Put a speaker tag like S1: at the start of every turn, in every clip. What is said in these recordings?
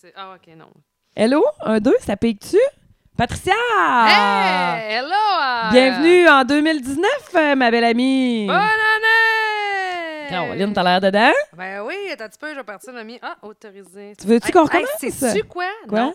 S1: C'est- Ah, ok, non.
S2: Hello, un, deux, ça pique-tu? Patricia!
S1: Hey! Hello! euh,
S2: Ah. Bienvenue en 2019, euh, ma belle amie!
S1: Bonne année!
S2: Caroline, t'as l'air dedans?
S1: Ben oui, attends un petit peu, je vais partir le mi. Ah, autorisé.
S2: Tu veux-tu qu'on recommence?
S1: Hey, sais-tu quoi?
S2: Quoi?
S1: Non.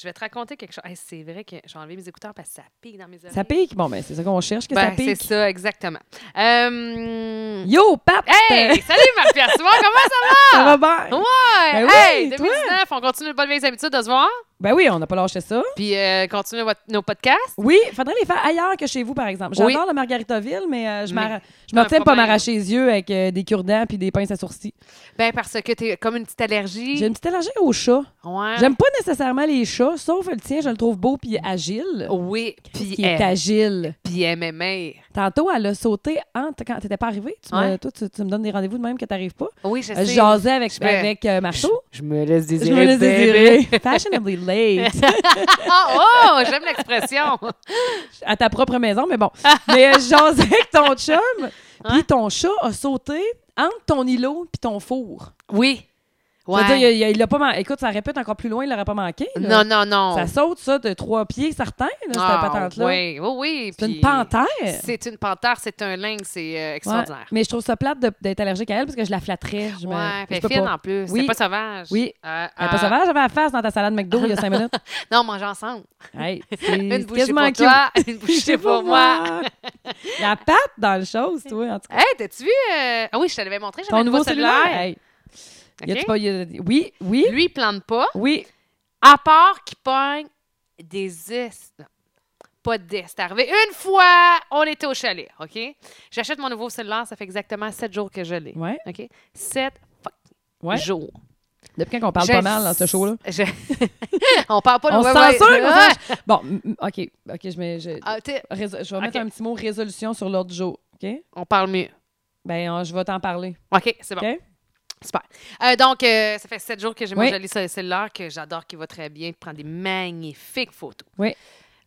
S1: Je vais te raconter quelque chose. Hey, c'est vrai que j'ai enlevé mes écouteurs parce que ça pique dans mes oreilles.
S2: Ça pique? Bon, ben, c'est ça qu'on cherche, que
S1: Ben,
S2: ça
S1: c'est
S2: pique.
S1: ça, exactement. Euh,
S2: Yo, pape!
S1: Hey! Ah! Oh! Salut, Marc-Pierre Simon, comment
S2: Ça
S1: ça va?
S2: va bien? Ben
S1: Ouais!
S2: oui,
S1: hey!
S2: toi?
S1: 2019, on continue nos bonnes vieilles habitudes de se voir,
S2: Ben oui, on n'a pas lâché ça.
S1: puis euh, continue votre- nos podcasts.
S2: Oui, faudrait les faire ailleurs que chez vous, par exemple. J'adore
S1: Oui.
S2: le Margaritaville, mais euh, je
S1: Mais
S2: m'arra- je
S1: t'as
S2: m'en
S1: un
S2: tiens pas à
S1: problème.
S2: m'arracher les yeux avec euh, des cure-dents puis des pinces à sourcils.
S1: Ben, parce que t'es comme une petite allergie.
S2: J'ai une petite allergie aux chats.
S1: Ouais.
S2: J'aime pas nécessairement les chats, sauf le tien, je le trouve beau puis agile.
S1: Oui, Oh, puis euh,
S2: Qui est agile.
S1: puis MMA.
S2: Tantôt, elle a sauté en t- quand t'étais pas arrivée. Tu me,
S1: Ouais.
S2: toi, tu, tu me donnes des rendez-vous de même que t'arrives pas.
S1: Oui, je
S2: Euh,
S1: sais.
S2: Je jasais avec,
S1: Je fais-
S2: avec euh, Marceau.
S1: Je me laisse
S2: Je me laisse désirer. Fashionably late.
S1: Ah, oh, j'aime l'expression.
S2: à ta propre maison, mais bon. mais euh, je jasais avec ton chum, puis ton chat a sauté entre ton îlot puis ton four.
S1: Oui.
S2: Je veux dire,
S1: Ouais.
S2: il, a- il a pas man- Écoute, ça répète encore plus loin, il l'aurait pas manqué. là.
S1: Non, non, non.
S2: Ça saute, ça, de trois pieds certains, là, cette
S1: Ah,
S2: patente-là.
S1: Oui, oui, oui.
S2: C'est
S1: puis-
S2: une panthère.
S1: C'est une panthère, c'est un lynx, c'est euh,
S2: Ouais.
S1: extraordinaire.
S2: Mais je trouve ça plate de- d'être allergique à elle parce que je la flatterais. Je
S1: Ouais, puis
S2: me- Ben, je
S1: elle
S2: peux
S1: est fine
S2: pas.
S1: en plus.
S2: Oui.
S1: C'est pas sauvage.
S2: Oui.
S1: Euh,
S2: Elle est
S1: euh,
S2: pas sauvage, j'avais la face dans ta salade McDo il y a cinq minutes.
S1: Non, mange ensemble.
S2: Hey,
S1: Une
S2: c'est
S1: bouchée pour
S2: quasiment cute.
S1: toi, une bouchée pour moi.
S2: La patte dans le chose, toi, en tout cas.
S1: Hey, t'as-tu vu? euh, Ah oui, je te l'avais montré, j'avais
S2: Ton
S1: un nouveau cellulaire.
S2: Hey, y a-tu
S1: OK?
S2: pas- y a- Oui, oui,
S1: Lui, il plante pas.
S2: oui.
S1: À part qu'il pogne des est. non, Pas d'est. C'est arrivé une fois, on était au chalet, OK? J'achète mon nouveau cellulaire, ça fait exactement sept jours que je l'ai.
S2: Ouais.
S1: OK? Sept fucking
S2: Ouais.
S1: jours.
S2: Depuis quand on parle
S1: Je-
S2: pas mal dans ce show-là?
S1: Je- on parle pas de
S2: On se
S1: ouais,
S2: censure,
S1: ouais,
S2: on
S1: ouais.
S2: censure. Bon, m- m- OK, OK, je, mets, je,
S1: Ah, t'sais,
S2: rés- je vais mettre
S1: OK.
S2: un petit mot résolution sur l'ordre du jour, OK?
S1: on parle mieux.
S2: Ben, on- je vais t'en parler,
S1: OK, c'est bon.
S2: OK?
S1: Super. Euh, donc, euh, ça fait sept jours que j'ai mon
S2: Oui.
S1: joli ce- cellulaire que j'adore, qui va très bien, qui prend des magnifiques photos.
S2: Oui.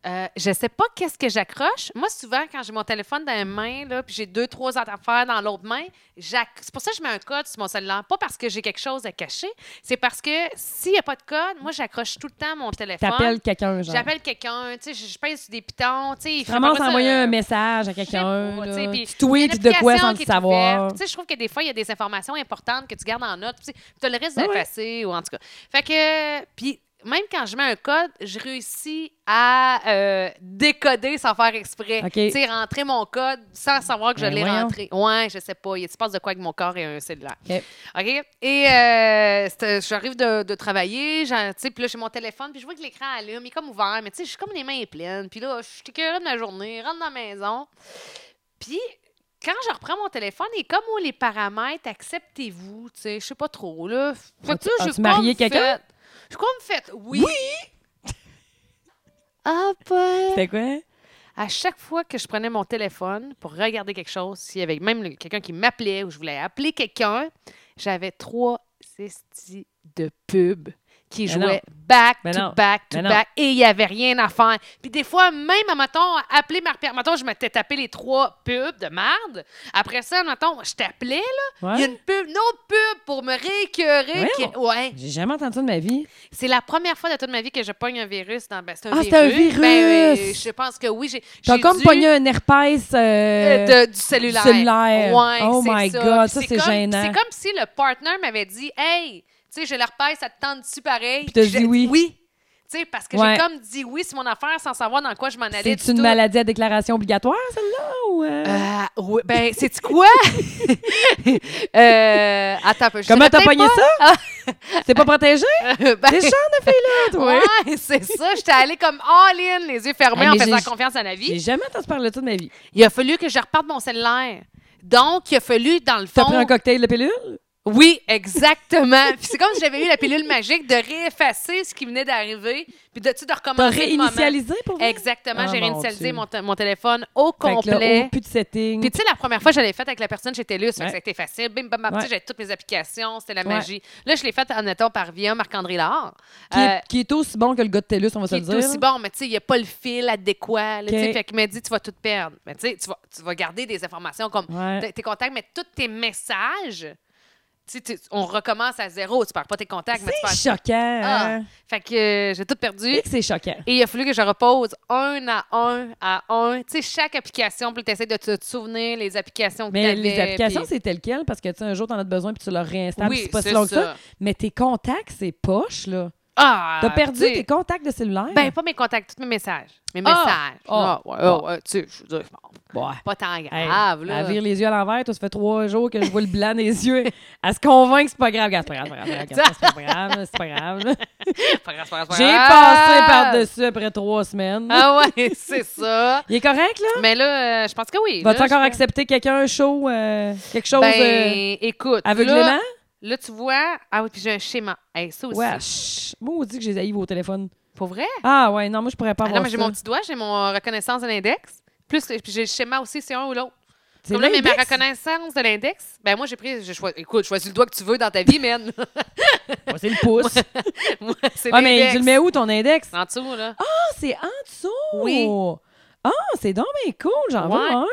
S1: Euh, je sais pas qu'est-ce que j'accroche. Moi, souvent, quand j'ai mon téléphone dans la main, là, puis j'ai deux, trois autres affaires dans l'autre main, j'ac- c'est pour ça que je mets un code sur mon cellulaire. Pas parce que j'ai quelque chose à cacher, c'est parce que s'il n'y a pas de code, moi, j'accroche tout le temps mon téléphone.
S2: T'appelles quelqu'un, genre.
S1: J'appelle quelqu'un, tu sais, je, je pèse sur des pitons, tu sais. il
S2: Tu
S1: fait
S2: commences
S1: pas
S2: à
S1: ça,
S2: envoyer
S1: euh,
S2: un message à
S1: je sais
S2: quelqu'un,
S1: pas, tu sais,
S2: là.
S1: puis il y
S2: tu
S1: a
S2: tweets
S1: une
S2: de quoi
S1: application
S2: sans
S1: qui
S2: le
S1: est ouverte.
S2: savoir.
S1: Tu sais, je trouve que des fois, il y a des informations importantes que tu gardes en note. Tu as le risque
S2: Ah ouais.
S1: d'effacer ou en tout cas. Fait que, puis même quand je mets un code, je réussis à euh, décoder sans faire exprès.
S2: OK.
S1: Tu sais, rentrer mon code sans savoir que je
S2: Ben
S1: l'ai
S2: voyons.
S1: rentré. Ouais, je sais pas. Il se passe de quoi avec mon corps et un cellulaire.
S2: OK.
S1: OK? Et euh, c'était- j'arrive de, de travailler, j'en- tu sais, puis là, j'ai mon téléphone, puis je vois que l'écran allume, il est comme ouvert, mais tu sais, je suis comme les mains pleines. Puis là, je suis écœurée de ma journée, rentre dans la maison. Puis quand je reprends mon téléphone, il est comme où les paramètres, acceptez-vous, tu sais, je sais pas trop, là. Fait que
S2: As-tu-
S1: là, je
S2: as-tu
S1: suis
S2: marié
S1: comme
S2: quelqu'un?
S1: faite- Je suis comme faite, oui. Oui! Ah, ben!
S2: C'était quoi?
S1: À chaque fois que je prenais mon téléphone pour regarder quelque chose, s'il y avait même le- quelqu'un qui m'appelait ou je voulais appeler quelqu'un, j'avais trois sesties de pub qui
S2: Ben
S1: jouaient back
S2: Ben
S1: to
S2: non.
S1: back to
S2: Ben non.
S1: back et il n'y avait rien à faire. Puis des fois, même à mettons, appeler Marc-Pierre, mettons, je m'étais tapé les trois pubs de merde. Après ça, mettons, je t'appelais, là, il y a
S2: Ouais.
S1: une pub, une autre pub pour me réécœurer. qui- Ouais.
S2: J'ai jamais entendu ça de ma vie.
S1: C'est la première fois de toute ma vie que je pogne un virus dans. Ben, c'est un
S2: Ah, c'est
S1: virus.
S2: un
S1: Ben,
S2: virus!
S1: euh, je pense que oui. J'ai
S2: T'as
S1: j'ai
S2: comme
S1: dû-
S2: pogné un herpès. euh,
S1: euh, de- du cellulaire.
S2: du cellulaire.
S1: Ouais,
S2: Oh
S1: c'est
S2: my
S1: ça.
S2: God,
S1: Puis
S2: ça, c'est
S1: comme-
S2: gênant.
S1: C'est comme si le partner m'avait dit Hey, tu sais, je le repère, ça te tente dessus pareil.
S2: Puis t'as
S1: J'ai
S2: dit oui.
S1: Oui. Tu sais, parce que
S2: Ouais.
S1: j'ai comme dit oui sur mon affaire sans savoir dans quoi je m'en allais.
S2: C'est
S1: du
S2: une
S1: tout.
S2: maladie à déclaration obligatoire, celle-là? Ou euh?
S1: Euh, oui, ben, c'est quoi? euh, attends un peu. je te
S2: Comment t'as
S1: rappelais
S2: pogné ça? T'es pas protégé?
S1: pas. Ben,
S2: T'es chiant de fille-là, toi!
S1: ouais, c'est ça. J'étais allée comme all-in, les yeux fermés
S2: Ah,
S1: en
S2: mais
S1: faisant
S2: j'ai-
S1: confiance à la vie.
S2: J'ai jamais entendu parler de ça de ma vie.
S1: Il a fallu que je reparte mon cellulaire. Donc, il a fallu, dans le
S2: T'as
S1: fond.
S2: pris un cocktail de pilule?
S1: Oui, exactement. Puis c'est comme si j'avais eu la pilule magique de réeffacer ce qui venait d'arriver, puis de, tu sais, de
S2: T'as
S1: recommencer. le moment.
S2: réinitialisé pour vrai?
S1: Exactement,
S2: Ah,
S1: j'ai
S2: mon
S1: réinitialisé
S2: Dieu.
S1: mon, t- mon téléphone au
S2: Fait que là,
S1: complet.
S2: oh, plus de setting.
S1: puis tu sais, la première fois, je l'ai faite avec la personne chez TELUS, fait que
S2: Ouais.
S1: ça a été facile. Bim, bam, bam, tu sais,
S2: Ouais.
S1: j'avais toutes mes applications, c'était la
S2: Ouais.
S1: magie. Là, je l'ai faite, admettons, par Via Marc-André Lard.
S2: qui,
S1: Euh,
S2: est, qui est aussi bon que le gars de TELUS, on va se
S1: qui
S2: le
S1: est
S2: dire.
S1: aussi bon, mais tu sais, il n'y a pas le fil adéquat. Là, tu sais.
S2: Ok.
S1: Fait qu'il m'a dit, tu vas tout perdre. Mais tu sais, tu vas, tu vas garder des informations comme
S2: Ouais.
S1: t- tes contacts, mais tous tes messages. Tu tu sais, tu- on recommence à zéro. Tu perds pas tes contacts, mais tu perds.
S2: C'est choquant.
S1: Ah.
S2: hein?
S1: Fait que euh, j'ai tout perdu.
S2: Et que c'est choquant.
S1: Et il a fallu que je repose un à un à un. Tu sais, chaque application, puis tu essaies de te souvenir les applications que tu
S2: Mais les applications, c'est tel quel parce que tu sais, un jour, t'en as besoin puis tu le réinstalles. puis
S1: oui,
S2: c'est pas si long que ça. Mais tes contacts, c'est poche, là.
S1: Ah!
S2: T'as perdu
S1: tu sais,
S2: tes contacts de cellulaire?
S1: Ben, pas mes contacts, tous mes messages. Mes
S2: Ah!
S1: messages.
S2: Ah!
S1: Ah, ouais, ah, ouais, tu sais, je veux dire, bon,
S2: ouais.
S1: pas tant
S2: Hey,
S1: grave, là.
S2: À vire les yeux à l'envers, toi, ça fait trois jours que je vois le blanc des yeux. À se convaincre que c'est pas grave. Regarde, c'est pas grave, c'est pas grave, c'est pas grave, c'est pas grave, c'est pas grave.
S1: Pas grave, pas grave, pas
S2: J'ai
S1: grave.
S2: passé par-dessus après trois semaines.
S1: Ah ouais, c'est ça.
S2: Il est correct, là?
S1: Mais là, euh, je pense que oui.
S2: Vas-tu
S1: là, je-
S2: encore accepter quelqu'un chaud, euh, quelque chose euh,
S1: Ben, écoute.
S2: aveuglément?
S1: Là, là, tu vois. Ah oui, puis j'ai un schéma. Hey, ça aussi.
S2: Ouais, chut. Moi, on dit que j'ai haï au téléphone.
S1: Pour vrai?
S2: Ah, ouais, non, moi, je pourrais pas
S1: Ah
S2: avoir
S1: non, mais j'ai
S2: ça.
S1: mon petit doigt, j'ai mon euh, reconnaissance de l'index. Plus, que- puis j'ai le schéma aussi, c'est un ou l'autre.
S2: C'est
S1: Comme là, mais ma
S2: l'index.
S1: reconnaissance de l'index, ben moi, j'ai pris. j'ai choi- Écoute, choisis le doigt que tu veux dans ta vie, man.
S2: Ouais, c'est le pouce.
S1: moi, c'est
S2: ah, mais
S1: l'index.
S2: tu le mets où, ton index?
S1: En dessous, là.
S2: Ah, c'est en dessous.
S1: Oui.
S2: Ah, c'est donc bien cool, j'en
S1: Ouais.
S2: veux un.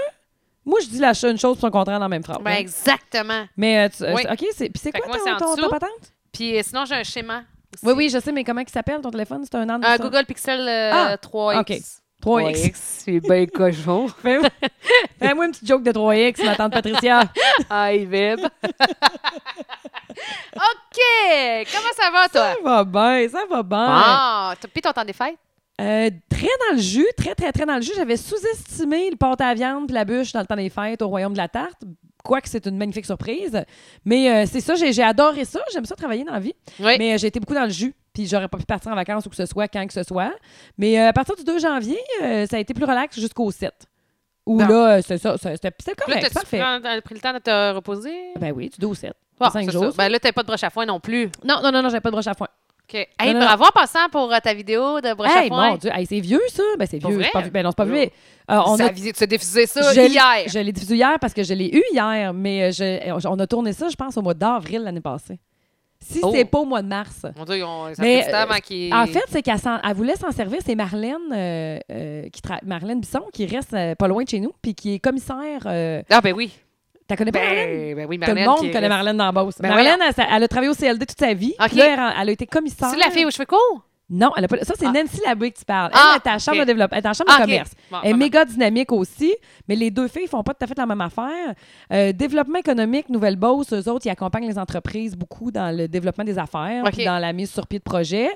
S2: Moi, je dis la ch- une chose puis son contraire dans la même phrase.
S1: ben,
S2: hein.
S1: exactement.
S2: Mais euh, tu- euh,
S1: Oui.
S2: OK, c'est puis c'est
S1: Fait que
S2: quoi
S1: moi,
S2: ton,
S1: c'est en
S2: ton- ta
S1: dessous.
S2: patente
S1: Puis euh, sinon, j'ai un schéma. aussi.
S2: Oui oui, je sais mais comment il s'appelle ton téléphone C'est un an
S1: Un Google Pixel euh,
S2: Ah,
S1: 3X.
S2: OK. 3X.
S1: c'est bien cochon.
S2: Fais-moi fais-moi une petite joke de 3X, ma tante Patricia.
S1: Hi, Vib. OK! Comment ça va, toi?
S2: Ça va bien, ça va bien.
S1: Ah! t'as- Puis ton temps des fêtes?
S2: Euh, très dans le jus, très, très, très dans le jus. J'avais sous-estimé le pâte à viande puis la bûche dans le temps des fêtes au Royaume de la Tarte, quoique c'est une magnifique surprise. Mais euh, c'est ça, j'ai j'ai adoré ça. J'aime ça travailler dans la vie.
S1: Oui.
S2: Mais euh, j'ai été beaucoup dans le jus, puis j'aurais pas pu partir en vacances ou que ce soit, quand que ce soit. Mais euh, à partir du 2 janvier, euh, ça a été plus relax jusqu'au 7. Où
S1: Bon.
S2: là, euh, c'est ça, ça- c'était c'était
S1: Là,
S2: correct,
S1: t'as-tu pris,
S2: parfait.
S1: t'as pris le temps de te reposer?
S2: Ben oui, du 2 au 7.
S1: Bon,
S2: cinq
S1: c'est
S2: jours.
S1: ça. Ben là, t'as pas de broche à foin non plus.
S2: Non, non, non, non, j'avais pas de broche à foin.
S1: OK. Hey,
S2: non, non.
S1: bravo en passant pour euh, ta vidéo de broche à
S2: Hey,
S1: foin.
S2: mon Dieu, hey, c'est vieux ça. Ben c'est
S1: Pas
S2: vieux,
S1: vrai?
S2: c'est pas vieux. Ben non, c'est pas
S1: Non.
S2: vieux. Euh, on
S1: ça,
S2: a
S1: a... Tu as défisé ça
S2: Je l'ai-
S1: hier.
S2: Je l'ai diffusé hier parce que je l'ai eu hier, mais euh, je- on a tourné ça, je pense, au mois d'avril l'année passée. Si
S1: Oh.
S2: c'est pas au mois de mars.
S1: Mon Dieu, ils ont- ça
S2: Mais,
S1: fait du temps
S2: euh,
S1: avant qu'ils...
S2: En fait, c'est qu'elle s'en- elle voulait s'en servir. C'est Marlène, euh, euh, qui tra- Marlène Bisson qui reste euh, pas loin de chez nous, puis qui est commissaire. euh,
S1: Ah, ben oui.
S2: T'as connais pas Marlène?
S1: Ben, ben oui,
S2: Tout
S1: Marlène.
S2: le monde
S1: qui
S2: connaît
S1: reste-
S2: Marlène Dambos.
S1: Ben
S2: Marlène, elle, elle a travaillé au CLD toute sa vie.
S1: Ok.
S2: Puis là, elle, a- elle a été commissaire.
S1: C'est la fille aux cheveux courts?
S2: Non, elle a pas... ça, c'est
S1: Ah.
S2: Nancy Labrie que tu parles.
S1: Ah,
S2: elle, est à la chambre
S1: ok.
S2: de développement. Elle est en chambre
S1: Ah,
S2: de
S1: ok.
S2: commerce.
S1: Bon,
S2: Elle est
S1: maman.
S2: méga dynamique aussi, mais les deux filles font pas tout à fait la même affaire. Euh, développement économique, Nouvelle Beauce, eux autres, ils accompagnent les entreprises beaucoup dans le développement des affaires,
S1: OK.
S2: puis dans la mise sur pied de projets,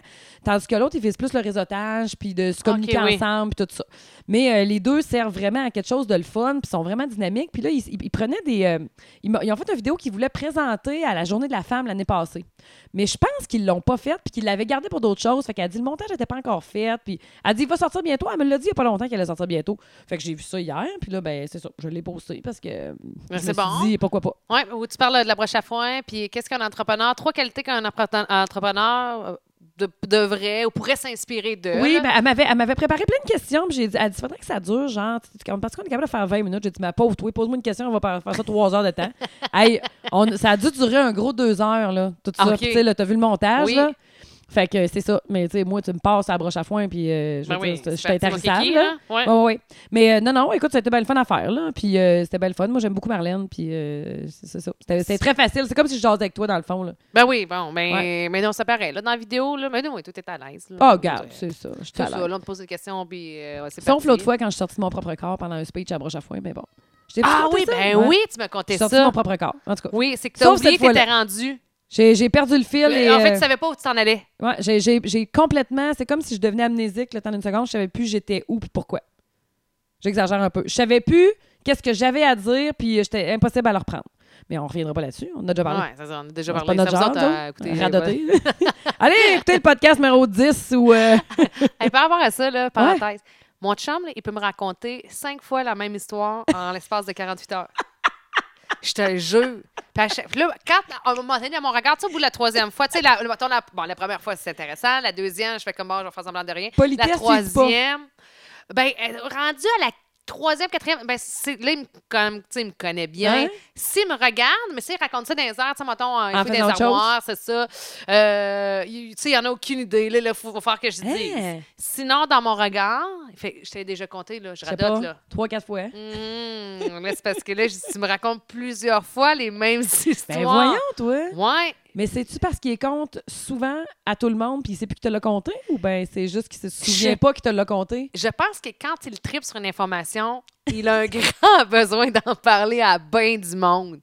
S2: tandis que l'autre, ils visent plus le réseautage, puis de se communiquer
S1: OK, oui.
S2: ensemble, puis tout ça. Mais euh, les deux servent vraiment à quelque chose de le fun, puis sont vraiment dynamiques. Puis là, ils, ils- ils prenaient des... euh, ils, m'a- ils ont fait une vidéo qu'ils voulaient présenter à la Journée de la femme l'année passée. Mais je pense qu'ils l'ont pas faite, puis qu'ils l'avaient gardée pour d'autres choses. Fait qu'elle dit, le montage n'était pas encore fait, puis elle dit, il va sortir bientôt. Elle me l'a dit il n'y a pas longtemps qu'elle allait sortir bientôt. Fait que j'ai vu ça hier, puis là, ben, c'est ça. Je l'ai posté parce que euh, je
S1: Mais Ben,
S2: me
S1: c'est
S2: suis
S1: bon.
S2: dit, pourquoi pas.
S1: Oui, où tu parles de la broche à foin, puis qu'est-ce qu'un entrepreneur, trois qualités qu'un empre- entrepreneur euh, de- devrait ou pourrait s'inspirer de.
S2: Oui,
S1: là.
S2: ben, elle m'avait, elle m'avait préparé plein de questions, puis j'ai dit, elle dit, faudrait que ça dure, genre, tu- tu- parce qu'on est capable de faire 20 minutes. J'ai dit, ma pauvre, toi, pose-moi une question, on va par- faire ça trois heures de temps. hey, on- ça a dû durer un gros deux heures, là, tout ça.
S1: Ah, ok.
S2: Puis, Tu sais, là, t'as vu le montage,
S1: Oui.
S2: là? Fait que euh, c'est ça. Mais tu sais, moi, tu me passes à la broche à foin, puis euh, je veux
S1: Ben oui,
S2: dire, je suis
S1: c'est parti, mon
S2: intarissable,
S1: kiki,
S2: là.
S1: là. Ouais.
S2: Oui, oui. Mais euh, non, non, écoute, c'était bien le fun à faire, là. Puis euh, c'était bien le fun. Moi, j'aime beaucoup Marlène, puis euh, c'est c'est ça. C'était c'était très facile. C'est comme si je jasais avec toi, dans le fond, là.
S1: Ben oui, bon, ben,
S2: Ouais.
S1: mais non, ça paraît. Là, dans la vidéo, là, mais non, oui, tout est à l'aise. là.
S2: Ah, regarde,
S1: C'est
S2: c'est ça. Je suis
S1: tout
S2: à
S1: ça.
S2: l'aise.
S1: Là, on te pose une question, puis euh, ouais, c'est
S2: Sauf
S1: parti.
S2: l'autre fois, quand je suis sortie de mon propre corps pendant un speech à broche à foin, mais bon. Je t'ai
S1: Ah
S2: raconté
S1: oui,
S2: ça?
S1: ben
S2: Ouais.
S1: oui, tu m'as
S2: Je suis
S1: conté
S2: sortie de
S1: ça.
S2: mon propre corps. En tout cas,
S1: Oui, c'est que t'as
S2: Sauf
S1: oublié
S2: cette
S1: que t'étais
S2: fois-là.
S1: rendu.
S2: j'ai j'ai perdu le fil.
S1: Mais
S2: et,
S1: en fait,
S2: euh,
S1: tu savais pas où tu t'en allais.
S2: ouais, j'ai- j'ai j'ai complètement. C'est comme si je devenais amnésique le temps d'une seconde. Je savais plus j'étais où puis pourquoi. J'exagère un peu. Je savais plus qu'est-ce que j'avais à dire, puis j'étais impossible à le reprendre. Mais on reviendra pas là-dessus. On en a déjà parlé.
S1: Ouais, ça, ça, on a déjà
S2: C'est
S1: parlé.
S2: pas notre
S1: ça vous
S2: genre,
S1: autres,
S2: nous
S1: euh,
S2: autres.
S1: écoutez,
S2: Radoter. Allez, écoutez le podcast numéro 10 ou... euh,
S1: Hey, par rapport à ça, là, parenthèse, mon chum, là, il peut me raconter cinq fois la même histoire en l'espace de 48 heures. Je te le jure. Puis à chaque- puis là, quand, à un moment donné, à mon regard, tu sais, au bout de la troisième fois, tu sais, la, mettons, la- bon, la première fois, c'est intéressant. La deuxième, je fais comme, bon, je vais faire semblant de rien.
S2: Politesse,
S1: la
S2: tu dis pas.
S1: troisième, ben, euh, rendu à la troisième, quatrième, ben, c'est, là, il me, comme, tu sais, il me connaît bien.
S2: Hein?
S1: S'il me regarde, mais s'il raconte ça dans les airs, tu sais, mettons, euh, il
S2: En
S1: fait des
S2: faisant autre
S1: armoires, c'est ça. Euh, il- tu sais, il en a aucune idée. Là, il faut, faut faire que je
S2: Hein?
S1: dise. Sinon, dans mon regard, fait, je t'ai déjà compté, là, je
S2: Je sais
S1: radote, là. Mmh.
S2: pas, trois, quatre fois.
S1: Hum, là, c'est parce que là, je- tu me racontes plusieurs fois les mêmes histoires.
S2: Ben voyons, toi!
S1: Ouais.
S2: Mais c'est-tu parce qu'il les compte souvent à tout le monde puis il sait plus qu'il te l'a compté ou ben c'est juste qu'il se souvient
S1: sais-
S2: pas qu'il te l'a compté?
S1: Je pense que quand il tripe sur une information, il a un grand besoin d'en parler à ben du monde.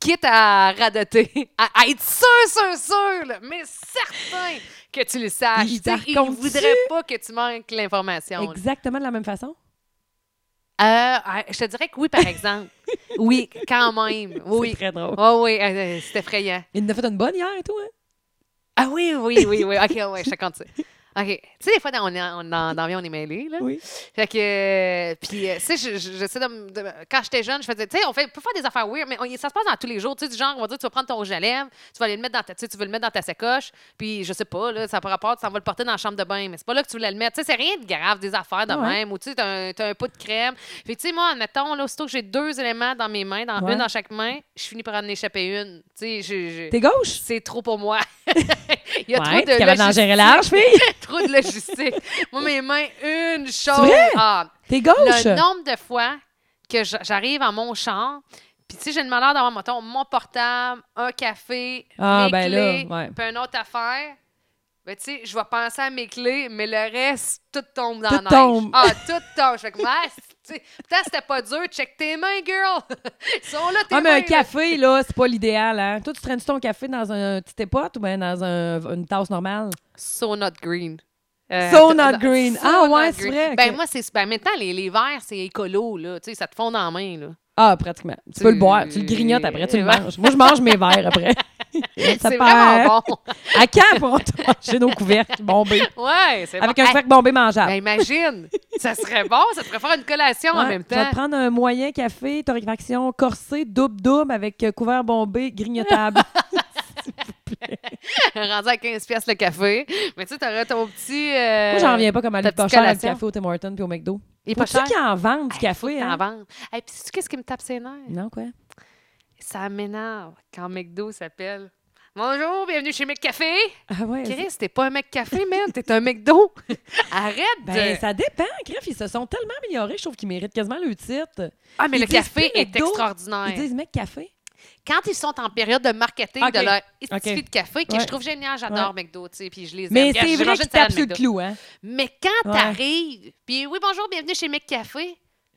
S1: Quitte à radoter, à, à être sûr, sûr, sûr, là, mais certain que tu le saches.
S2: Il
S1: Tu sais, Il ne
S2: raconte-tu?
S1: voudrait pas que tu manques l'information. là.
S2: Exactement de la même façon?
S1: Euh, euh, je te dirais que oui, par exemple. oui, quand même. Oui.
S2: C'est très drôle.
S1: Oh oui, euh, euh, c'est effrayant.
S2: Il en a fait une bonne hier et tout, hein?
S1: Ah oui, oui, oui, oui. OK, ouais, je te compte ça. OK. Tu sais, des fois, dans, on est, on, dans, dans la vie, on est mêlé, là.
S2: Oui.
S1: Fait que, euh, puis, euh, tu sais, je- je- j'essaie de, me- de me- Quand j'étais jeune, je faisais, tu sais, on, fait- on peut faire des affaires weird, mais on- ça se passe dans tous les jours. Tu sais, du genre, on va dire, tu vas prendre ton rouge à lèvres, tu vas aller le mettre dans ta, tu sais, tu veux le mettre dans ta sacoche, puis je sais pas, là, ça par rapport, tu s'en vas le porter dans la chambre de bain, mais c'est pas là que tu voulais le mettre. Tu sais, c'est rien de grave, des affaires de
S2: Ah Ouais.
S1: même, ou tu sais, t'as un, t'as un pot de crème. Puis, tu sais, moi, admettons, là, aussitôt que j'ai deux éléments dans mes mains, dans
S2: Ouais.
S1: une dans chaque main, je finis par en échapper une. Tu sais, je- je-
S2: T'es gauche?
S1: c'est trop pour moi. Il y a
S2: Ouais,
S1: trop de
S2: t'es capable d'en
S1: logistique.
S2: gérer large, fille?
S1: trop de logistique. Moi, mes mains, une chose.
S2: vrai?
S1: Ah,
S2: T'es gauche?
S1: le nombre de fois que j- j'arrive en mon char, puis si j'ai le malheur d'avoir, mettons, mon portable, un café,
S2: Ah,
S1: mes
S2: ben
S1: clés,
S2: là, ouais.
S1: puis une autre affaire, ben, tu sais, je vais penser à mes clés, mais le reste, tout tombe dans
S2: Tout
S1: la neige.
S2: tombe.
S1: Ah, tout tombe. Je fais comme, ah, c'est- tu sais, putain, c'était pas dur. Check tes mains, girl. Ils sont là, tes
S2: Ah, mais
S1: mains.
S2: un
S1: là.
S2: café, là, c'est pas l'idéal, hein? Toi, tu traînes ton café dans un petit épote ou bien dans un- une tasse normale?
S1: So not green. Euh,
S2: So
S1: d-
S2: not
S1: d-
S2: green. Ah
S1: not
S2: ouais, c'est
S1: green.
S2: vrai,
S1: Ben
S2: ok.
S1: moi, c'est ben, maintenant, les, les verts, c'est écolo, là. Tu sais, ça te fond dans la main, là.
S2: Ah, pratiquement. Tu peux le boire, tu le grignotes après, tu le
S1: Ouais.
S2: manges. Moi, je mange mes verres après. Ça
S1: c'est
S2: perd.
S1: vraiment bon.
S2: À quand pourront-on manger nos couvercles bombés?
S1: Ouais, c'est
S2: Avec
S1: bon.
S2: un
S1: Hey,
S2: sac bombé mangeable.
S1: ben imagine, ça serait bon, ça te ferait faire une collation en
S2: Ouais,
S1: même
S2: Tu vas
S1: temps.
S2: te prendre un moyen café, torréfaction, corsé, double-double avec euh, couvert bombé, grignotable.
S1: Rendu à 15 pièces le café, mais tu sais t'aurais ton petit euh,
S2: Moi, j'en reviens pas comme aller
S1: ta
S2: pas
S1: petite
S2: cher à du
S1: collation.
S2: café au Tim Hortons puis au McDo.
S1: Il est pas
S2: Faut-tu
S1: cher.
S2: qu'ils en vendent du café?
S1: T'en
S2: Hein?
S1: vendre. Et puis sais-tu qu'est-ce qui me tape ses nerfs
S2: Non, quoi?
S1: Ça m'énerve quand McDo s'appelle. Bonjour, bienvenue chez McCafé.
S2: Ah ouais. c'est-
S1: Chris, t'es pas un mec café, man, t'es un McDo. Arrête
S2: Ben,
S1: de-
S2: ça dépend, Griff. Ils se sont tellement améliorés, je trouve qu'ils méritent quasiment le titre.
S1: Ah, mais
S2: ils
S1: le
S2: disent
S1: café
S2: plus
S1: est
S2: McDo,
S1: extraordinaire.
S2: Ils disent, mec, café.
S1: Quand ils sont en période de marketing
S2: Ah, Ok.
S1: de leur
S2: Ok.
S1: institut de café, que
S2: Ouais.
S1: je trouve génial, j'adore McDo, tu sais, puis je les aime.
S2: Mais
S1: Regarde,
S2: c'est
S1: j'ai
S2: vrai
S1: mangé
S2: qu'ils
S1: une salade
S2: tapent sur le
S1: McDo.
S2: clou, hein?
S1: Mais quand
S2: Ouais.
S1: t'arrives, puis oui, bonjour, bienvenue chez McCafé.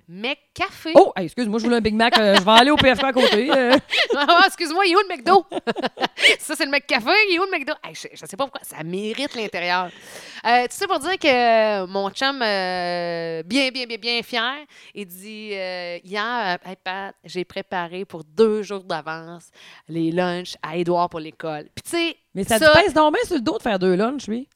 S1: McCafé.
S2: Oh, hey, excuse-moi, je voulais un Big Mac. euh, je vais aller au PFK à côté. euh.
S1: Ah, excuse-moi, il est où le McDo? ça, c'est le McCafé, il est où le McDo? Hey, je, je sais pas pourquoi, ça mérite l'intérieur. Euh, tu sais, pour dire que mon chum, euh, bien, bien, bien, bien fier, il dit euh, Hier, euh, hey, Pat, j'ai préparé pour deux jours d'avance les lunchs à Édouard pour l'école. Puis, tu sais,
S2: Mais ça,
S1: ça-
S2: te pèse donc bien sur le dos de faire deux lunchs, lui.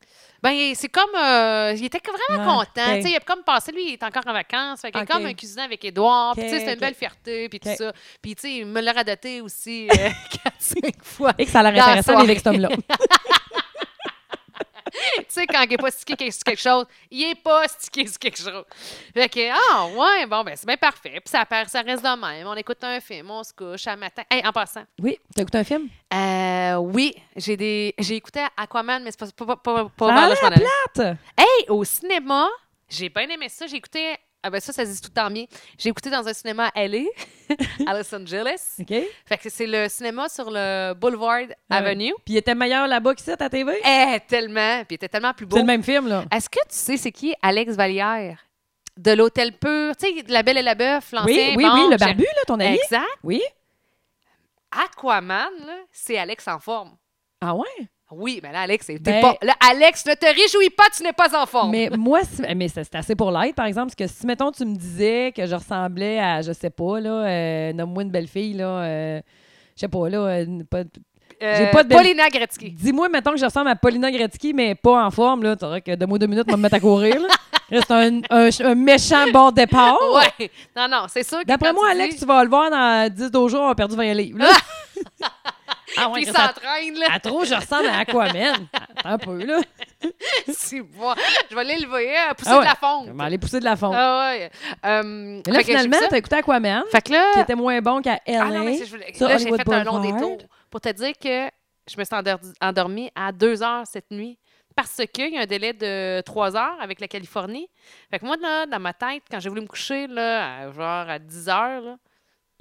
S1: ben, c'est comme. euh, il était vraiment
S2: Ouais,
S1: content.
S2: ok.
S1: Tu sais, il a comme passé, lui, il est encore en vacances. Fait qu'il est
S2: Ok.
S1: comme un cousin avec Édouard. Puis,
S2: Ok,
S1: tu sais, c'est une
S2: ok.
S1: belle fierté. Puis,
S2: Ok.
S1: tout ça. Puis, tu sais, il me l'a radoté aussi euh, 4-5 fois.
S2: Et que ça a l'air
S1: Dans la
S2: intéressant, mais avec cet
S1: soirée.
S2: homme-là.
S1: tu sais, quand il est pas stické sur quelque chose, il est pas stické sur quelque chose. Fait que, ah, ouais, bon, ben, c'est bien parfait. Puis, ça, perd- ça reste de même. On écoute un film, on se couche à matin. Hey, en passant.
S2: Oui, t'as écouté un film?
S1: Euh, oui, j'ai des... j'ai écouté Aquaman, mais c'est pas, pas, pas, pas, pas
S2: Ça a
S1: vers là,
S2: l'air
S1: je m'en allais.
S2: plate!
S1: Hey, au cinéma, j'ai bien aimé ça. J'ai écouté. Ah ben ça, ça se dit tout le temps bien. J'ai écouté dans un cinéma à LA, à Los Angeles.
S2: OK? Ouais.
S1: Fait que c'est le cinéma sur le Boulevard Avenue.
S2: Ah Puis il était meilleur là-bas qu'ici à ta TV?
S1: Eh, tellement! Puis il était tellement plus beau.
S2: C'est le même film, là.
S1: Est-ce que tu sais c'est qui Alex Vallière? De l'Hôtel Pur, tu sais, de La Belle et la Bœuf, l'ancien.
S2: Oui, oui, oui,
S1: bon,
S2: le
S1: j'ai-
S2: barbu, là, ton ami.
S1: Exact.
S2: Oui.
S1: Aquaman, là, c'est Alex en forme.
S2: Ah ouais?
S1: Oui, mais là, Alex, t'es
S2: Ben-
S1: pas... Là, Alex, ne te réjouis pas, tu n'es pas en forme.
S2: Mais moi, si- mais ça, c'est assez pour l'aide, par exemple, parce que si, mettons, tu me disais que je ressemblais à, je sais pas, là, euh, nomme-moi une belle fille, là, euh, je sais pas, là, euh, une- pas- j'ai pas de belle-
S1: Euh, Paulina Gretzky.
S2: dis-moi, mettons, que je ressemble à Paulina Gretzky, mais pas en forme, là, t'aurais que de moi deux minutes, je vais me mettre à courir, là. Là, C'est un, un, un méchant bon départ.
S1: Ouais. Non, non, c'est sûr que.
S2: Oh! D'après
S1: quand
S2: moi,
S1: tu
S2: Alex,
S1: dis-
S2: tu vas le voir dans 10 12 jours, on a perdu 20 livres. là. ah
S1: Puis il
S2: que ça-
S1: Ah
S2: Ah.
S1: s'entraîne, là.
S2: À trop, je ressemble à Aquaman. Attends un peu, là.
S1: C'est bon. Je vais l'élever, euh, pousser
S2: Ah ouais.
S1: de la fonte.
S2: On va aller pousser de la fonte.
S1: Ah ouais. Euh,
S2: Mais
S1: fait que
S2: là,
S1: j'ai
S2: finalement,
S1: vu ça.
S2: t'as écouté Aquaman,
S1: Fait que là,
S2: qui était moins bon qu'à LA.
S1: Ah non, mais c'est- je voulais-
S2: sur
S1: là, j'ai
S2: Hollywood
S1: fait un long
S2: Boulevard.
S1: détour pour te dire que je me suis endor- endormie à 2 heures cette nuit parce qu'il y a un délai de 3 heures avec la Californie. Fait que moi, là, dans ma tête, quand j'ai voulu me coucher, là, à- genre à 10 heures, là,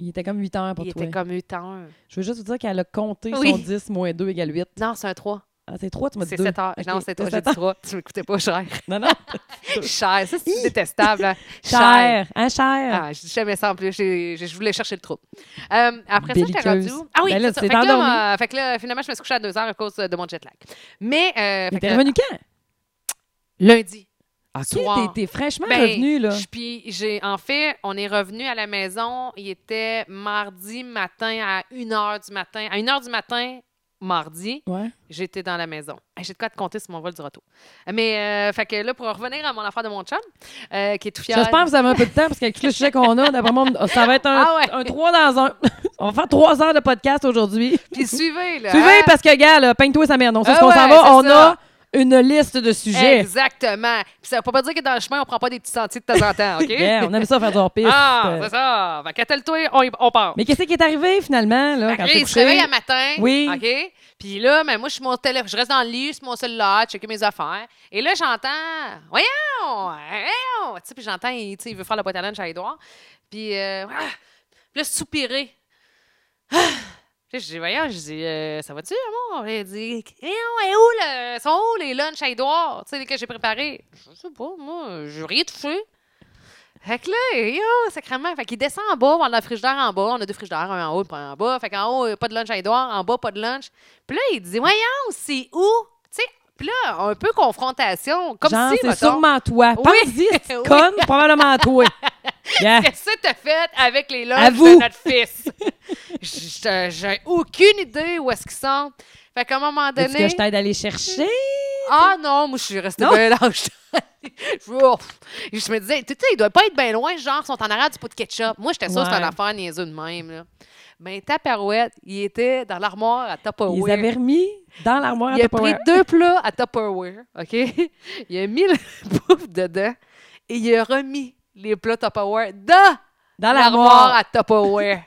S2: Il était comme 8 heures pour
S1: il
S2: Ah, toi.
S1: était comme 8 heures.
S2: Je veux juste vous dire qu'elle a compté
S1: Oui.
S2: son 10 moins 2 égale 8.
S1: Non, c'est un 3.
S2: Ah, c'est 3, tu m'as dit
S1: C'est
S2: 2.
S1: 7 heures.
S2: Ok,
S1: Non, c'est 3.
S2: t'as
S1: J'ai
S2: sept
S1: dit 3. Tu m'écoutais pas, cher.
S2: Non, non.
S1: cher. Ça, c'est
S2: Hi.
S1: détestable. hein.
S2: Cher, hein, cher.
S1: Ah, je dis jamais ça en plus. J'ai- j'ai- Je voulais chercher le trouble. Euh, après ça, j'étais
S2: Belliqueuse.
S1: rendue. où? Ah oui,
S2: Ben là,
S1: c'est ça.
S2: tu
S1: Fait
S2: t'es
S1: que, là,
S2: endormie.
S1: euh, fait que là, finalement, je me suis couchée à 2 heures à cause de mon jet lag. Mais, euh,
S2: Mais
S1: fait que
S2: t'es
S1: là,
S2: revenu quand?
S1: lundi.
S2: Ah,
S1: soir.
S2: T'es fraîchement
S1: Ben,
S2: revenu, là.
S1: je- Puis j'ai en fait, on est revenu à la maison. Il était mardi matin à 1h du matin. À 1h du matin, mardi,
S2: Ouais.
S1: j'étais dans la maison. Hey, J'ai de quoi te compter sur mon vol du retour. Mais euh, fait que là, pour en revenir à mon affaire de mon chum, euh, qui est tout fier.
S2: J'espère que vous avez un peu de temps parce qu'avec tous les sujets qu'on a, d'après moi, on- ça va être un,
S1: Ah ouais.
S2: un 3 dans un. on va faire 3 heures de podcast aujourd'hui.
S1: Puis suivez, là.
S2: Suivez
S1: hein?
S2: parce que, gars, là, peigne-toi sa mère. Donc, c'est
S1: Ah
S2: ce qu'on
S1: ouais,
S2: s'en va.
S1: c'est
S2: On
S1: ça.
S2: a une liste de sujets.
S1: Exactement. Puis ça ne veut pas dire que dans le chemin, on prend pas des petits sentiers de temps en temps, OK?
S2: Yeah, on aime ça faire du hors-piste.
S1: ah,
S2: Euh,
S1: c'est ça. Fait qu'attelle-toi, on, y- on part.
S2: Mais qu'est-ce qui est arrivé finalement là, quand
S1: Après,
S2: t'es
S1: il se
S2: couché?
S1: réveille à matin.
S2: Oui.
S1: OK? Puis là, ben, moi, je suis mon téléphone. Je reste dans le lit, sur mon cellulaire, checker mes affaires. Et là, j'entends. Voyons! voyons! Tu sais, puis j'entends, il, tu sais, il veut faire la boîte à lunch à Édouard. Puis euh, ah! Puis là, soupirer. Ah! Puis là, je dis, voyons, je dis, euh, ça va-tu, amour? Il dit, Eh voyons, et où, le, sont où les lunchs à Édouard? Tu sais, les que j'ai préparés. Je sais pas, moi, j'ai rien touché. Fait que là, yo, sacrément. Fait qu'il descend en bas, on a le frigidaire en bas. On a deux frigidaires, un en haut, un en bas. Fait qu'en haut, pas de lunch à Édouard, en bas, pas de lunch. Puis là, il dit, voyons, c'est où? Tu sais, puis là, un peu confrontation. Comme
S2: Genre,
S1: si,
S2: c'est
S1: mettons,
S2: sûrement toi.
S1: Oui.
S2: Pense-y, c'est
S1: Oui.
S2: conne, probablement toi. Yeah.
S1: Qu'est-ce que t'as fait avec les
S2: À
S1: lunchs
S2: vous.
S1: de notre fils? J- J'ai j'ai aucune idée où est-ce qu'ils sont. Fait qu'à un moment
S2: Est-ce que
S1: donné.
S2: je t'aide à les chercher?
S1: Ah non, moi, je suis restée
S2: Non?
S1: bien là. Je- Ouf. je me disais, tu sais, ils doivent pas être bien loin, genre, ils sont en arrière du pot de ketchup. Moi, j'étais sûre que c'était
S2: Ouais.
S1: une affaire niaiseuse de même. Là. Mais Tupperware, il était dans l'armoire à Tupperware.
S2: Ils avaient remis dans l'armoire
S1: Oh, Il
S2: à
S1: a pris
S2: Tupperware.
S1: deux plats à Tupperware, OK? Il a mis le bouffe dedans et il a remis les plats Tupperware dans
S2: Dans
S1: l'armoire
S2: l'armoire.
S1: à Tupperware.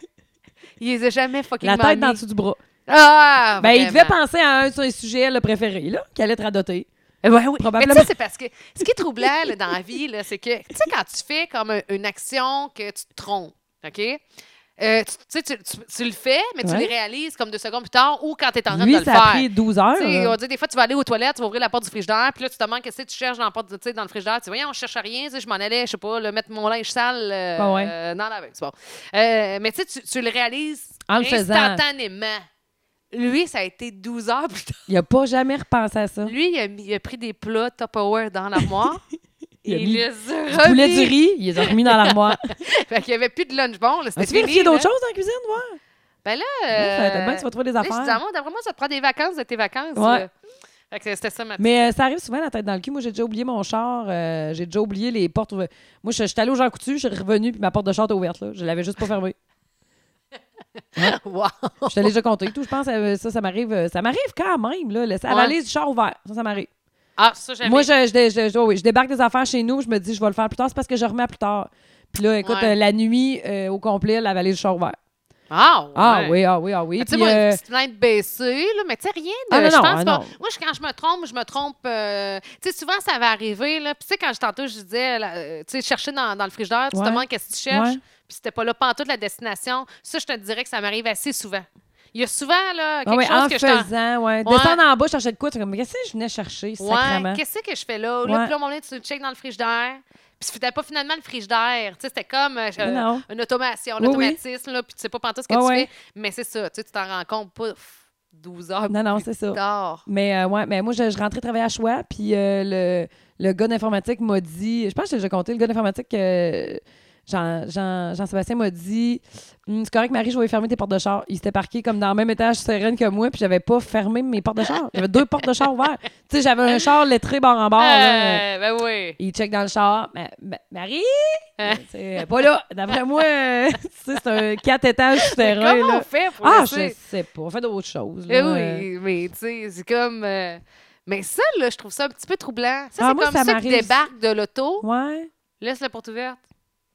S1: il les a jamais fucking
S2: La tête
S1: mis.
S2: dans dessous du bras.
S1: Ah!
S2: Ben, il
S1: vraiment.
S2: devait penser à un de ses sujets là, préférés, là, qui allait être adopté.
S1: Eh ben oui.
S2: Probablement.
S1: Mais tu sais, c'est parce que ce qui est troublant là, dans la vie, là, c'est que, tu sais, quand tu fais comme un- une action que tu te trompes, OK? Euh, tu tu sais, tu, tu- tu le fais, mais tu
S2: Ouais.
S1: le réalises comme deux secondes plus tard ou quand tu es en train
S2: Lui,
S1: de le
S2: ça a
S1: faire.
S2: pris 12 heures.
S1: Tu sais,
S2: là.
S1: on dit des fois, tu vas aller aux toilettes, tu vas ouvrir la porte du frigidaire, puis là, tu te demandes qu'est-ce que tu cherches dans, la porte, tu sais, dans le frigidaire. Tu dis, voyons, on cherche à rien, tu sais, je m'en allais, je sais pas, là, mettre mon linge sale euh,
S2: Ah ouais.
S1: euh, dans la c'est bon. Euh, mais tu sais, tu, tu le réalises
S2: En le faisant.
S1: instantanément. Lui, ça a été 12 heures plus tard.
S2: Il a pas jamais repensé à ça.
S1: Lui, il a, mis- il a pris des plats Tupperware dans l'armoire.
S2: Il
S1: et
S2: a
S1: il
S2: mis
S1: les a
S2: Il voulait du
S1: remis.
S2: riz, il les a remis dans l'armoire.
S1: Fait qu'il n'y avait plus de lunch bon, là, c'était
S2: As-tu
S1: fini.
S2: vérifié
S1: là.
S2: d'autres choses dans la cuisine, voir?
S1: Ben là,
S2: Ouais, ça va
S1: euh,
S2: être bien, tu vas trouver des
S1: là, je dis,
S2: affaires.
S1: Ah, moi, d'après moi, ça te prend des vacances de tes vacances.
S2: Ouais.
S1: là. Fait que c'était ça ma
S2: Mais euh, ça arrive souvent la tête dans le cul. Moi, j'ai déjà oublié mon char. euh, j'ai déjà oublié les portes ouvertes. Moi, je je suis allée au Jean Coutu, je suis revenue, puis ma porte de char était ouverte. Là. Je l'avais juste pas fermée.
S1: Wow.
S2: Je t'ai déjà compté. et Tout, je pense euh, ça, ça m'arrive. euh, Ça m'arrive quand même, là. Laisser la
S1: Ouais.
S2: valise du char ouvert. Ça, ça m'arrive.
S1: Ah, ça, j'avais.
S2: Moi, je, je- je- je- oui, je débarque des affaires chez nous, je me dis, je vais le faire plus tard. C'est parce que je remets à plus tard. Puis là, écoute,
S1: Ouais.
S2: euh, la nuit, euh, au complet, la valise du char ouvert.
S1: Ah,
S2: Ah
S1: ouais.
S2: oui, ah oui, ah oui.
S1: Mais Tu sais,
S2: Puis,
S1: moi,
S2: euh,
S1: une petite plainte baissée, là, mais tu sais, rien de.
S2: Ah, non,
S1: je
S2: non,
S1: pense
S2: ah,
S1: pas-
S2: non.
S1: Moi, je- quand je me trompe, je me trompe. euh, tu sais, souvent, ça va arriver, là. Puis, tu sais, quand je tantôt, je disais, là, euh, tu sais, chercher dans, dans le frigidaire, tu
S2: Ouais.
S1: te demandes qu'est-ce que tu cherches,
S2: Ouais.
S1: puis c'était pas là, pantoute la destination. Ça, je te dirais que ça m'arrive assez souvent. Il y a souvent, là,
S2: ah
S1: quelque
S2: oui,
S1: chose
S2: en
S1: que je t'en-
S2: faisant, ouais.
S1: Ouais.
S2: Descendre en bas, chercher de quoi? Tu es comme, qu'est-ce que je venais chercher, sacrément?
S1: Ouais, qu'est-ce que je fais là? Là,
S2: Ouais.
S1: puis là, à un moment donné, tu le check dans le frigidaire. Puis c'était pas finalement le frigidaire. Tu sais, c'était comme euh,
S2: Non, non.
S1: une automation, un
S2: Oui, oui.
S1: automatisme, là, puis tu sais pas pantoute ce que
S2: Ouais,
S1: tu
S2: ouais.
S1: fais. Mais c'est ça, tu sais, tu t'en rends compte pas pff, 12 heures
S2: Non, non,
S1: plus
S2: c'est ça.
S1: tard.
S2: Mais euh, ouais, mais moi, je, je rentrais travailler à Choix, puis euh, le, le gars d'informatique m'a dit, je pense que j'ai déjà compté, le gars d'informatique, euh, Jean- Jean- Jean-Sébastien m'a dit, Hum, c'est correct, Marie, je vais fermer tes portes de char. Il s'était parqué comme dans le même étage sereine que moi, puis j'avais pas fermé mes portes de char. J'avais deux portes de char ouvertes. Tu sais, j'avais un char lettré bord en bord. là.
S1: Euh, ben oui.
S2: Il check dans le char. Ma- ma- Marie!
S1: Euh.
S2: C'est pas là. D'après moi, euh, tu sais, c'est un quatre étages
S1: Mais
S2: souterrain.
S1: Comment
S2: là.
S1: on fait pour
S2: Ah, je
S1: laisser-
S2: sais pas. On fait d'autres choses. là.
S1: Eh oui, mais tu sais, c'est comme. euh, Mais ça, là, je trouve ça un petit peu troublant. Ça,
S2: Ah,
S1: c'est
S2: moi,
S1: comme
S2: ça
S1: ça qui
S2: m'arrive.
S1: débarque de l'auto.
S2: Ouais.
S1: Laisse la porte ouverte.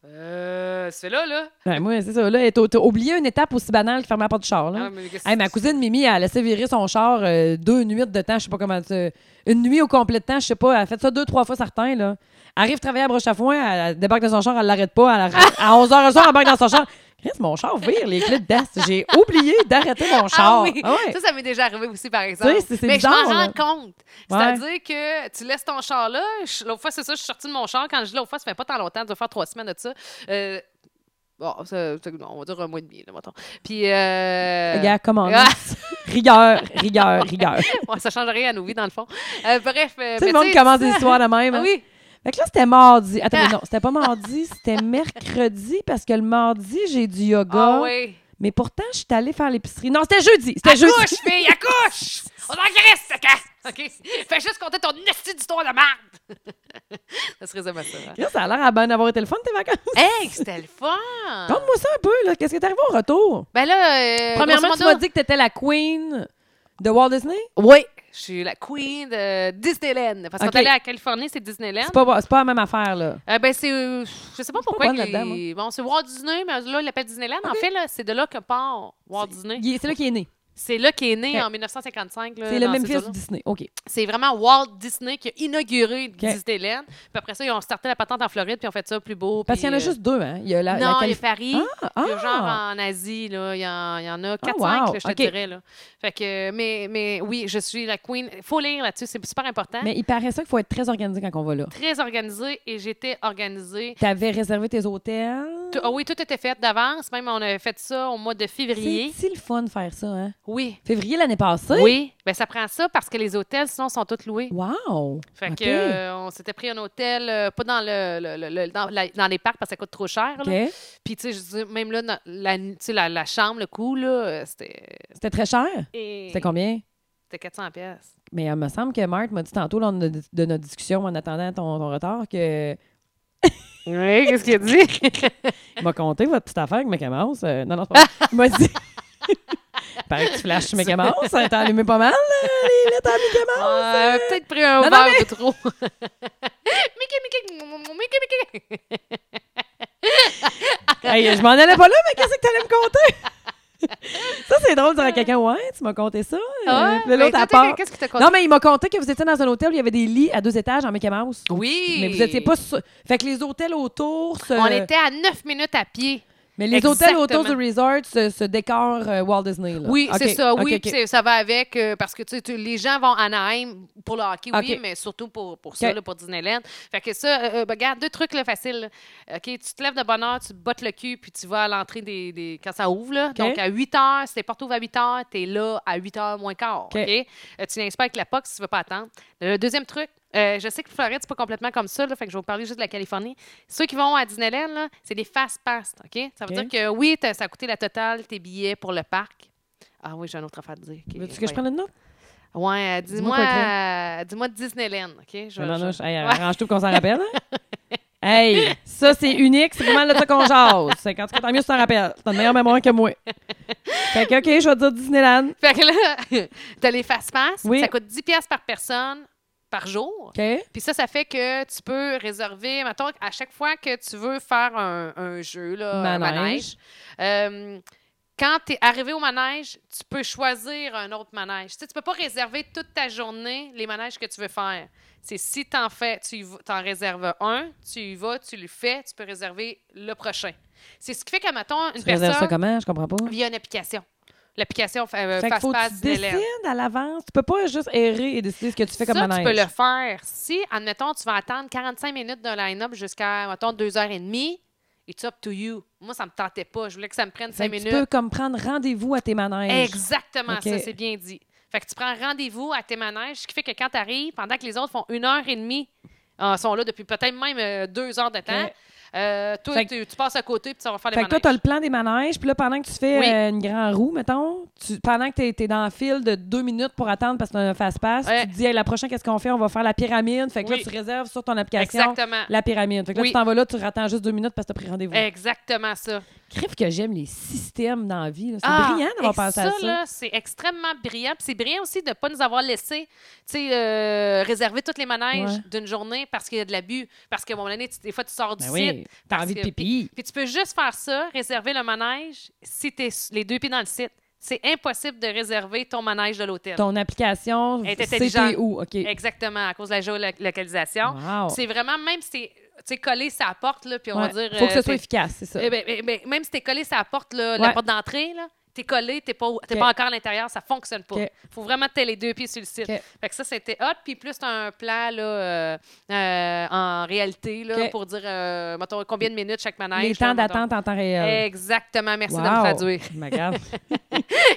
S1: Euh, c'est là, là.
S2: Ben, moi, c'est ça. Là, t'as t'as oublié une étape aussi banale que fermer la porte du char, là.
S1: Ah, mais qu'est-ce
S2: Hey,
S1: que
S2: ma
S1: c'est-
S2: cousine Mimi, elle a laissé virer son char euh, deux nuits de temps, je sais pas comment. ça- Une nuit au complet de temps, je sais pas. Elle a fait ça deux, trois fois certain, là. Elle Arrive travailler à broche à foin, elle, elle débarque dans son char, elle l'arrête pas. elle arr- à 11h le soir, elle embarque dans son char. Chris, mon char vire les clés dedans. J'ai oublié d'arrêter mon char.
S1: oui.
S2: Ah ouais.
S1: Ça, ça m'est déjà arrivé aussi, par exemple.
S2: Tu sais, c'est- c'est
S1: Mais
S2: bizarre,
S1: je m'en
S2: là.
S1: rends compte. C'est-à-dire que tu laisses ton char là. Je- L'autre fois, c'est ça, je suis sortie de mon char. Quand je dis l'autre fois, ça fait pas tant longtemps, ça doit faire trois semaines de ça. Euh, bon, ça- ça- non, on va dire un mois et demi, là, mettons. Puis. euh,
S2: Regarde, comment?
S1: Ah.
S2: Rigueur, rigueur, rigueur.
S1: ouais, ça change rien à nos vies, dans le fond. Euh, bref. euh,
S2: Tu sais,
S1: mais
S2: le monde
S1: tu sais,
S2: commence des
S1: ça-
S2: histoires de même.
S1: Ah
S2: hein.
S1: oui. Ah.
S2: Fait que là, c'était mardi. Attends, mais non, c'était pas mardi, c'était mercredi parce que le mardi, j'ai du yoga.
S1: Ah oui.
S2: Mais pourtant, je suis allée faire l'épicerie. Non, c'était jeudi. C'était jeudi.
S1: Accouche, fille, accouche! On en reste, c'est quand? OK? Fais juste compter ton esti d'histoire de merde! ça se résume à ça. hein?
S2: Chris, ça a l'air à bien d'avoir été le fun, tes vacances.
S1: Hey, c'était le fun!
S2: Conte-moi ça un peu, là. Qu'est-ce qui t'est arrivé au retour?
S1: Ben là, Ah. euh,
S2: Premièrement,
S1: grosso
S2: tu
S1: modo- Hein?
S2: m'as dit que t'étais la queen de Walt Disney.
S1: Oui, je suis la queen de Disneyland. Parce qu'on
S2: Ok.
S1: est allé à Californie, c'est Disneyland.
S2: C'est pas, c'est pas la même affaire, là.
S1: Euh, ben, c'est. euh, je sais pas pourquoi.
S2: bonne
S1: qu'il-
S2: là-dedans, moi.
S1: Bon, c'est Walt Disney, mais là, il l'appelle Disneyland. En
S2: Ok.
S1: fait, là, c'est de là que part Walt Disney. Euh,
S2: Il est- C'est là qu'il est né.
S1: C'est là qu'il est né
S2: Ok.
S1: en 1955. là,
S2: C'est le
S1: dans
S2: même
S1: ces
S2: fils
S1: eaux-là.
S2: du Disney. OK.
S1: C'est vraiment Walt Disney qui a inauguré Disneyland. Puis après ça, ils ont starté la patente en Floride, puis ils ont fait ça plus beau.
S2: Parce
S1: puis,
S2: qu'il y en a
S1: euh,
S2: juste deux, hein. Il y a la, la
S1: non, il y a
S2: Calif-
S1: Paris.
S2: Ah,
S1: Puis genre
S2: ah.
S1: en Asie, là, il y, en- il y en a 4-5,
S2: wow,
S1: je te
S2: ok.
S1: dirais. Là. Fait que, mais, mais oui, je suis la queen. Il faut lire là-dessus, c'est super important.
S2: Mais il paraît ça qu'il faut être très organisé quand on va là.
S1: Très organisée et j'étais organisée.
S2: T'avais réservé tes hôtels.
S1: Tout- ah oui, tout était fait d'avance. Même, on avait fait ça au mois de
S2: C'est
S1: février.
S2: c'est le fun de faire ça, hein.
S1: Oui.
S2: Février l'année passée.
S1: Oui. Ben, ça prend ça parce que les hôtels, sinon, sont tous loués.
S2: Wow.
S1: Fait
S2: OK.
S1: que, euh, on s'était pris un hôtel, euh, pas dans, le, le- le- le- dans, la- dans les parcs parce que ça coûte trop cher. là.
S2: OK.
S1: Puis, tu sais, je dis, même là, dans la, tu sais, la, la chambre, le coût, là, euh, c'était.
S2: C'était très cher.
S1: et-
S2: C'était combien?
S1: C'était 400 pièces.
S2: Mais il me semble que Marthe m'a dit tantôt lors de, de notre discussion en attendant ton, ton retard que
S1: Oui, qu'est-ce qu'il a dit?
S2: il m'a conté votre petite affaire avec Mickey Mouse. Euh, non, non, c'est pas vrai. Il m'a dit. Pareil que tu flashes Mickey Mouse. hein, T'as allumé pas mal, là, les lettres à Mickey Mouse.
S1: Ah, elle a peut-être pris un
S2: Non, non,
S1: verre de trop. Mickey, Mickey, Mickey, Mickey, Mickey. Ah.
S2: Hey, je m'en allais pas là, mais qu'est-ce que t'allais me conter? ça, c'est drôle de dire à quelqu'un Ouais, tu m'as conté ça. euh,
S1: Ah,
S2: puis l'autre,
S1: ben,
S2: à
S1: toi,
S2: part.
S1: Qu'est-ce que t'as conté?
S2: Non, mais il m'a conté que vous étiez dans un hôtel où il y avait des lits à deux étages en Mickey Mouse.
S1: Oui!
S2: Mais vous étiez pas. euh, sûr- Fait que les hôtels autour. se-
S1: On était à 9 minutes à pied.
S2: Mais les hôtels
S1: Exactement.
S2: autour du resort se, se décorent euh, Walt Disney. Là.
S1: Oui,
S2: Ok,
S1: c'est ça.
S2: ok,
S1: Oui,
S2: ok.
S1: puis c'est- ça va avec. euh, parce que tu sais, tu- les gens vont à Anaheim pour le hockey, oui,
S2: Ok.
S1: mais surtout pour, pour ça,
S2: Ok.
S1: là, pour Disneyland. Fait que ça, euh, euh, ben, regarde, deux trucs là, faciles. là. OK, tu te lèves de bonne heure, tu te bottes le cul, puis tu vas à l'entrée des, des- quand ça ouvre. Là. Donc, à 8 heures, si tes portes ouvrent à 8 heures, t'es là à 8 heures moins quart. OK?
S2: Ok.
S1: Euh, tu n'inspires avec la POC si tu veux pas attendre. Le deuxième truc, euh, je sais que Floride, c'est pas complètement comme ça, là, fait que je vais vous parler juste de la Californie. Ceux qui vont à Disneyland, là, c'est des fast-pass, OK? Ça veut dire
S2: OK.
S1: que oui, t'as- ça a coûté la totale tes billets pour le parc. Ah oui, j'ai un autre affaire à te dire. OK,
S2: Veux-tu que
S1: voyons.
S2: je prenne une note?
S1: Ouais, euh,
S2: Dis-moi
S1: dis-moi
S2: quoi
S1: euh, dis-moi Disneyland, OK? Je vais-
S2: Non,
S1: je-
S2: non, je- hey,
S1: Ouais.
S2: arrange tout qu'on s'en rappelle. hein? hey, ça, c'est unique. C'est vraiment là ça qu'on jase. C'est quand tu tant mieux, tu t'en rappelles. T'as une meilleure mémoire que moi. Fait que, OK, je vais dire Disneyland.
S1: Fait que là, t'as les fast-pass,
S2: Oui.
S1: ça coûte 10 pièces par personne par jour.
S2: OK?
S1: Puis ça, ça fait que tu peux réserver, mettons, à chaque fois que tu veux faire un, un jeu, là, un
S2: Manège.
S1: manège. euh, quand tu es arrivé au manège, tu peux choisir un autre manège. Tu sais, tu peux pas réserver toute ta journée les manèges que tu veux faire. C'est si tu en fais, tu y vas- t'en réserves un, tu y vas, tu le fais, tu peux réserver le prochain. C'est ce qui fait qu'à mettons, une
S2: Tu réserves ça
S1: personne
S2: comment? Je comprends pas.
S1: via une application. L'application euh,
S2: Fait qu'il faut que
S1: Fastpass
S2: tu décides
S1: Disneyland.
S2: à l'avance. Tu peux pas juste errer et décider ce que tu fais comme
S1: Ça,
S2: manège.
S1: tu peux le faire. Si, admettons, tu vas attendre 45 minutes d'un line-up jusqu'à, mettons, 2h30, it's up to you. Moi, ça me tentait pas. Je voulais que ça me prenne 5
S2: Fait que
S1: minutes.
S2: tu peux comme prendre rendez-vous à tes manèges.
S1: Exactement
S2: Ok.
S1: ça, c'est bien dit. Fait que tu prends rendez-vous à tes manèges, ce qui fait que quand tu ah, arrives, pendant que les autres font une heure et demie, euh, sont là depuis peut-être même euh, deux heures de temps, Euh, toi,
S2: Fait que-
S1: tu, tu passes à côté, puis ça va faire les
S2: Fait que toi,
S1: manèges.
S2: t'as le plan des manèges, puis là, pendant que tu fais
S1: Oui.
S2: euh, une grande roue, mettons, tu- pendant que t'es es dans le fil de deux minutes pour attendre parce que t'as un fast-pass,
S1: Ouais.
S2: tu te dis, hey, la prochaine, qu'est-ce qu'on fait? On va faire la pyramide. Fait que
S1: Oui.
S2: là, tu réserves sur ton application
S1: Exactement.
S2: la pyramide. Fait que là,
S1: Oui. Eh.
S2: tu t'en vas là, tu attends juste deux minutes parce que t'as pris rendez-vous.
S1: Exactement ça.
S2: Crève que j'aime les systèmes dans la vie. là. C'est
S1: Ah,
S2: brillant d'avoir
S1: et
S2: pensé à ça.
S1: là, c'est extrêmement brillant. Puis c'est brillant aussi de ne pas nous avoir laissé tu sais, euh, réserver toutes les manèges
S2: Ouais.
S1: d'une journée parce qu'il y a de l'abus. Parce qu'à un moment donné, tu- des fois, tu sors du
S2: Ben
S1: site.
S2: oui, t'as
S1: parce
S2: envie de
S1: que-
S2: pipi.
S1: Puis tu peux juste faire ça, réserver le manège, si tu es les deux pieds dans le site. C'est impossible de réserver ton manège de l'hôtel.
S2: Ton application,
S1: Elle est
S2: c'est
S1: intelligente.
S2: t'es où? OK.
S1: Exactement, à cause de la géolocalisation.
S2: Wow.
S1: C'est vraiment, même si t'es, tu sais, collé sa porte, là, puis on va
S2: Ouais.
S1: dire...
S2: Faut que
S1: euh,
S2: ce soit
S1: t'es-
S2: efficace, c'est ça.
S1: Eh ben, ben, ben, même si t'es collé sa porte, là, la
S2: Ouais.
S1: porte d'entrée, là, t'es collé, t'es pas, t'es
S2: Ok.
S1: pas encore à l'intérieur, ça fonctionne pas.
S2: Ok.
S1: Faut vraiment que t'aies les deux pieds sur le site.
S2: Ok.
S1: Fait que ça, c'était hot. Puis plus t'as un plan là, euh, euh, en réalité là,
S2: Ok.
S1: pour dire euh, mettons, combien de minutes chaque manège.
S2: Les
S1: là,
S2: temps
S1: mettons.
S2: d'attente en temps réel.
S1: Exactement, merci de me
S2: Wow.
S1: traduire.
S2: Je me garde.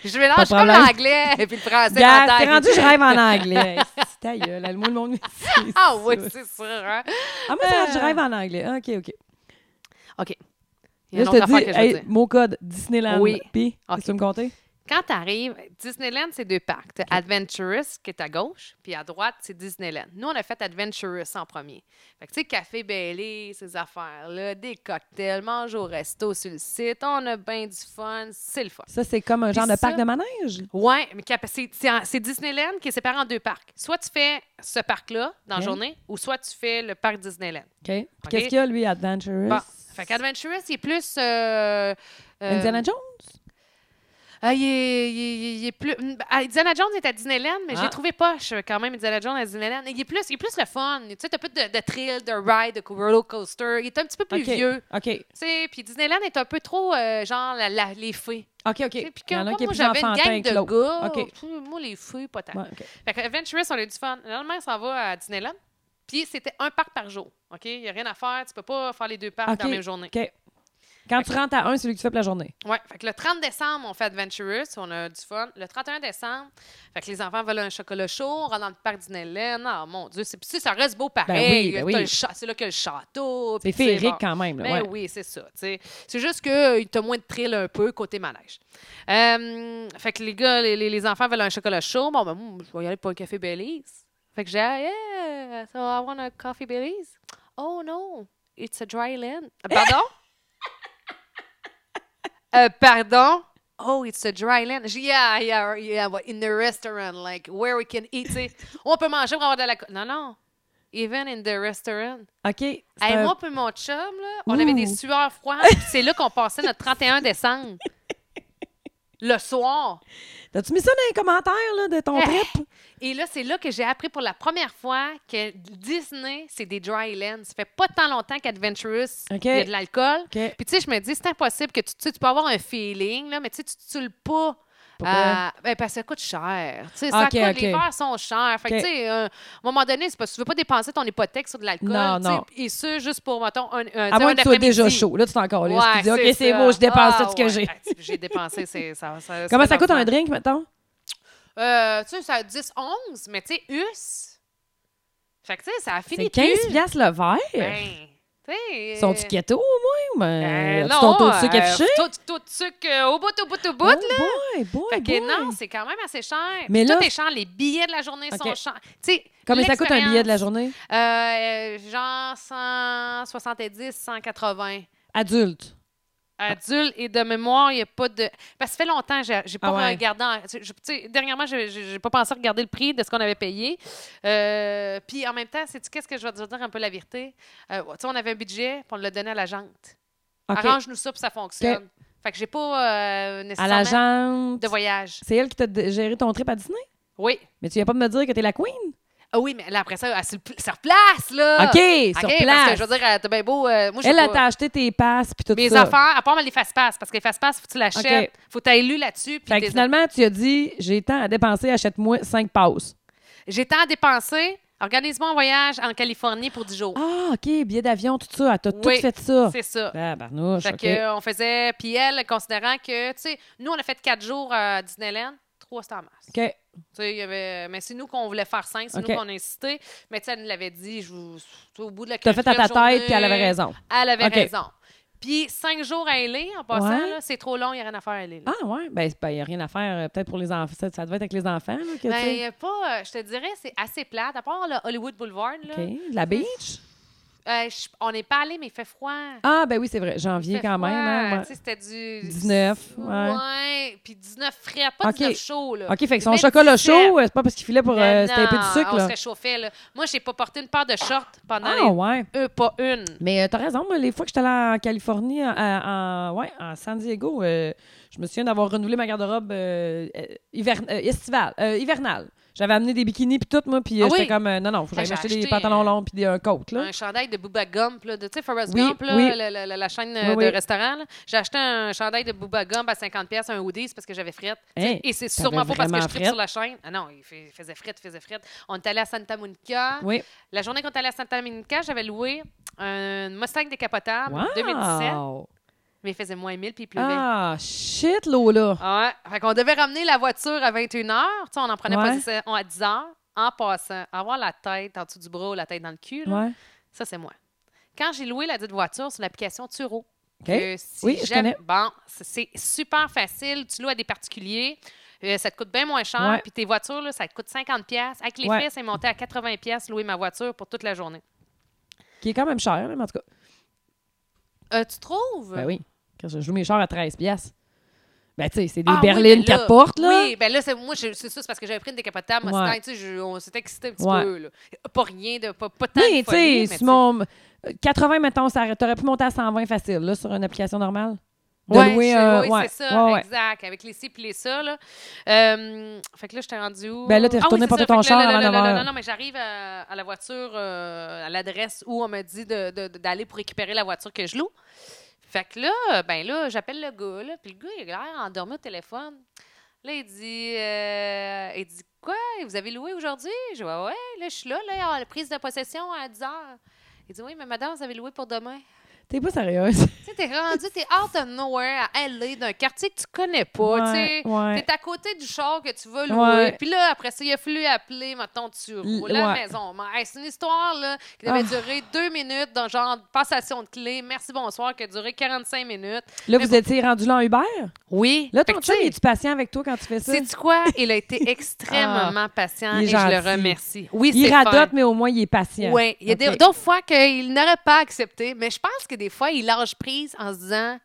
S1: Je mélange
S2: Pas de
S1: comme
S2: problème.
S1: l'anglais et puis le français dans la
S2: Gars,
S1: tête.
S2: t'es rendu, je rêve en anglais. C'est ta gueule, elle, moi, le monde. c'est
S1: Ah
S2: ça.
S1: oui, c'est sûr. hein?
S2: Ah, moi, ça, je
S1: Euh.
S2: rêve en anglais. Ah, OK, OK.
S1: Il y a
S2: Là,
S1: une
S2: je
S1: autre
S2: te
S1: affaire que
S2: dis,
S1: je veux
S2: hey,
S1: dire.
S2: mot code Disneyland.
S1: Oui.
S2: Puis,
S1: OK.
S2: tu veux me compter?
S1: Quand tu arrives, Disneyland, c'est deux parcs. T'as Adventurous, qui est à gauche, puis à droite, c'est Disneyland. Nous, on a fait Adventurous en premier. Fait que, tu sais, Café Bailey, ces affaires-là, des cocktails, mange au resto sur le site, on a bien du fun, c'est le fun.
S2: Ça, c'est comme un
S1: Puis
S2: genre de
S1: ça-
S2: parc de manège?
S1: Ouais, mais cap- c'est- c'est en- c'est Disneyland qui est séparé en deux parcs. Soit tu fais ce parc-là dans la
S2: Ok.
S1: journée, ou soit tu fais le parc Disneyland.
S2: OK. Puis Qu'est-ce qu'il y a, lui, Adventurous?
S1: Bon. Fait qu'Adventurous, il est plus. euh, euh,
S2: Indiana Jones?
S1: Ah, il est, il est- il est plus. Mm, ben, ah, Indiana Jones est à Disneyland, mais j'ai
S2: Ah.
S1: trouvé poche euh, quand même Indiana Jones à Disneyland. Il est plus, il est plus le fun. Tu sais, t'as plus de, de thrill, de ride, de roller coaster. Il est un petit peu plus
S2: OK.
S1: vieux.
S2: OK.
S1: Tu sais, puis Disneyland est un peu trop euh, genre la- la- les fées.
S2: OK, OK.
S1: Tu sais, Puis
S2: Il y
S1: comme,
S2: en a un
S1: comme
S2: qui est
S1: moi
S2: plus
S1: j'avais une
S2: enfantin
S1: gang
S2: que
S1: de
S2: l'autre.
S1: gars,
S2: OK.
S1: pff, moi les fées, pas tant.
S2: Ouais, OK.
S1: Fait qu'Adventurous, on a eu du fun. Normalement, on s'en va à Disneyland. Puis c'était un parc par jour. OK? Il n'y a rien à faire. Tu peux pas faire les deux parcs dans
S2: OK.
S1: la même journée.
S2: OK. Quand tu rentres à un, c'est celui que tu fais pour la journée.
S1: Ouais, fait que le 30 décembre, on fait Adventurous, on a du fun. Le 31 décembre, fait que les enfants veulent un chocolat chaud, on rentre dans le parc Disneyland. Ah, mon Dieu, c'est puis ça, ça reste beau pareil.
S2: Ben oui, ben
S1: T'as
S2: oui.
S1: le cha- C'est là qu'il y a le château. puis
S2: C'est
S1: tu sais,
S2: féerique
S1: bon.
S2: quand même. Là,
S1: Ben
S2: ouais.
S1: oui, c'est ça. tu sais. C'est juste que tu as moins de thrill un peu côté manège. Euh, fait que les gars, les, les- les enfants veulent un chocolat chaud. Bon, ben, moi, je vais y aller pour un café Belize. Fait que j'ai, ah, yeah, so I want a coffee Belize. Oh no, it's a dry land. Euh, Pardon? Euh, pardon? Oh, it's a dry land. J'ai, yeah, yeah, yeah, but in the restaurant, like where we can eat. tu sais. On peut manger pour avoir de la. co- Non, non. Even in the restaurant.
S2: OK. c'est
S1: Hey,
S2: un-
S1: Moi puis mon chum, là, on avait des
S2: Ouh.
S1: sueurs froides. puis C'est là qu'on passait notre 31 décembre. Le soir.
S2: T'as-tu mis ça dans les commentaires là, de ton
S1: Eh.
S2: trip?
S1: Et là, c'est là que j'ai appris pour la première fois que Disney, c'est des dry lands. Ça fait pas tant longtemps qu'Adventurous,
S2: OK.
S1: il y a de l'alcool.
S2: OK.
S1: Puis tu sais, je me dis, c'est impossible que tu, tu, sais, tu peux avoir un feeling, là, mais tu sais, tu tu le pas.
S2: Pourquoi?
S1: à- ben, parce que ça coûte cher. Tu sais, ça
S2: OK,
S1: coûte,
S2: OK.
S1: les verres sont chers. Fait que,
S2: OK.
S1: tu sais, euh, à un moment donné, c'est parce que tu veux pas dépenser ton hypothèque sur de l'alcool.
S2: Non,
S1: tu sais,
S2: non.
S1: Et ce, juste pour, mettons, un, un, tu sais,
S2: À moins
S1: un
S2: que tu sois déjà
S1: après-midi.
S2: chaud. Là, tu t'en encore là.
S1: Ouais,
S2: tu dis, OK, c'est
S1: ça.
S2: beau, je dépense
S1: Ah,
S2: tout ce que
S1: ouais.
S2: j'ai.
S1: Ah, tu- J'ai dépensé, c'est ça. ça-
S2: Comment
S1: c'est
S2: ça coûte
S1: énorme.
S2: un drink, mettons?
S1: Euh, tu sais, ça a 10, 11, mais tu sais, US. Fait que, tu sais, ça a fini
S2: C'est
S1: plus.
S2: 15 piastres le verre.
S1: Ben, tu sais.
S2: Sont-tu keto au moins? ou,
S1: euh,
S2: Ben,
S1: non,
S2: as-tu ton taux de sucre
S1: euh,
S2: affiché?
S1: Taux, taux de sucre euh, au bout, au bout, au bout,
S2: Oh
S1: là.
S2: boy, boy,
S1: Fait que
S2: boy.
S1: non, c'est quand même assez cher.
S2: Mais
S1: Puis
S2: là-
S1: tout est cher. Les billets de la journée sont
S2: OK.
S1: chers. Tu sais,
S2: Combien ça coûte un billet de la
S1: l'expérience,
S2: journée?
S1: euh, euh, genre 170, 180.
S2: Adulte.
S1: Adulte et de mémoire, il n'y a pas de. Parce que ça fait longtemps, j'ai j'ai pas
S2: Ah ouais.
S1: regardé. en- tu sais, dernièrement, j'ai- j'ai j'ai pas pensé regarder le prix de ce qu'on avait payé. Euh, puis en même temps, sais-tu qu'est-ce que je vais te dire un peu la vérité? Euh, tu sais, on avait un budget, puis on l'a donné à la jante.
S2: OK.
S1: Arrange-nous ça, puis ça fonctionne. Fait que j'ai pas euh,
S2: à la
S1: nécessairement
S2: jante.
S1: de voyage.
S2: C'est elle qui t'a d- géré ton trip à Disney?
S1: Oui.
S2: Mais tu viens pas de me dire que t'es la queen?
S1: Ah oui, mais là, après ça, elle se le- se replace, là! Ah,
S2: OK, sur
S1: OK, Parce que
S2: place.
S1: je veux dire, euh, t'as bien beau. euh, moi, je
S2: elle,
S1: sais
S2: elle
S1: pas.
S2: t'a acheté tes passes puis tout
S1: Mes
S2: ça.
S1: affaires, à part les fast-pass, parce que les fast-pass, faut que tu l'achètes.
S2: OK.
S1: Faut que t'aies lu là-dessus. puis
S2: Fait que
S1: t'es-
S2: finalement, tu as dit, j'ai tant à dépenser, achète-moi 5 passes.
S1: J'ai tant à dépenser. Organise-moi un voyage en Californie pour 10 jours.
S2: Ah, OK, billet d'avion, tout ça. Elle t'a
S1: Oui,
S2: tout fait ça.
S1: C'est ça.
S2: Ah, barnouche,
S1: Fait
S2: OK.
S1: que, euh, on faisait. Puis elle, considérant que, tu sais, nous, on a fait 4 jours à Disneyland, 300 mars.
S2: OK.
S1: Tu sais, il y avait... Mais c'est nous qu'on voulait faire cinq, c'est
S2: OK.
S1: nous qu'on a insisté. Mais tu sais, elle nous l'avait dit, je vous... tu sais, au bout de la
S2: T'as fait à ta
S1: quatrième
S2: tête,
S1: journée,
S2: puis elle avait raison.
S1: Elle avait
S2: OK.
S1: raison. Puis cinq jours à L.A., en passant,
S2: Ouais.
S1: là, c'est trop long, il n'y a rien à faire à L.A. là.
S2: Ah, ouais. Ben, il n'y a rien à faire. euh, Peut-être pour les enfants. Ça, ça devait être avec les enfants. Là, que, tu
S1: Ben,
S2: sais.
S1: y a pas, euh, je te dirais, c'est assez plate. À part le Hollywood Boulevard, là,
S2: OK. De la beach?
S1: euh, je- on n'est pas allé, mais il fait froid.
S2: Ah, ben oui, c'est vrai.
S1: Il
S2: Janvier
S1: fait
S2: quand
S1: froid.
S2: même. hein, ouais.
S1: Tu sais, C'était du
S2: 19, ouais.
S1: Ouais, puis 19 frais, pas
S2: OK.
S1: 19 chaud. Là.
S2: OK, fait que son
S1: Mais
S2: chocolat
S1: 17.
S2: chaud, euh, c'est pas parce qu'il filait pour
S1: Ben
S2: euh, c'était un peu du
S1: non,
S2: sucre.
S1: On
S2: Là.
S1: se réchauffait. Là. Moi, j'ai pas porté une paire de shorts pendant
S2: Ah,
S1: les...
S2: ouais.
S1: Euh, pas une.
S2: Mais euh, t'as raison, moi, les fois que j'étais allée en Californie, en, en- ouais, en San Diego, euh, je me souviens d'avoir renouvelé ma garde-robe euh, euh, hiverne- euh, estivale, euh, hivernale. J'avais amené des bikinis puis tout, moi, puis euh,
S1: Ah oui?
S2: j'étais comme, euh, non, non, faut que
S1: Ah,
S2: j'aille
S1: j'ai
S2: m'acheter des
S1: acheté,
S2: pantalons
S1: euh,
S2: longs puis des- un coat, là.
S1: Un chandail de Booba Gump, là, de, tu sais, Forrest
S2: Oui,
S1: Gump, là,
S2: oui.
S1: la, la- la- la chaîne
S2: Oui,
S1: euh, de
S2: oui.
S1: restaurant. là. J'ai acheté un chandail de Booba Gump à 50 pièces, un hoodie, c'est parce que j'avais frette. tu sais.
S2: Hey,
S1: Et c'est
S2: t'avais
S1: sûrement pas parce que
S2: vraiment
S1: je tripe
S2: frette.
S1: sur la chaîne. Ah non, il fait- faisait frette, faisait frette. On est allé à Santa Monica.
S2: Oui.
S1: La journée qu'on est allé à Santa Monica, j'avais loué un Mustang décapotable
S2: Wow!
S1: 2017, mais il faisait moins 1000 puis il pleuvait.
S2: Ah, shit, Lola!
S1: Ouais. Fait qu'on devait ramener la voiture à 21 h. Tu sais, on en prenait
S2: Ouais.
S1: possession à 10 h. En passant, avoir la tête en dessous du bras ou la tête dans le cul, là,
S2: Ouais.
S1: ça, c'est moi. Quand j'ai loué la dite voiture sur l'application Turo,
S2: OK.
S1: que si
S2: Oui, je
S1: j'aime-
S2: connais.
S1: Bon, c'est- c'est super facile. Tu loues à des particuliers. euh, ça te coûte bien moins cher.
S2: Ouais.
S1: Puis tes voitures, là, ça te coûte 50 pièces. Avec les
S2: Ouais.
S1: frais, c'est monté à 80 pièces louer ma voiture pour toute la journée.
S2: Qui est quand même cher, là, mais en tout cas.
S1: Euh, tu trouves?
S2: Ben oui. Quand je joue mes chars à 13 piastres. Ben, tu sais, c'est des
S1: Ah oui,
S2: berlines
S1: ben là,
S2: quatre portes, là.
S1: Oui, ben là, c'est, moi, je- c'est ça, c'est parce que j'avais pris une décapotable. Mustang,
S2: Ouais.
S1: tu sais, je- on s'était excité un petit
S2: Ouais.
S1: peu, là. Pas rien, de, pas, pas tant de
S2: Mais, tu
S1: folie,
S2: sais,
S1: mais
S2: si
S1: tu-
S2: mon. 80, mettons, ça- t'aurais pu monter à 120 facile, là, sur une application normale. De
S1: Ouais,
S2: louer,
S1: je-
S2: euh,
S1: oui,
S2: ouais,
S1: c'est ça,
S2: ouais, ouais.
S1: exact. Avec les ci puis les ça, là. Euh, fait que là, je t'ai rendu où?
S2: Ben là, t'es
S1: Ah oui,
S2: retourné
S1: c'est
S2: porter
S1: ça,
S2: ton
S1: fait que là,
S2: char
S1: là,
S2: avant
S1: là, là,
S2: d'avoir-
S1: Non, non, non, mais j'arrive à, à la voiture, euh, à l'adresse où on m'a dit de- de- de- d'aller pour récupérer la voiture que je loue. Fait que là, ben là, j'appelle le gars, là, puis le gars, il a l'air endormi au téléphone. Là, il dit, euh, il dit quoi? Vous avez loué aujourd'hui? Je dis, ouais, ouais, là, je suis là, là, la prise de possession à 10 heures. Il dit, oui, mais madame, vous avez loué pour demain.
S2: T'es pas sérieuse.
S1: Tu sais, t'es rendu, t'es out of nowhere à LA, d'un quartier que tu connais pas, tu
S2: Ouais,
S1: sais.
S2: ouais.
S1: T'es à côté du char que tu veux
S2: Ouais.
S1: louer. Puis là, après ça, il a fallu appeler, mettons, tu roules
S2: L-
S1: la
S2: ouais.
S1: maison. mère. Hey, c'est une histoire là, qui devait
S2: Ah.
S1: durer deux minutes, dans genre passation de clé, merci, bonsoir, qui a duré 45 minutes.
S2: Là,
S1: Mais
S2: vous étiez rendu là en Uber?
S1: Oui.
S2: Là, ton chum, est-tu patient avec toi quand tu fais ça?
S1: C'est quoi? Il a été extrêmement patient
S2: Ah. il
S1: et
S2: est
S1: je
S2: gentil.
S1: le remercie. Oui, c'est
S2: Il
S1: fun.
S2: radote, mais au moins, il est patient.
S1: Oui, il y a des-
S2: Ok.
S1: d'autres fois qu'il n'aurait pas accepté, mais je pense que des fois, il lâche prise en se disant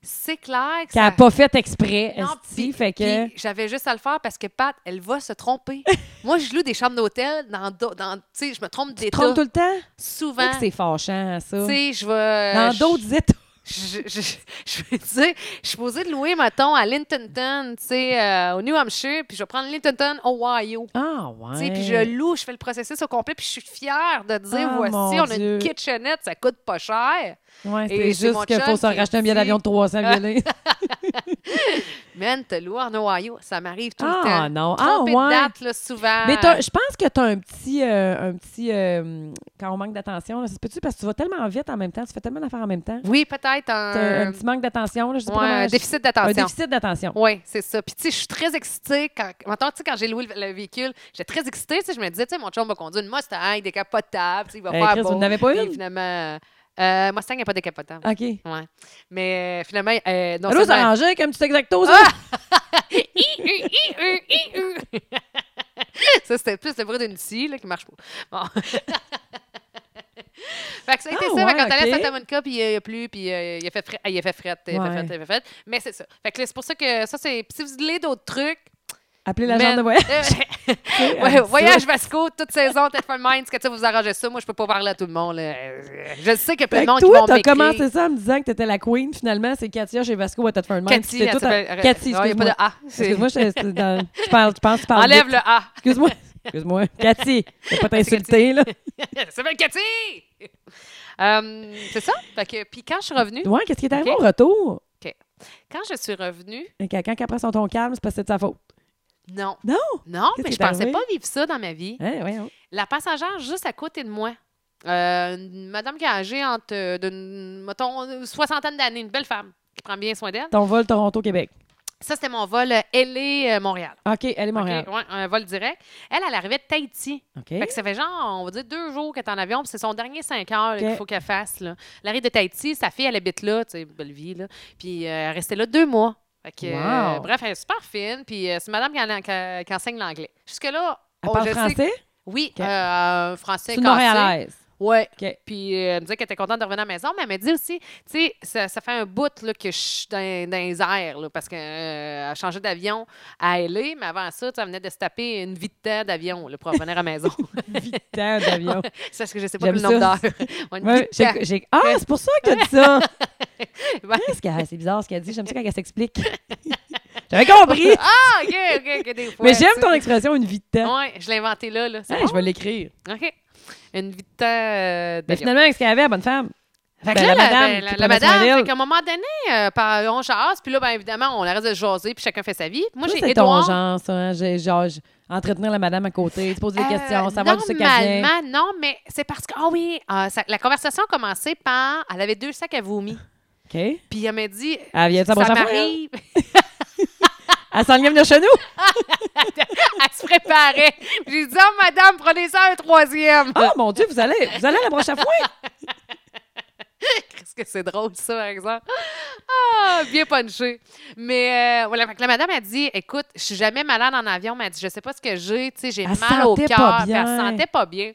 S1: c'est clair que
S2: Qu'elle
S1: ça.
S2: a pas fait exprès,
S1: Non,
S2: esti,
S1: puis-
S2: fait que...
S1: puis J'avais juste à le faire parce que Pat, elle va se tromper. Moi, je loue des chambres d'hôtel dans. d'au- dans tu sais, je me trompe
S2: Tu te
S1: d'état
S2: trompes tout le temps?
S1: souvent.
S2: C'est que c'est fâchant, ça.
S1: Tu sais, je vais.
S2: Dans
S1: je-
S2: d'autres états.
S1: Je, je, je- je veux dire, je suis posée de louer, mettons, à Lintonton, tu sais, euh, au New Hampshire, puis je vais prendre Lintonton, Ohio.
S2: Ah,
S1: Tu
S2: ouais.
S1: sais, Puis je loue, je fais le processus au complet, puis je suis fière de dire
S2: Ah,
S1: voici,
S2: mon
S1: on a une
S2: Dieu.
S1: kitchenette, ça coûte pas cher.
S2: Ouais,
S1: Et
S2: c'est
S1: c'est mon
S2: juste qu'il
S1: chum
S2: faut se
S1: qui
S2: racheter un billet
S1: dit-
S2: d'avion de 300 violets.
S1: Man, te louer en Ohio, ça m'arrive tout le temps.
S2: Ah, non. Ah,
S1: Trompée
S2: ouais.
S1: de date, là, souvent.
S2: Mais t'as- je pense que tu as un petit. euh, un petit euh, quand on manque d'attention, là, ça se peut-tu? Parce que tu vas tellement vite en même temps, tu fais tellement d'affaires en même temps.
S1: Oui, peut-être un,
S2: T'as un petit manque d'attention, là, je sais pas
S1: ouais,
S2: comment-
S1: un
S2: je-
S1: déficit
S2: Un
S1: d'attention.
S2: déficit d'attention.
S1: Oui, c'est ça. Puis, tu sais, je suis très excitée. Quand, maintenant, tu sais, quand j'ai loué le, le véhicule, j'étais très excitée. Tu sais, je me disais, tu sais, mon chum va conduire une Mustang décapotable. Tu sais, il va
S2: Euh,
S1: faire
S2: Chris,
S1: beau.
S2: vous n'avez pas
S1: Puis,
S2: une?
S1: finalement, euh, Mustang n'est pas décapotable.
S2: OK.
S1: Ouais. Mais euh, finalement, euh, non
S2: Ah. Allô, ça
S1: seulement-
S2: arrangeait avec un petit exacto, ça?
S1: Ah! Hi, hi, hi, hi, hi, hi. ça, c'était plus le bruit d'une scie là, qui marche pas. Bon. fait que ça a été
S2: Ah
S1: ça.
S2: ouais,
S1: fait quand t'allais
S2: ok.
S1: à Santa Monica, puis euh, il a plu, puis euh, il a fait fret, il a fait fret, il a
S2: Ouais.
S1: fait fret, il a fait fret. Mais c'est ça. Fait que là, c'est pour ça que ça, c'est. Puis si vous voulez d'autres trucs.
S2: Appelez l'agent
S1: man,
S2: de voyage.
S1: euh,
S2: elle
S1: ouais,
S2: dit ça.
S1: voyage Vasco, toute saison, Telford Minds, que ça vous arrangez ça. Moi, je peux pas parler à tout le monde. là. Euh, Je sais qu'il y a plein de
S2: Fait que
S1: monde qui
S2: toi,
S1: vont
S2: t'as
S1: m'écrire.
S2: commencé ça en me disant que t'étais la queen, finalement. C'est Katia chez Vasco à Tetford Mine.
S1: Cathy, elle s'appelle- euh,
S2: Cathy,
S1: Non, il y a pas
S2: excuse-moi.
S1: de A. C'est-
S2: Excuse-moi, je, c'est dans- je parle- je pense que tu parles.
S1: Enlève
S2: vite.
S1: le A.
S2: Excuse-moi. Excuse-moi. Cathy, je vais pas t'insulter, là.
S1: Ça s'appelle Cathy! Euh, c'est ça. Fait que, puis quand je suis revenue,
S2: Ouais, qu'est-ce qui est arrivé
S1: Ok.
S2: au retour?
S1: quand je suis revenue,
S2: Quelqu'un qui après son ton calme, c'est parce que c'est de sa faute.
S1: non.
S2: Non?
S1: Non,
S2: Qu'est-ce
S1: mais
S2: qui
S1: je
S2: est
S1: pensais
S2: arrivé?
S1: pas vivre ça dans ma vie.
S2: Hein, voyons.
S1: La passagère juste à côté de moi, euh, une madame qui est âgée entre, euh, d'une, mettons, soixantaine d'années, une belle femme qui prend bien soin d'elle.
S2: Ton vol Toronto-Québec.
S1: Ça, c'était mon vol euh, LA-Montréal.
S2: OK, elle est Montréal.
S1: OK, ouais, un vol direct. Elle, elle arrivait de Tahiti.
S2: OK.
S1: Fait que ça fait genre, on va dire, deux jours qu'elle est en avion, puis c'est son dernier cinq heures là,
S2: OK.
S1: qu'il faut qu'elle fasse. Là. Elle arrive de Tahiti, sa fille, elle habite là, tu sais, belle vie, là. Puis euh, elle restait là deux mois. Fait que, euh,
S2: Wow.
S1: bref, elle est super fine, puis euh, c'est madame qui, en- qui- qui enseigne l'anglais. Jusque-là,
S2: Elle
S1: on-
S2: parle
S1: oh, je sais-
S2: français?
S1: oui,
S2: OK.
S1: euh, français.
S2: C'est une
S1: cassé.
S2: Montréalaise.
S1: Ouais.
S2: OK.
S1: Puis euh, elle me disait qu'elle était contente de revenir à la maison, mais elle m'a dit aussi, tu sais, ça, ça fait un bout là, que je suis dans, dans les airs, là, parce qu'elle a changé d'avion à LA, mais avant ça, tu sais, elle venait de se taper une vie de temps d'avion là, pour revenir à la maison.
S2: Vite d'avion.
S1: C'est parce que je sais pas
S2: J'aime
S1: le nombre
S2: ça.
S1: d'heures. Ouais, une vie
S2: Ouais,
S1: de temps.
S2: j'ai- j'ai- Ah, c'est pour ça que tu as dit ça.
S1: Ouais.
S2: Qu'est-ce qu'elle- C'est bizarre ce qu'elle dit. J'aime ça quand elle s'explique. J'avais compris.
S1: Ah, OK, OK, OK, des fois.
S2: Mais j'aime
S1: tu
S2: ton
S1: sais.
S2: expression, une vie de temps.
S1: Ouais, je l'ai inventé là. là. C'est
S2: Hein,
S1: bon?
S2: Je vais l'écrire.
S1: OK. Une vie de temps. euh,
S2: Mais
S1: d'avion.
S2: finalement, qu'est-ce qu'elle avait, la bonne femme?
S1: Fait que
S2: Ben,
S1: là,
S2: la
S1: la
S2: madame
S1: ben,
S2: qui
S1: la, la
S2: prenait soin
S1: madame,
S2: d'elle.
S1: fait qu'à un moment donné, euh, par- on chasse, puis là, ben, évidemment, on arrête de jaser, puis chacun fait sa vie. Puis Moi,
S2: Ça,
S1: j'ai
S2: c'est ton
S1: Édouard.
S2: genre, ça. hein? J'ai- genre, je- entretenir la madame à côté, tu poses des
S1: Euh,
S2: questions, savoir du sucre à vient.
S1: Normalement, non, mais c'est parce que, ah oui, euh, ça- la conversation a commencé par, elle avait deux sacs à vomi.
S2: OK. Elle
S1: Puis elle m'a dit,
S2: vient de
S1: ça
S2: sa prochaine fois. hein? Elle,
S1: m'arrive.
S2: elle s'en vient venir chez nous.
S1: elle se préparait. J'ai dit, oh madame, prenez ça un troisième.
S2: Oh mon Dieu, vous allez, vous allez à la prochaine fois.
S1: Qu'est-ce que c'est drôle, ça, par exemple. Ah, bien punché. Mais euh, voilà, fait que la madame a dit Écoute, je suis jamais malade en avion, mais elle dit Je sais pas ce que j'ai, tu sais, j'ai
S2: Elle
S1: mal au
S2: sentait pas
S1: cœur, puis
S2: bien.
S1: elle sentait pas bien.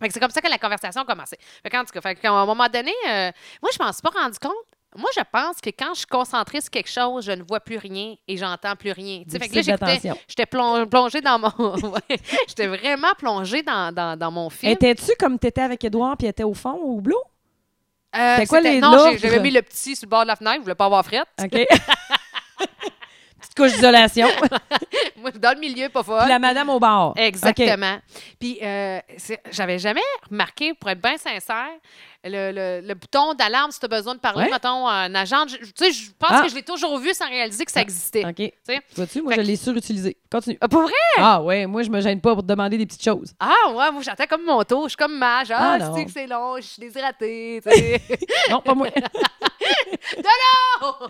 S1: Fait que c'est comme ça que la conversation a commencé. Fait qu'en tout cas, fait qu'à un moment donné, euh, moi, je m'en suis pas rendu compte. Moi, je pense que quand je suis concentrée sur quelque chose, je ne vois plus rien et j'entends plus rien. Tu sais, fait que là,
S2: Déficit
S1: j'écoutais-
S2: d'attention.
S1: j'étais plon- plongée dans mon. Ouais. j'étais vraiment plongée dans, dans, dans mon film.
S2: Étais-tu comme t'étais avec Édouard puis était au fond, au hublot?
S1: Euh,
S2: C'était quoi
S1: c'était-
S2: les
S1: Non, j'ai-
S2: l'autre?
S1: j'avais mis le petit sur le bord de la fenêtre, je voulais pas avoir frette.
S2: OK. Petite couche d'isolation.
S1: Moi, dans le milieu, pas folle.
S2: Puis la madame au bar.
S1: Exactement. Puis, euh, c'est- j'avais jamais remarqué, pour être bien sincère, le, le- le bouton d'alarme si tu as besoin de parler,
S2: Ouais.
S1: mettons, à un agent. Je, tu sais, je pense
S2: Ah.
S1: que je l'ai toujours vu sans réaliser que ça existait.
S2: OK. OK.
S1: sais.
S2: Vois-tu, moi,
S1: Fait
S2: je l'ai surutilisé. Continue.
S1: Ah, pour vrai?
S2: Ah ouais, moi, je me gêne pas pour te demander des petites choses.
S1: Ah, ouais, moi, j'attends comme mon tour. Je suis comme mage.
S2: Ah,
S1: Ah,
S2: non.
S1: tu sais que c'est long, je suis déshydratée. tu sais.
S2: Non, pas moi.
S1: Oh!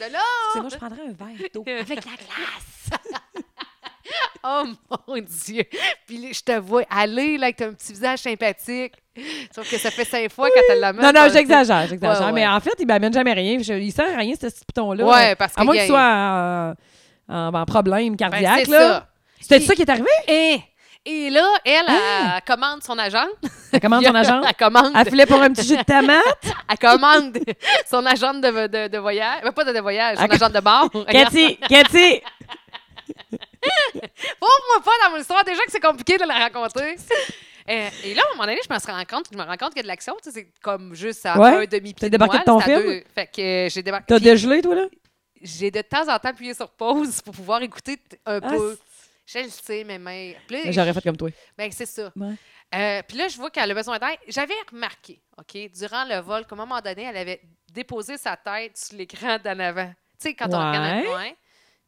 S1: De là!
S2: Sinon, je prendrais un verre d'eau.
S1: Avec la glace! oh mon Dieu! Puis là, je te vois aller là, avec ton petit visage sympathique. Sauf que ça fait cinq fois quand elle la met.
S2: Non, non, j'exagère, j'exagère.
S1: Ouais, ouais.
S2: Mais en fait, il m'amène jamais rien. Je- il sert à rien, ce petit bouton-là.
S1: Ouais, parce
S2: À
S1: que
S2: moins
S1: il y
S2: qu'il
S1: a-
S2: soit en, en- en problème
S1: Ben,
S2: cardiaque,
S1: c'est
S2: là.
S1: ça.
S2: C'était
S1: Puis-
S2: ça qui est arrivé?
S1: Et, et là, elle, elle commande son agent.
S2: Elle commande son Hein? agent.
S1: Elle commande,
S2: Elle filait pour un petit jus de tomate.
S1: elle commande son agent de, de, de voyage. Ben, pas de, de voyage, son
S2: Elle-
S1: agent de bord. Regarde,
S2: Cathy, Cathy!
S1: Pauvre-moi pas dans mon histoire. Déjà que c'est compliqué de la raconter. Euh, et là, à un moment donné, je me suis rendu compte, je me rends compte qu'il y a de l'action. tu sais, C'est comme juste à un
S2: Ouais.
S1: demi
S2: T'as débarqué de ton film?
S1: Fait que euh, j'ai débarqué.
S2: T'as
S1: Puis
S2: dégelé, toi, là?
S1: J'ai de temps en temps appuyé sur pause pour pouvoir écouter t- un
S2: Ah,
S1: peu. Je le sais, mais mais. Puis là,
S2: J'aurais fait comme toi.
S1: Ben, c'est ça.
S2: Ouais.
S1: Euh, Puis là, je vois qu'elle a besoin d'aide. J'avais remarqué, OK, durant le vol, qu'à un moment donné, elle avait déposé sa tête sur l'écran d'en avant. Tu sais, quand on regarde le
S2: Ouais.
S1: Puis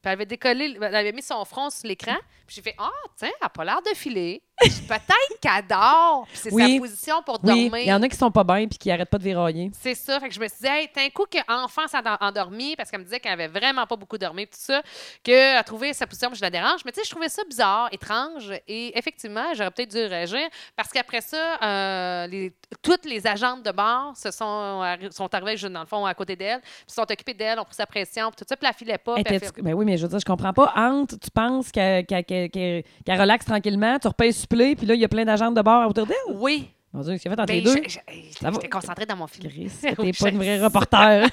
S1: elle avait décollé, elle avait mis son front sur l'écran. Puis j'ai fait Ah, tiens, elle n'a pas l'air de filer. Puis Peut-être qu'elle dort. Puis c'est
S2: Oui.
S1: sa position pour
S2: Oui,
S1: dormir.
S2: il y en a qui sont pas bien puis qui arrêtent pas de vérailler.
S1: C'est ça. Fait que je me suis dit, hey, t'as un coup qu'enfant s'est endor- endormi, parce qu'elle me disait qu'elle avait vraiment pas beaucoup dormi, pis tout ça, qu'elle a trouvé sa position, puis je la dérange. Mais tu sais, je trouvais ça bizarre, étrange, et effectivement, j'aurais peut-être dû réagir, parce qu'après ça, euh, les- toutes les agentes de bord se sont, arri- sont arrivées, je- dans le fond, à côté d'elle, puis se sont occupées d'elle, ont pris sa pression, puis tout ça, puis elle filait pas. puis elle
S2: Était-tu-
S1: fait-
S2: Ben oui, mais je veux dire, je comprends pas. Entre, tu penses qu'elle qu'elle- qu'elle- qu'elle- qu'elle relaxe tranquillement, tu repayes supplé, puis là, il y a plein d'agentes de bord autour d'elle.
S1: Oui.
S2: Mon Dieu, qu'est-ce qu'il y a fait entre
S1: Ben,
S2: les deux?
S1: je- je-
S2: Ça va.
S1: J'étais concentrée dans mon film.
S2: Chris,
S1: Oui,
S2: t'es pas
S1: je-
S2: une vraie reporter.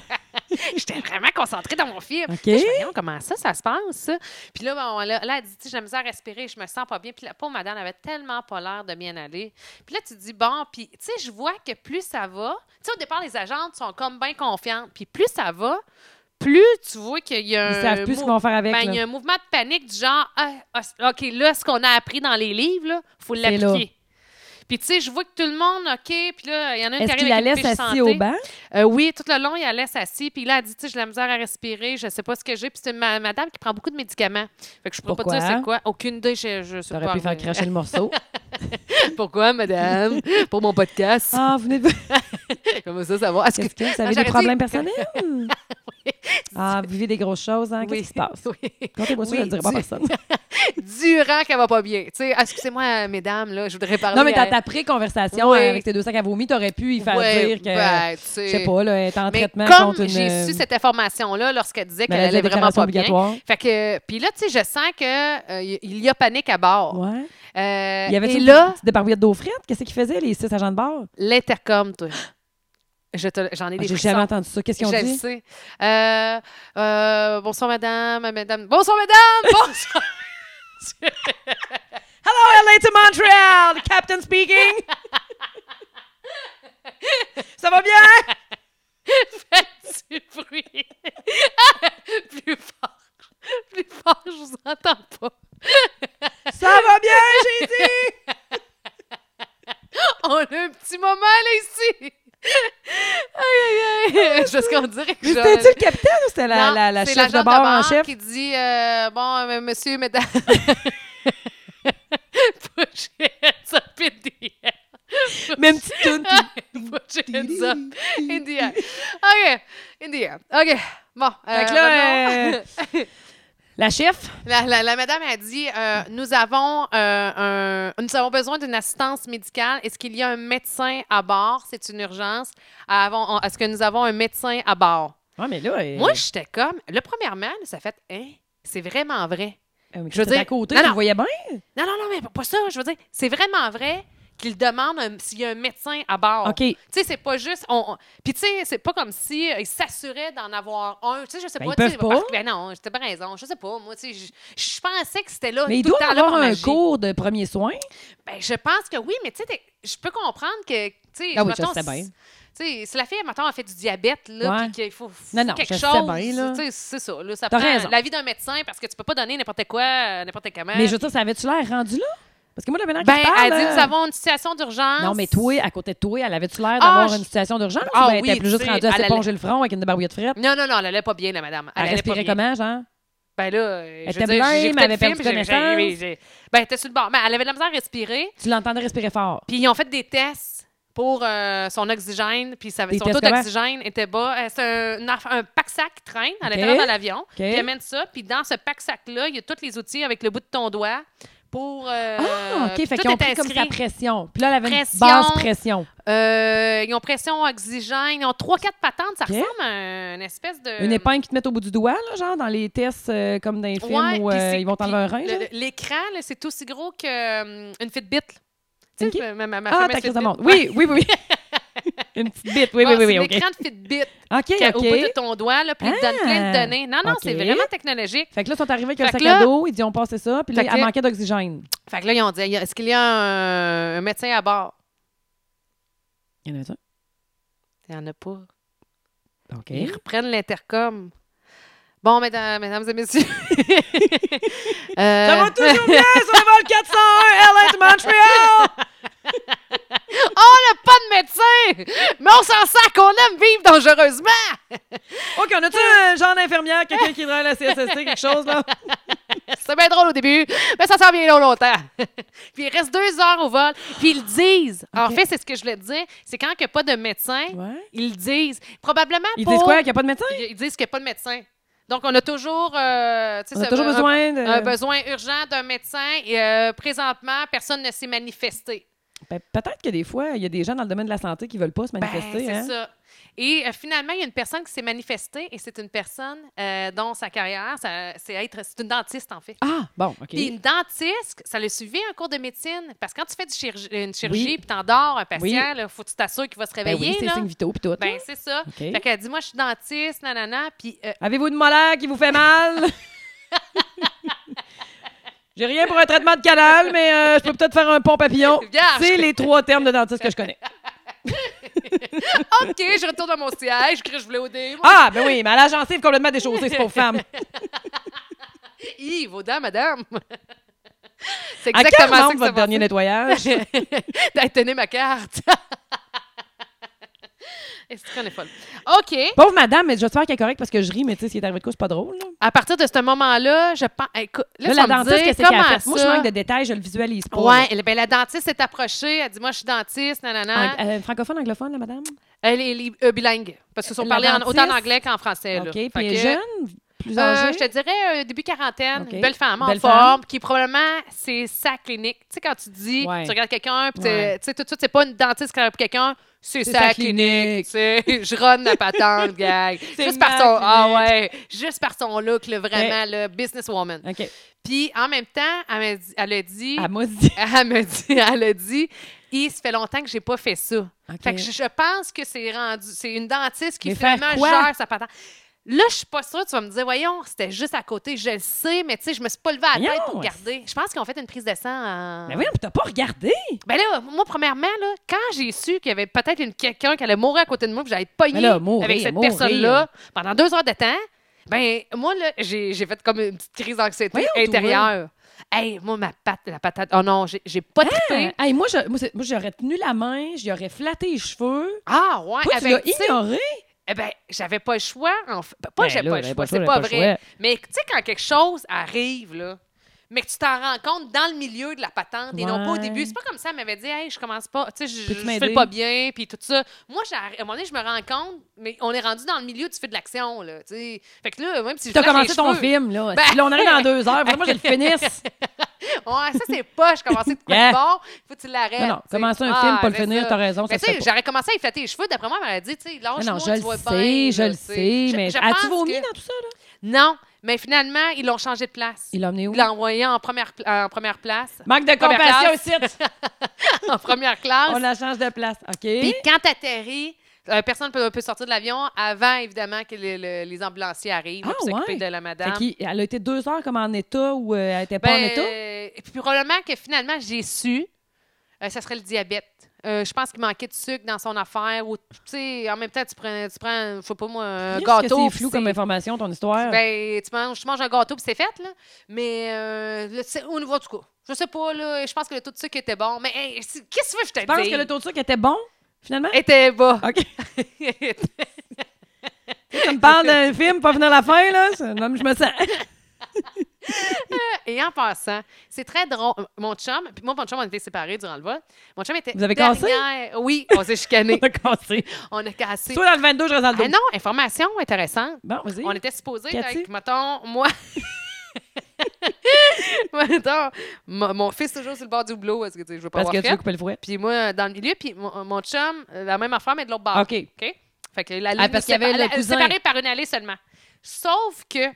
S1: J'étais vraiment concentrée dans mon film.
S2: OK.
S1: Là, je voyais comment ça, ça se passe, ça. Puis là, bon, là, là, elle dit, tu sais, j'ai la misère à respirer, je me sens pas bien. Puis la pauvre madame avait tellement pas l'air de bien aller. Puis là, tu te dis, bon, puis tu sais, je vois que plus ça va, tu sais, au départ, les agentes sont comme bien confiantes. Puis plus ça va, plus tu vois qu'il y a
S2: Ils
S1: un
S2: savent plus ce
S1: mou-
S2: qu'ils vont faire avec.
S1: ben, il y
S2: là.
S1: a un mouvement de panique du genre, Ah, ah, OK, là, ce qu'on a appris dans les livres, là, faut
S2: C'est
S1: l'appliquer. Puis, tu sais, je vois que tout le monde, OK, puis là, il y en a une qui
S2: Est-ce
S1: arrive
S2: qu'il la
S1: avec une
S2: laisse
S1: fiche
S2: assis
S1: santé.
S2: au banc?
S1: Euh, oui, tout le long, il la laisse assis. Puis là, elle dit, tu sais, j'ai la misère à respirer, je sais pas ce que j'ai. Puis c'est ma madame qui prend beaucoup de médicaments. Fait que je pourrais
S2: Pourquoi?
S1: pas te dire c'est quoi. Aucune idée, je, je sais
S2: T'aurais
S1: pas.
S2: pu faire
S1: mais-
S2: cracher le morceau.
S1: Pourquoi, madame? Pour mon podcast.
S2: Ah, vous venez de...
S1: Comment ça, savoir? Est-ce que-
S2: Qu'est-ce que vous
S1: Ah,
S2: avez des
S1: j'aurais dit-
S2: problèmes personnels? Ah, vous vivez des grosses choses, hein?
S1: Oui.
S2: Qu'est-ce qui se passe?
S1: Oui.
S2: Quand t'es grosseur,
S1: Oui,
S2: je ne dirai pas à
S1: tu-
S2: personne.
S1: Durant qu'elle va pas bien. Tu sais, excusez-moi, mesdames, là, je voudrais parler.
S2: Non, mais
S1: à-
S2: dans ta pré-conversation
S1: Oui.
S2: hein, avec tes deux sacs à vomi, t'aurais pu y faire
S1: Ouais,
S2: dire que,
S1: ben, tu
S2: je
S1: sais.
S2: sais pas, là, elle est en
S1: Mais
S2: traitement
S1: comme
S2: contre une euh,
S1: j'ai su cette information-là lorsqu'elle disait qu'elle
S2: maladie à
S1: allait vraiment
S2: déclaration
S1: pas bien.
S2: obligatoire.
S1: Fait que, puis là, tu sais, je sens que euh, y- il y a panique à bord.
S2: Ouais.
S1: Euh,
S2: Il y avait
S1: et
S2: une
S1: là,
S2: petite débarbouillette d'eau frette. Qu'est-ce qu'ils faisaient, les six agents de bord?
S1: l'intercom, toi. Je te- J'en ai des
S2: Ah, J'ai
S1: frissons.
S2: jamais entendu ça. Qu'est-ce qu'ils ont
S1: Je le
S2: dit?
S1: sais. Euh, euh, bonsoir, madame, madame. Bonsoir, madame! Bonsoir!
S2: Hello, LA to Montreal! The captain speaking! ça va bien?
S1: Faites du bruit! plus fort! Plus fort, je vous entends pas.
S2: Ça va bien, j'ai dit!
S1: On a un petit moment, là, ici! aïe, aïe, aïe! C'est ce qu'on dirait que
S2: Ah, Mais
S1: je-
S2: C'était-tu le capitaine ou c'était la,
S1: Non,
S2: la, la
S1: c'est
S2: chef de
S1: l'agent
S2: bord en chef?
S1: qui dit euh, Bon, euh, monsieur, mesdames. Push-heads up in the air.
S2: Même petite toune. puis-
S1: Push-heads up in the air. OK, in the air. OK, bon. euh,
S2: Fait que là,
S1: revenons.
S2: euh, la chef,
S1: La, la- la madame a dit euh, nous avons euh, un- nous avons besoin d'une assistance médicale. Est-ce qu'il y a un médecin à bord C'est une urgence. Avons- on- Est-ce que nous avons un médecin à bord
S2: Ouais, mais là. euh,
S1: Moi, j'étais comme le premièrement, là, ça fait hein, c'est vraiment vrai.
S2: euh,
S1: je veux
S2: t'étais
S1: dire-
S2: à côté,
S1: non,
S2: tu le
S1: non.
S2: voyais bien?
S1: Non, non, non, mais pas ça. Je veux dire, c'est vraiment vrai qu'il demande un- s'il y a un médecin à bord.
S2: OK. Ben,
S1: Tu sais, c'est pas juste. On, on- Puis, tu sais, c'est pas comme si euh, ils s'assuraient d'en avoir un. Tu sais, je sais
S2: Ben,
S1: pas.
S2: ils
S1: tu sais,
S2: peuvent
S1: parce
S2: pas.
S1: que- ben non, j'étais pas raison. Je sais pas. Moi, tu sais, je- je pensais que c'était là.
S2: Mais il
S1: tout le
S2: doit
S1: temps là
S2: avoir
S1: pour
S2: un
S1: magie.
S2: cours de premiers soins.
S1: Ben, je pense que oui, mais tu sais, t'es- je peux comprendre que. Tu sais,
S2: Ah oui, je
S1: mettons,
S2: sais
S1: si-
S2: bien.
S1: Tu sais, si la fille, maintenant, a fait du diabète, là,
S2: Ouais.
S1: puis qu'il faut, faut
S2: Non, non,
S1: quelque
S2: je sais
S1: chose.
S2: bien, là.
S1: Tu sais, c'est ça. Là, ça
S2: T'as
S1: prend
S2: raison.
S1: l'avis d'un médecin parce que tu peux pas donner n'importe quoi, euh, n'importe comment.
S2: Mais je veux dire, ça avait-tu l'air rendu là? Parce que moi, la manière
S1: ben,
S2: que tu parles,
S1: elle dit
S2: euh,
S1: nous avons une situation d'urgence.
S2: Non, mais toi, à côté de toi, elle avait-tu l'air
S1: Ah,
S2: d'avoir
S1: je-
S2: une situation d'urgence?
S1: Ah
S2: ou ben,
S1: oui,
S2: t'es plus juste
S1: tu sais,
S2: rendue à
S1: elle
S2: s'éponger le front avec une débarbouillette frette?
S1: Non, non, non, elle allait pas bien, la madame.
S2: Elle,
S1: allait pas
S2: respirait
S1: bien.
S2: comment, genre?
S1: Ben là, euh, je
S2: était
S1: veux dire, j'ai- j'ai
S2: blême,
S1: écouté
S2: elle
S1: le
S2: avait perdu
S1: film, j'ai- j'ai-
S2: connaissance.
S1: oui, j'ai- Ben, elle était sur le bord. Ben, elle avait de la misère à respirer.
S2: Tu l'entendais respirer fort.
S1: Puis ils ont fait des tests pour euh, son oxygène, puis sa-
S2: Des
S1: son taux
S2: tests comment?
S1: d'oxygène était bas. Euh, C'est un, une aff- un pack sac qui traîne à
S2: OK.
S1: l'intérieur de l'avion. Puis ils
S2: OK.
S1: amènent ça, puis dans ce pack sac là, il y a tous les outils avec le bout de ton doigt pour. euh,
S2: ah, OK.
S1: puis
S2: Fait
S1: tout
S2: qu'ils ont
S1: est
S2: pris comme
S1: inscrit.
S2: sa pression. Puis là, elle avait une
S1: Pression.
S2: basse pression.
S1: Euh, ils ont pression, oxygène, ils ont trois, quatre patentes. Ça
S2: OK.
S1: ressemble à une espèce de.
S2: Une épingle qui te met au bout du doigt, là, genre, dans les tests euh, comme dans les films
S1: Ouais,
S2: où
S1: puis
S2: euh,
S1: c'est-
S2: ils vont t'enlever
S1: puis
S2: un rein.
S1: le-
S2: là.
S1: L'écran, là, c'est aussi gros qu'une Fitbit. Tu
S2: Ok.
S1: sais, ma, ma, ma
S2: Ah,
S1: fameuse
S2: ta crise de
S1: Fitbit.
S2: monde. Oui, oui, oui. oui. une petite bite. Oui, oui,
S1: Ah,
S2: oui,
S1: c'est
S2: oui. OK.
S1: l'écran de Fitbit
S2: OK,
S1: qui- au bout de
S2: OK.
S1: ton doigt, là, puis il te
S2: Ah!
S1: donne plein de données. Non, non, c'est
S2: Ok.
S1: vraiment technologique.
S2: Fait que là, ils sont arrivés avec un
S1: Fait
S2: sac
S1: que là-
S2: à dos. Ils disent, on passait ça. Puis là,
S1: Fait que
S2: elle
S1: là-
S2: manquait d'oxygène.
S1: Fait que là, ils ont dit, est-ce qu'il y a un, un médecin à bord?
S2: Il y en a un.
S1: Il n'y en a pas.
S2: OK.
S1: Ils reprennent l'intercom. Bon, mesdames, mesdames et messieurs. Euh,
S2: Ça va toujours bien sur le vol 401 LA de Montréal!
S1: on n'a pas de médecin, mais on s'en sert qu'on aime vivre dangereusement.
S2: OK, on a-tu un genre d'infirmière, quelqu'un qui travaille à la CSST, quelque chose, là?
S1: C'est bien drôle au début, mais ça s'en vient long longtemps. puis il reste deux heures au vol, puis ils le disent. En
S2: Ok.
S1: fait, c'est ce que je voulais te dire, c'est quand il n'y a pas de médecin,
S2: Ouais.
S1: ils le disent. Probablement
S2: Ils
S1: pour...
S2: disent quoi? Qu'il n'y a pas de médecin?
S1: Ils ils disent qu'il n'y a pas de médecin. Donc, on a toujours, euh, tu sais,
S2: On a
S1: ce-
S2: toujours
S1: un-
S2: besoin de...
S1: un besoin urgent d'un médecin et euh, présentement, personne ne s'est manifesté.
S2: Ben, Peut-être que des fois, il y a des gens dans le domaine de la santé qui veulent pas se
S1: Ben,
S2: manifester.
S1: c'est
S2: hein?
S1: ça. Et euh, finalement, il y a une personne qui s'est manifestée et c'est une personne euh, dont sa carrière, ça- c'est être, c'est une dentiste en fait.
S2: Ah, bon, OK.
S1: Puis une dentiste, ça l'a suivi un cours de médecine. Parce que quand tu fais du chirurgie- une chirurgie
S2: Oui.
S1: puis t'endors un patient,
S2: Oui.
S1: là, faut que tu t'assures qu'il va se
S2: ben
S1: réveiller.
S2: oui, c'est
S1: là.
S2: signes vitaux, puis tout.
S1: Ben,
S2: là.
S1: c'est ça.
S2: OK.
S1: Fait qu'elle dit, moi, je suis dentiste, nanana. Puis euh,
S2: Avez-vous une molaire qui vous fait mal? J'ai rien pour un traitement de canal, mais euh, je peux peut-être faire un pont papillon.
S1: Vierge.
S2: C'est les trois termes de dentiste que je connais.
S1: OK, je retourne à mon siège, que je voulais au dé.
S2: Ah, ben oui, mais à la gencive complètement déchaussée, c'est pour femme.
S1: Yves, vos dents, madame. C'est
S2: À quel
S1: exactement ça
S2: membre
S1: que
S2: votre
S1: ça
S2: dernier nettoyage?
S1: T'as tenu ma carte. Est-ce qu'on est folle? OK.
S2: Pauvre madame, mais j'espère qu'elle est correcte parce que je ris, mais tu sais, s'il est arrivé de quoi, c'est pas drôle. là.
S1: À partir de ce moment-là, je pense. Écoute, là,
S2: Là,
S1: tu vas
S2: la
S1: me
S2: dentiste,
S1: dire,
S2: qu'est-ce qu'elle
S1: comment
S2: a fait?
S1: ça?
S2: Moi, je manque de détails, je le visualise pas.
S1: Ouais, elle- ben, la dentiste s'est approchée. Elle dit Moi, je suis dentiste,
S2: Ang-
S1: nanana.
S2: euh, francophone, anglophone, la madame?
S1: Elle est li- euh, bilingue. Parce qu'ils sont
S2: La
S1: parlés en- autant en
S2: dentiste?
S1: anglais qu'en français. là.
S2: OK.
S1: Fait
S2: Puis elle
S1: que-
S2: est jeune, plus
S1: Euh,
S2: âgée.
S1: je te dirais euh, début quarantaine,
S2: OK.
S1: une belle femme en
S2: Belle
S1: forme,
S2: femme.
S1: qui probablement c'est sa clinique. Tu sais quand tu dis,
S2: Ouais.
S1: tu regardes quelqu'un, puis t'es-
S2: Ouais.
S1: tu sais tout de suite c'est pas une dentiste qui regarde quelqu'un, c'est
S2: C'est
S1: sa,
S2: sa clinique.
S1: clinique. Tu sais, je run la patente, gag. Juste par
S2: ma
S1: son, ah
S2: clinique.
S1: ouais, juste par son look, là, vraiment le businesswoman.
S2: OK. Ah,
S1: Puis en même temps, elle m'a dit, elle a dit,
S2: Elle m'a dit.
S1: elle me dit, elle a dit, il se fait longtemps que j'ai pas fait ça.
S2: OK.
S1: Fait que je, je pense que c'est rendu, c'est une dentiste qui
S2: Mais faire
S1: finalement
S2: quoi?
S1: gère sa patente. Là, je suis pas sûre, tu vas me dire, voyons, c'était juste à côté, je le sais, mais tu sais, je me suis pas levée à la tête
S2: Voyons,
S1: pour garder. Je pense qu'ils ont fait une prise de sang en...
S2: Mais voyons, puis t'as pas regardé.
S1: Ben là, moi, premièrement, là, quand j'ai su qu'il y avait peut-être une quelqu'un qui allait mourir à côté de moi, que j'allais être pognée
S2: Mais là, mourir,
S1: avec cette
S2: mourir.
S1: personne-là pendant deux heures de temps, ben moi, là, j'ai j'ai fait comme une petite crise d'anxiété
S2: Voyons, toi.
S1: intérieure. Hey, moi, ma patte, la patate. Oh non, j'ai j'ai pas trippé.
S2: Hein? Hey, moi, je- moi, c'est- moi, j'aurais tenu la main, j'aurais flatté les cheveux.
S1: Ah, ouais.
S2: Toi,
S1: eh
S2: tu
S1: ben,
S2: l'as
S1: tu sais,
S2: ignoré.
S1: Eh ben, j'avais pas le choix. En fait. Pas
S2: Ben
S1: j'avais
S2: là,
S1: pas le choix,
S2: j'avais pas le choix,
S1: c'est
S2: j'avais
S1: pas
S2: pas le
S1: vrai. Mais tu sais, quand quelque chose arrive, là, mais que tu t'en rends compte dans le milieu de la patente et non pas au
S2: Ouais.
S1: début. C'est pas comme ça, elle m'avait dit, hey, je commence pas, tu sais, je,
S2: Peux-tu
S1: je
S2: m'aider?
S1: fais pas bien, puis tout ça. Moi, j'ai arr- à un moment donné, je me rends compte, mais on est rendu dans le milieu tu fais de l'action, là, tu sais. Fait que là, même si je.
S2: T'as
S1: flatte
S2: commencé
S1: les
S2: ton
S1: cheveux-
S2: film, là.
S1: Ben-
S2: Là, on arrive dans deux heures. Vraiment, je le finisse.
S1: Ouais, ça, c'est pas, je commençais de quoi
S2: Yeah.
S1: de bon, faut que tu l'arrêtes.
S2: Hein? Non, non,
S1: tu sais.
S2: commencer un
S1: Ah,
S2: film, pas le
S1: c'est
S2: finir,
S1: ça.
S2: t'as raison, ça
S1: Mais
S2: se
S1: tu sais,
S2: fait pas.
S1: j'aurais commencé à y flatter les cheveux. D'après moi, elle m'aurait dit, tu sais,
S2: Non,
S1: lâche-moi,
S2: non, je le
S1: tu vois
S2: sais,
S1: bien,
S2: je
S1: là,
S2: le
S1: tu
S2: sais,
S1: Je-
S2: mais
S1: je
S2: as-tu
S1: pense
S2: vomi
S1: que-
S2: dans tout ça, là?
S1: Non, mais finalement, ils l'ont changé de place.
S2: Il l'a emmené où?
S1: Ils l'ont envoyé en première, pla- euh, en première place,
S2: Manque de
S1: Première
S2: compassion
S1: classe.
S2: ici.
S1: en première classe.
S2: On la change de place. OK.
S1: Puis quand t'atterris, euh, personne ne peut, peut sortir de l'avion avant, évidemment, que le- le- les ambulanciers arrivent
S2: Ah,
S1: pour s'occuper
S2: ouais.
S1: de la
S2: Fait
S1: madame.
S2: qu'il- elle a été deux heures comme en état ou euh, elle était pas en
S1: Ben,
S2: état?
S1: euh, et puis probablement que finalement, j'ai su, euh, ça serait le diabète. Euh, je pense qu'il manquait de sucre dans son affaire. Ou, tu sais, en même temps, tu prends, tu prends, je sais pas moi, un
S2: Qu'est-ce
S1: gâteau.
S2: que c'est
S1: puis
S2: flou comme information, ton histoire?
S1: Ben, tu manges, tu manges un gâteau puis c'est fait, là. Mais euh, le- c'est- au niveau du coup, je sais pas, là, je pense que le taux de sucre était bon. Mais hey, c'est- qu'est-ce que tu veux que je
S2: tu
S1: te dise?
S2: penses que le taux de sucre était bon, finalement?
S1: était bas.
S2: OK. tu me parles d'un film, pas venir à la fin, là? C'est- Non, mais je me sens.
S1: Et en passant, c'est très drôle. euh, Mon chum, puis moi, mon chum, on était séparés durant le vol. Mon chum était.
S2: Vous avez
S1: derrière-
S2: cassé?
S1: Oui, on s'est chicané.
S2: T'as cassé.
S1: on a cassé.
S2: Soit dans le 22, je reste dans le
S1: Ah
S2: dos.
S1: non, information intéressante.
S2: Bon, vas-y.
S1: On était supposé
S2: Cathy?
S1: avec, mettons, moi. mettons, mon, mon fils toujours sur le bord du boulot parce que tu sais, je veux pas
S2: Parce que
S1: avoir
S2: tu
S1: fret.
S2: veux couper le fouet.
S1: Puis moi, dans le milieu, puis mon, mon chum, euh, la même affaire, mais de l'autre bord.
S2: OK. Ah,
S1: OK? Fait que la
S2: parce qu'il y avait
S1: sépa-
S2: le
S1: la-
S2: cousin.
S1: séparée par une allée seulement. Sauf que,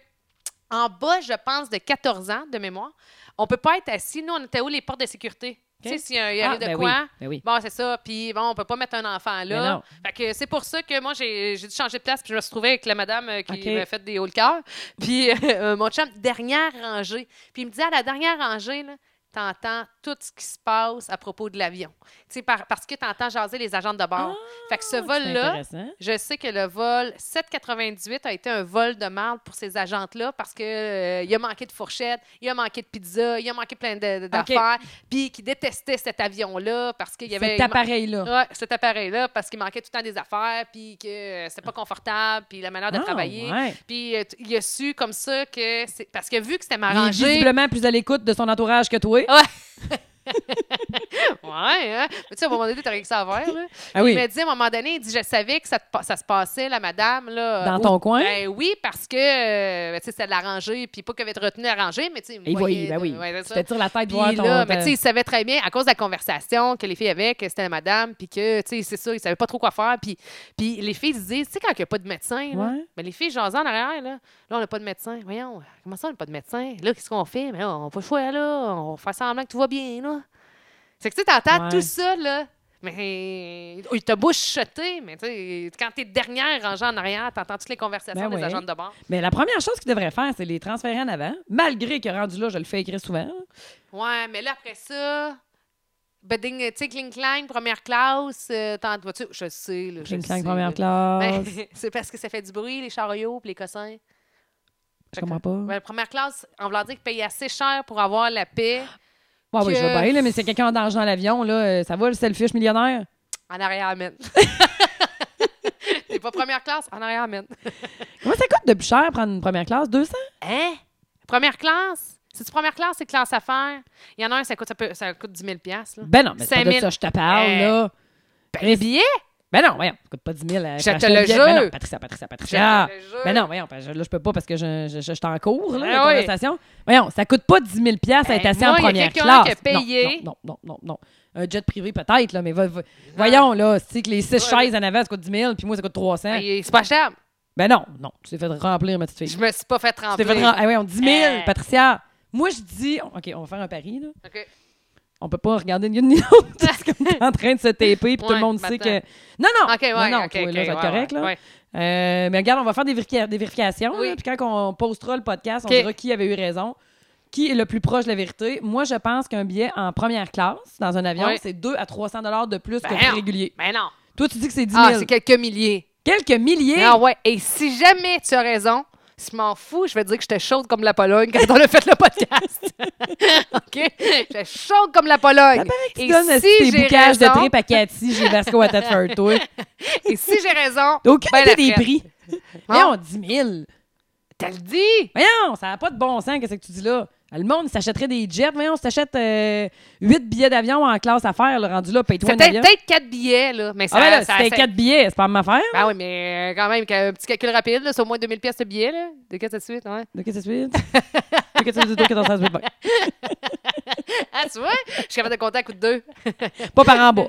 S1: en bas, je pense, de 14 ans de mémoire, on peut pas être assis. Nous, on était où les portes de sécurité? Tu sais, s'il y a- il y
S2: Ah,
S1: arrive de
S2: ben oui,
S1: quoi?
S2: ben oui.
S1: Bon, c'est ça. Puis bon, on peut pas mettre un enfant
S2: Mais non.
S1: là. Fait que c'est pour ça que moi, j'ai j'ai dû changer de place. Puis je me suis trouvée avec la madame euh, qui
S2: OK.
S1: m'a fait des hauts le cœur. Puis euh, mon chum, dernière rangée. Puis il me disait, à la dernière rangée, là, t'entends tout ce qui se passe à propos de l'avion. Tu sais, par- parce que t'entends jaser les agents de bord. fait que ce
S2: Ah, c'est
S1: vol-là,
S2: intéressant.
S1: je sais que le vol 798 a été un vol de mal pour ces agentes-là parce que euh, il a manqué de fourchettes, il a manqué de pizza, il a manqué plein de- de- d'affaires, puis qui détestait cet avion-là parce qu'il y avait
S2: Cet appareil-là.
S1: Ouais, cet appareil-là parce qu'il manquait tout le temps des affaires, puis que euh, c'était pas confortable, puis la manière de
S2: Ah,
S1: travailler.
S2: ouais.
S1: Puis euh, t- il a su comme ça que c'est parce que vu que c'était
S2: Il est
S1: m'arrangé.
S2: visiblement plus à l'écoute de son entourage que toi.
S1: Ah, Ouais, hein? Mais tu sais, à un moment donné, t'as rien que ça à voir, là.
S2: Ah oui.
S1: Il m'a dit, à un moment donné, il dit, je savais que ça, te pa- ça se passait, la madame, là.
S2: Dans
S1: au-
S2: ton coin?
S1: Ben oui, parce que, euh, ben, tu sais, c'était de l'arranger, puis pas qu'il avait été retenu à ranger, mais tu sais, il me
S2: Et
S1: voyait,
S2: voyez, ben oui.
S1: euh, ouais, c'est
S2: tu
S1: ça.
S2: te tires la tête
S1: Puis
S2: voir ton...
S1: là,
S2: ta-
S1: mais tu sais, il savait très bien, à cause de la conversation que les filles avaient, que c'était la madame, puis que, tu sais, c'est ça, il savait pas trop quoi faire. Puis, puis les filles se disent, tu sais, quand il n'y a pas de médecin, là,
S2: Ouais.
S1: ben, les filles jasent en arrière, là, là, on n'a pas de médecin. Voyons, comment ça, on n'a pas de médecin? Là, qu'est-ce qu'on fait? Mais là, on n'a pas le choix, là. On fait semblant que tout va bien, là. C'est que, tu sais, t'entends
S2: Ouais.
S1: tout ça, là. Mais euh, il t'a beau chuchoter, mais tu sais, quand t'es dernière rangée en arrière, t'entends toutes les conversations
S2: Ben
S1: des
S2: ouais.
S1: agents de bord.
S2: Mais la première chose qu'il devrait faire, c'est les transférer en avant, malgré que rendu là, je le fais écrire souvent.
S1: Ouais, mais là, après ça, bedding, tu sais, cling clang, première classe, euh, t'en- vois-tu, je sais, là, je
S2: J'ai une
S1: sais, Ben,
S2: claque première
S1: là.
S2: classe.
S1: Mais c'est parce que ça fait du bruit, les chariots puis les cossins.
S2: je comprends pas.
S1: Ben, première classe, en voulant dire qu'ils payent assez cher pour avoir la paix
S2: Ouais, oui, je
S1: que-
S2: veux bien, là, mais c'est quelqu'un en danger dans l'avion, là, euh, ça va, le selfish millionnaire?
S1: en arrière-mène. T'es pas première classe? En arrière, man.
S2: Comment ça coûte de plus cher prendre une première classe? 200?
S1: Hein? Première classe? C'est-tu première classe? C'est classe à faire? Il y en a un, ça coûte, ça peut- ça coûte 10 000 là.
S2: Ben non, mais c'est
S1: 5
S2: pas
S1: 000.
S2: de ça que je te parle,
S1: Eh,
S2: là.
S1: Les billets?
S2: Ben non, voyons, ça coûte pas 10 000.
S1: Je
S2: euh, quand
S1: te
S2: j'achète
S1: le
S2: un billet. Ben
S1: jure.
S2: non, Patricia, Patricia, Patricia.
S1: Je- je-
S2: Ben non, voyons, parce que là, je peux pas parce que je, je, je- je suis en cours, là,
S1: Ben
S2: la
S1: oui.
S2: conversation. Voyons, ça coûte pas 10 000 à être
S1: Ben, moi, il
S2: assis en
S1: y a
S2: première
S1: quelqu'un qui
S2: classe.
S1: a payé.
S2: Non, non, non, non, non. Un jet privé peut-être, là, mais va- va- voyons, là, c'est que les 6
S1: Ouais.
S2: chaises en avant, ça coûte 10 000, puis moi, ça coûte 300.
S1: Hey, C'est pas cher.
S2: Ben non, non, tu t'es fait remplir, ma petite fille.
S1: Je me suis pas fait
S2: Tu
S1: tremper.
S2: t'es fait remplir. Ah oui, on 10 000,
S1: Eh.
S2: Patricia. Moi, je dis... OK, on va faire un pari, là.
S1: OK.
S2: On peut pas regarder ni une ni l'autre. parce qu'on est en train de se taper, puis tout le
S1: Ouais,
S2: monde sait que.
S1: m'attends.
S2: Non, non!
S1: OK, ouais,
S2: non, non,
S1: OK,
S2: toi,
S1: OK,
S2: là, ça va être
S1: ouais,
S2: correct,
S1: ouais,
S2: là.
S1: ouais.
S2: Euh, mais regarde, on va faire des, vérifi- des vérifications.
S1: Oui.
S2: là, puis quand on postera le podcast,
S1: OK.
S2: on dira qui avait eu raison, qui est le plus proche de la vérité. Moi, je pense qu'un billet en première classe dans un avion,
S1: Oui.
S2: c'est 2 à 300 dollars de plus que
S1: Ben
S2: le prix
S1: non.
S2: régulier.
S1: Ben non.
S2: Toi, tu dis que c'est 10 000.
S1: Ah, c'est quelques milliers.
S2: Quelques milliers.
S1: Ah ouais. Et si jamais tu as raison, je m'en fous, je vais dire que j'étais chaude comme la Pologne quand on a fait le podcast. OK? J'étais chaude comme la Pologne.
S2: tu
S1: Et
S2: donnes
S1: si
S2: tes
S1: j'ai
S2: boucages de
S1: raison-
S2: trip à Cathy, j'ai Vasco à Thetford, toi.
S1: Et si j'ai raison,
S2: T'as aucune
S1: Ben, la
S2: idée des
S1: frette.
S2: prix. Voyons, 10 000.
S1: t'as le dit.
S2: Voyons, ça n'a pas de bon sens, qu'est-ce que tu dis là? Le monde il s'achèterait des jets. Voyons, on s'achète 8 billets d'avion en classe affaires, le rendu là, paye-toi
S1: C'était
S2: un avion.
S1: peut-être peut-être quatre billets, là. Mais ça,
S2: Ah ben là,
S1: ça-
S2: c'était
S1: ça-
S2: 4 billets, c'est pas ma affaire.
S1: Ben oui, mais euh, quand même, qu'un petit calcul rapide, là, c'est au moins 2000 pièces de billets, là. De 4 à 8, ouais.
S2: De 4 à 8. De 4 à 8, de 4 à 8, bon.
S1: Ah, tu vois? Je suis capable de compter à coup de deux.
S2: Pas par en bas.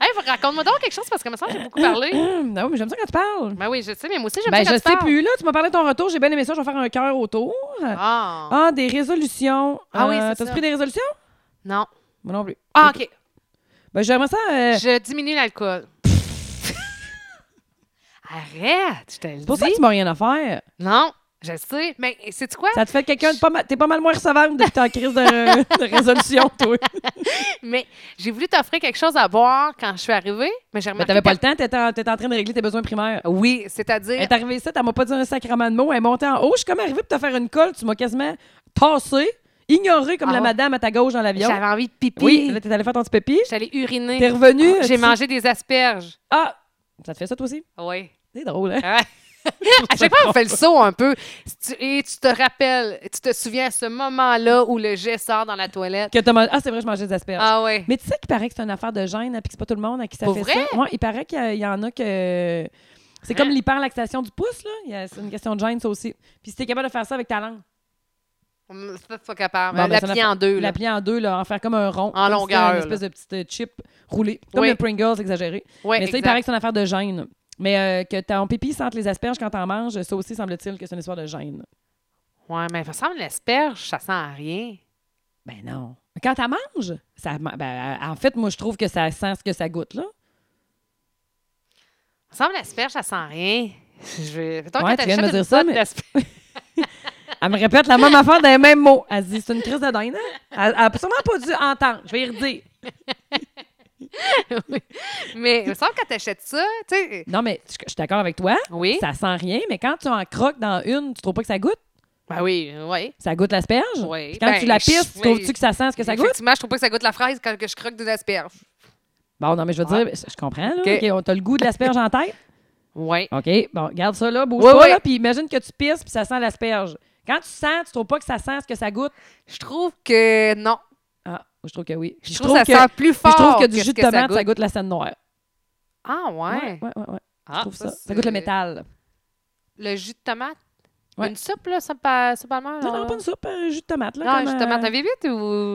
S1: Hey, raconte-moi donc quelque chose, parce que me semble que j'ai beaucoup parlé.
S2: Hum, non, mais j'aime ça quand tu parles.
S1: Ben oui, je sais, mais moi aussi, j'aime
S2: Ben,
S1: ça
S2: je
S1: quand
S2: sais
S1: tu parles.
S2: plus, là. Tu m'as parlé de ton retour, j'ai bien aimé ça, je vais faire un cœur autour. Ah,
S1: Ah.
S2: des résolutions.
S1: Ah oui,
S2: Euh,
S1: c'est
S2: T'as-tu
S1: ça.
S2: pris des résolutions?
S1: Non.
S2: Moi non plus.
S1: Ah, OK.
S2: Ben, j'aimerais ça. euh,
S1: Je diminue l'alcool. Arrête, je te le
S2: c'est pour ça que
S1: dis.
S2: tu m'as rien à faire.
S1: Non, je sais. Mais c'est quoi?
S2: Ça te fait quelqu'un de pas mal. T'es pas mal moins recevable depuis ta crise de, de résolution, toi.
S1: Mais j'ai voulu t'offrir quelque chose à boire quand je suis arrivée, mais j'ai
S2: Mais
S1: remarqué...
S2: t'avais pas le
S1: que-
S2: temps, t'étais en, t'étais en train de régler tes besoins primaires.
S1: Oui,
S2: Elle
S1: c'est-à-dire...
S2: est arrivée ici, t'as m'a pas dit un sacrement de mots, elle est montée en haut, je suis comme arrivée pour te faire une colle, tu m'as quasiment tassé, ignoré comme
S1: Ah
S2: la
S1: ouais?
S2: madame à ta gauche dans l'avion.
S1: J'avais envie de pipi.
S2: Oui, là, t'es allée faire ton petit pépi,
S1: J'allais uriner.
S2: t'es revenue.
S1: Oh, J'ai
S2: tu-
S1: mangé des asperges.
S2: Ah! Ça te fait ça toi aussi?
S1: Oui. Ah
S2: C'est drôle, hein?
S1: à chaque fois, on fait le saut un peu. Si tu- Et tu te rappelles, tu te souviens à ce moment-là où le jet sort dans la toilette.
S2: Que t'as mangé- Ah, c'est vrai, je mangeais des asperges.
S1: Ah ouais.
S2: Mais tu sais qu'il paraît que c'est une affaire de gêne, hein, puis que c'est pas tout le monde à qui ça
S1: Pour
S2: fait
S1: vrai?
S2: ça. Ouais, il paraît qu'il y a- il y en a que. C'est
S1: Hein?
S2: comme l'hyperlaxation du pouce, là. Il y a- C'est une question de gêne, ça aussi. Puis si t'es capable de faire ça avec ta langue,
S1: Hum, C'est pas- pas capable.
S2: Bon, ben,
S1: la
S2: ça
S1: plier
S2: n'a-
S1: en deux.
S2: la
S1: Là.
S2: plier en deux, là, en faire comme un rond.
S1: En
S2: comme si
S1: longueur,
S2: c'était
S1: là.
S2: Une espèce de petite euh, chip roulée. Comme
S1: Oui.
S2: le Pringles exagéré.
S1: Ouais,
S2: Mais ça, il
S1: exact.
S2: paraît que c'est une affaire de gêne. Mais euh, que ton pipi sente les asperges quand t'en manges, ça aussi, semble-t-il, que c'est une histoire de gêne.
S1: Ouais, mais ça ressemble à l'asperge, ça sent à rien.
S2: Ben non. Quand t'en manges, ça, ma- ben, euh, en fait, moi, je trouve que ça sent ce que ça goûte, là.
S1: Ça ressemble à l'asperge, ça sent rien. Je vais. Mettons
S2: Ouais,
S1: que
S2: tu viens de me
S1: t'achètes une
S2: dire ça,
S1: botte
S2: mais-
S1: d'asperges.
S2: Elle me répète la même affaire dans les mêmes mots. Elle se dit, c'est une crise de dingue, hein? Elle elle a sûrement pas dû entendre. Je vais y redire.
S1: Oui. mais il me semble que quand t'achètes ça, tu sais.
S2: Non, mais je je suis d'accord avec toi.
S1: Oui.
S2: Ça sent rien, mais quand tu en croques dans une, tu trouves pas que ça goûte?
S1: Ben oui, oui.
S2: Ça goûte l'asperge?
S1: Oui.
S2: Puis Quand
S1: Ben,
S2: tu la
S1: je-
S2: pisses,
S1: oui.
S2: trouves-tu que ça sent ce que ça goûte?
S1: Effectivement, je trouve pas que ça goûte la fraise quand que je croque des asperges.
S2: Bon, non, mais je veux
S1: Ouais.
S2: dire, je comprends, là.
S1: OK.
S2: OK, on t'a le goût de l'asperge en tête.
S1: Oui.
S2: OK, bon, garde ça là, bouge
S1: Oui,
S2: pas,
S1: oui.
S2: là, puis imagine que tu pisses, puis ça sent l'asperge. Quand tu sens, tu trouves pas que ça sent ce que ça goûte?
S1: Je trouve que non.
S2: Ah, je trouve que oui. Puis
S1: Je trouve, que ça sent plus
S2: puis
S1: fort.
S2: je trouve que du
S1: ce
S2: jus de
S1: ça
S2: tomate, ça
S1: goûte.
S2: goûte la scène noire.
S1: Ah, ouais.
S2: ouais, ouais. ouais.
S1: Ah,
S2: je trouve ça. Ça,
S1: c'est-
S2: goûte le métal.
S1: Le jus de tomate.
S2: Ouais.
S1: Une soupe, là, soupe à, soupe à l'heure,
S2: Non,
S1: là.
S2: non, pas une soupe, un jus de tomate. Là,
S1: Ah, Non, un
S2: comme,
S1: jus de
S2: euh,
S1: tomate à vite ou.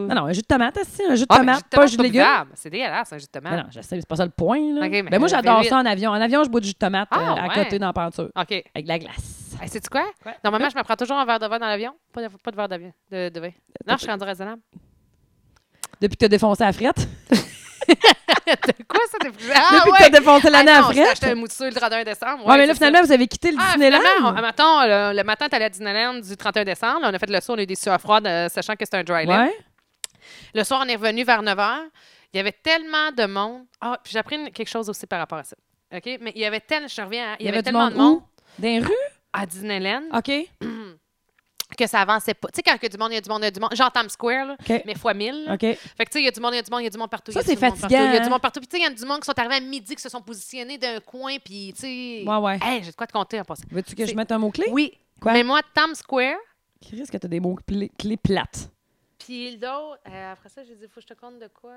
S2: Non, non, un jus de tomate, si, un jus de
S1: Ah, mais jus de
S2: tomate, pas un
S1: tomate,
S2: jus
S1: c'est
S2: de légumes.
S1: buvable. C'est dégueulasse, hein, un jus de tomate.
S2: Mais non, je sais, mais c'est pas ça le point. Là.
S1: OK, mais
S2: ben, moi,
S1: ça
S2: j'adore
S1: fait
S2: ça en avion. En avion, je bois du jus de tomate
S1: Ah,
S2: euh, à
S1: ouais.
S2: côté dans la peinture,
S1: OK. Eh,
S2: avec de la glace.
S1: Sais-tu quoi?
S2: Ouais.
S1: Normalement, je me prends toujours un verre de vin dans l'avion. Pas de, pas de verre d'avion- de, de vin. Non, je suis rendue raisonnable.
S2: Depuis que t'as défoncé la frette.
S1: De quoi ça? Depuis, ah,
S2: Depuis
S1: ouais.
S2: que t'as défoncé l'année
S1: Ah,
S2: à
S1: non, on s'est acheté
S2: frette.
S1: un mousseux le 31 décembre.
S2: Ouais, mais là,
S1: c'est
S2: finalement, vous avez quitté le
S1: Ah,
S2: Disneyland.
S1: finalement, on- mettons, le, le matin, t'allais à Disneyland du 31 décembre. Là, on a fait le saut, on a eu des sueurs froides, euh, sachant que c'était un dry land.
S2: ouais.
S1: Le soir, on est revenu vers 9 h. Il y avait tellement de monde. Ah, puis j'ai appris une- quelque chose aussi par rapport à ça. OK? Mais il y avait tellement. Je reviens à- Il y avait
S2: du
S1: tellement de
S2: où?
S1: monde
S2: Dans les rues?
S1: à Disneyland
S2: OK.
S1: que que ça avançait pas. Tu sais, quand il y a du monde, il y a du monde, il y a du monde. Genre Times Square, là,
S2: OK.
S1: mais fois mille. là.
S2: OK.
S1: Fait que, tu sais, il y a du monde, il y a du monde, il y a du monde partout.
S2: Ça,
S1: il y a du
S2: c'est
S1: monde partout,
S2: fatigant,
S1: Il y a
S2: hein?
S1: du monde partout. Puis, tu sais, il y a du monde qui sont arrivés à midi, qui se sont positionnés d'un coin, puis, tu sais.
S2: Ouais, ouais.
S1: Hey, j'ai de quoi te compter en passant.
S2: Veux-tu que je
S1: C'est-
S2: mette un mot-clé?
S1: Oui.
S2: Quoi?
S1: Mais moi, Times Square,
S2: Chris, que t'as des mots-clés clés plates.
S1: puis l'autre, euh, après ça, j'ai dit, faut que je te compte de quoi.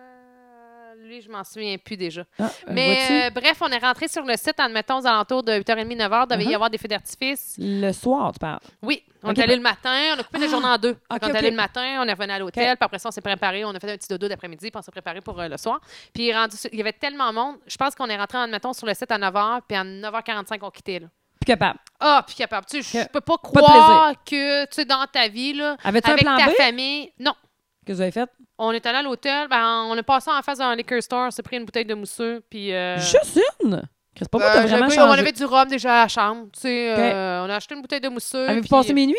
S1: Lui, je m'en souviens plus déjà.
S2: Ah, euh,
S1: Mais
S2: vois-tu?
S1: euh, bref, on est rentré sur le site, admettons, aux alentours de 8h30, 9h. devait y
S2: Uh-huh.
S1: avoir des feux d'artifice.
S2: Le soir, tu parles.
S1: Oui, on
S2: Ok,
S1: est allé
S2: ben-
S1: le matin, on a coupé la
S2: Ah!
S1: journée en deux.
S2: Ok,
S1: on est
S2: ok.
S1: allé le matin, on est revenu à l'hôtel, puis après ça, on s'est préparé, on a fait un petit dodo d'après-midi, puis on s'est préparé pour euh, le soir. Puis rendu sur- il y avait tellement de monde, je pense qu'on est rentré, admettons, sur le site à 9h, puis à 9h45, on quittait. là.
S2: Plus capable.
S1: Ah, puis capable. Tu sais, je
S2: Que-
S1: peux pas
S2: de
S1: croire que, tu sais, dans ta vie, là,
S2: Avais-tu un
S1: avec
S2: plan
S1: ta
S2: B?
S1: famille. Non.
S2: Que vous avez fait?
S1: On est allé à l'hôtel, ben, on est passé en face d'un liquor store, on s'est pris une bouteille de mousseux, puis. euh,
S2: Juste une? Chris, pas moi,
S1: euh,
S2: t'as vraiment
S1: j'avais-
S2: changé.
S1: on avait du rhum déjà à la chambre. Tu sais,
S2: Ok.
S1: euh, on a acheté une bouteille de mousseux.
S2: Avez-vous
S1: puis-
S2: passé minuit?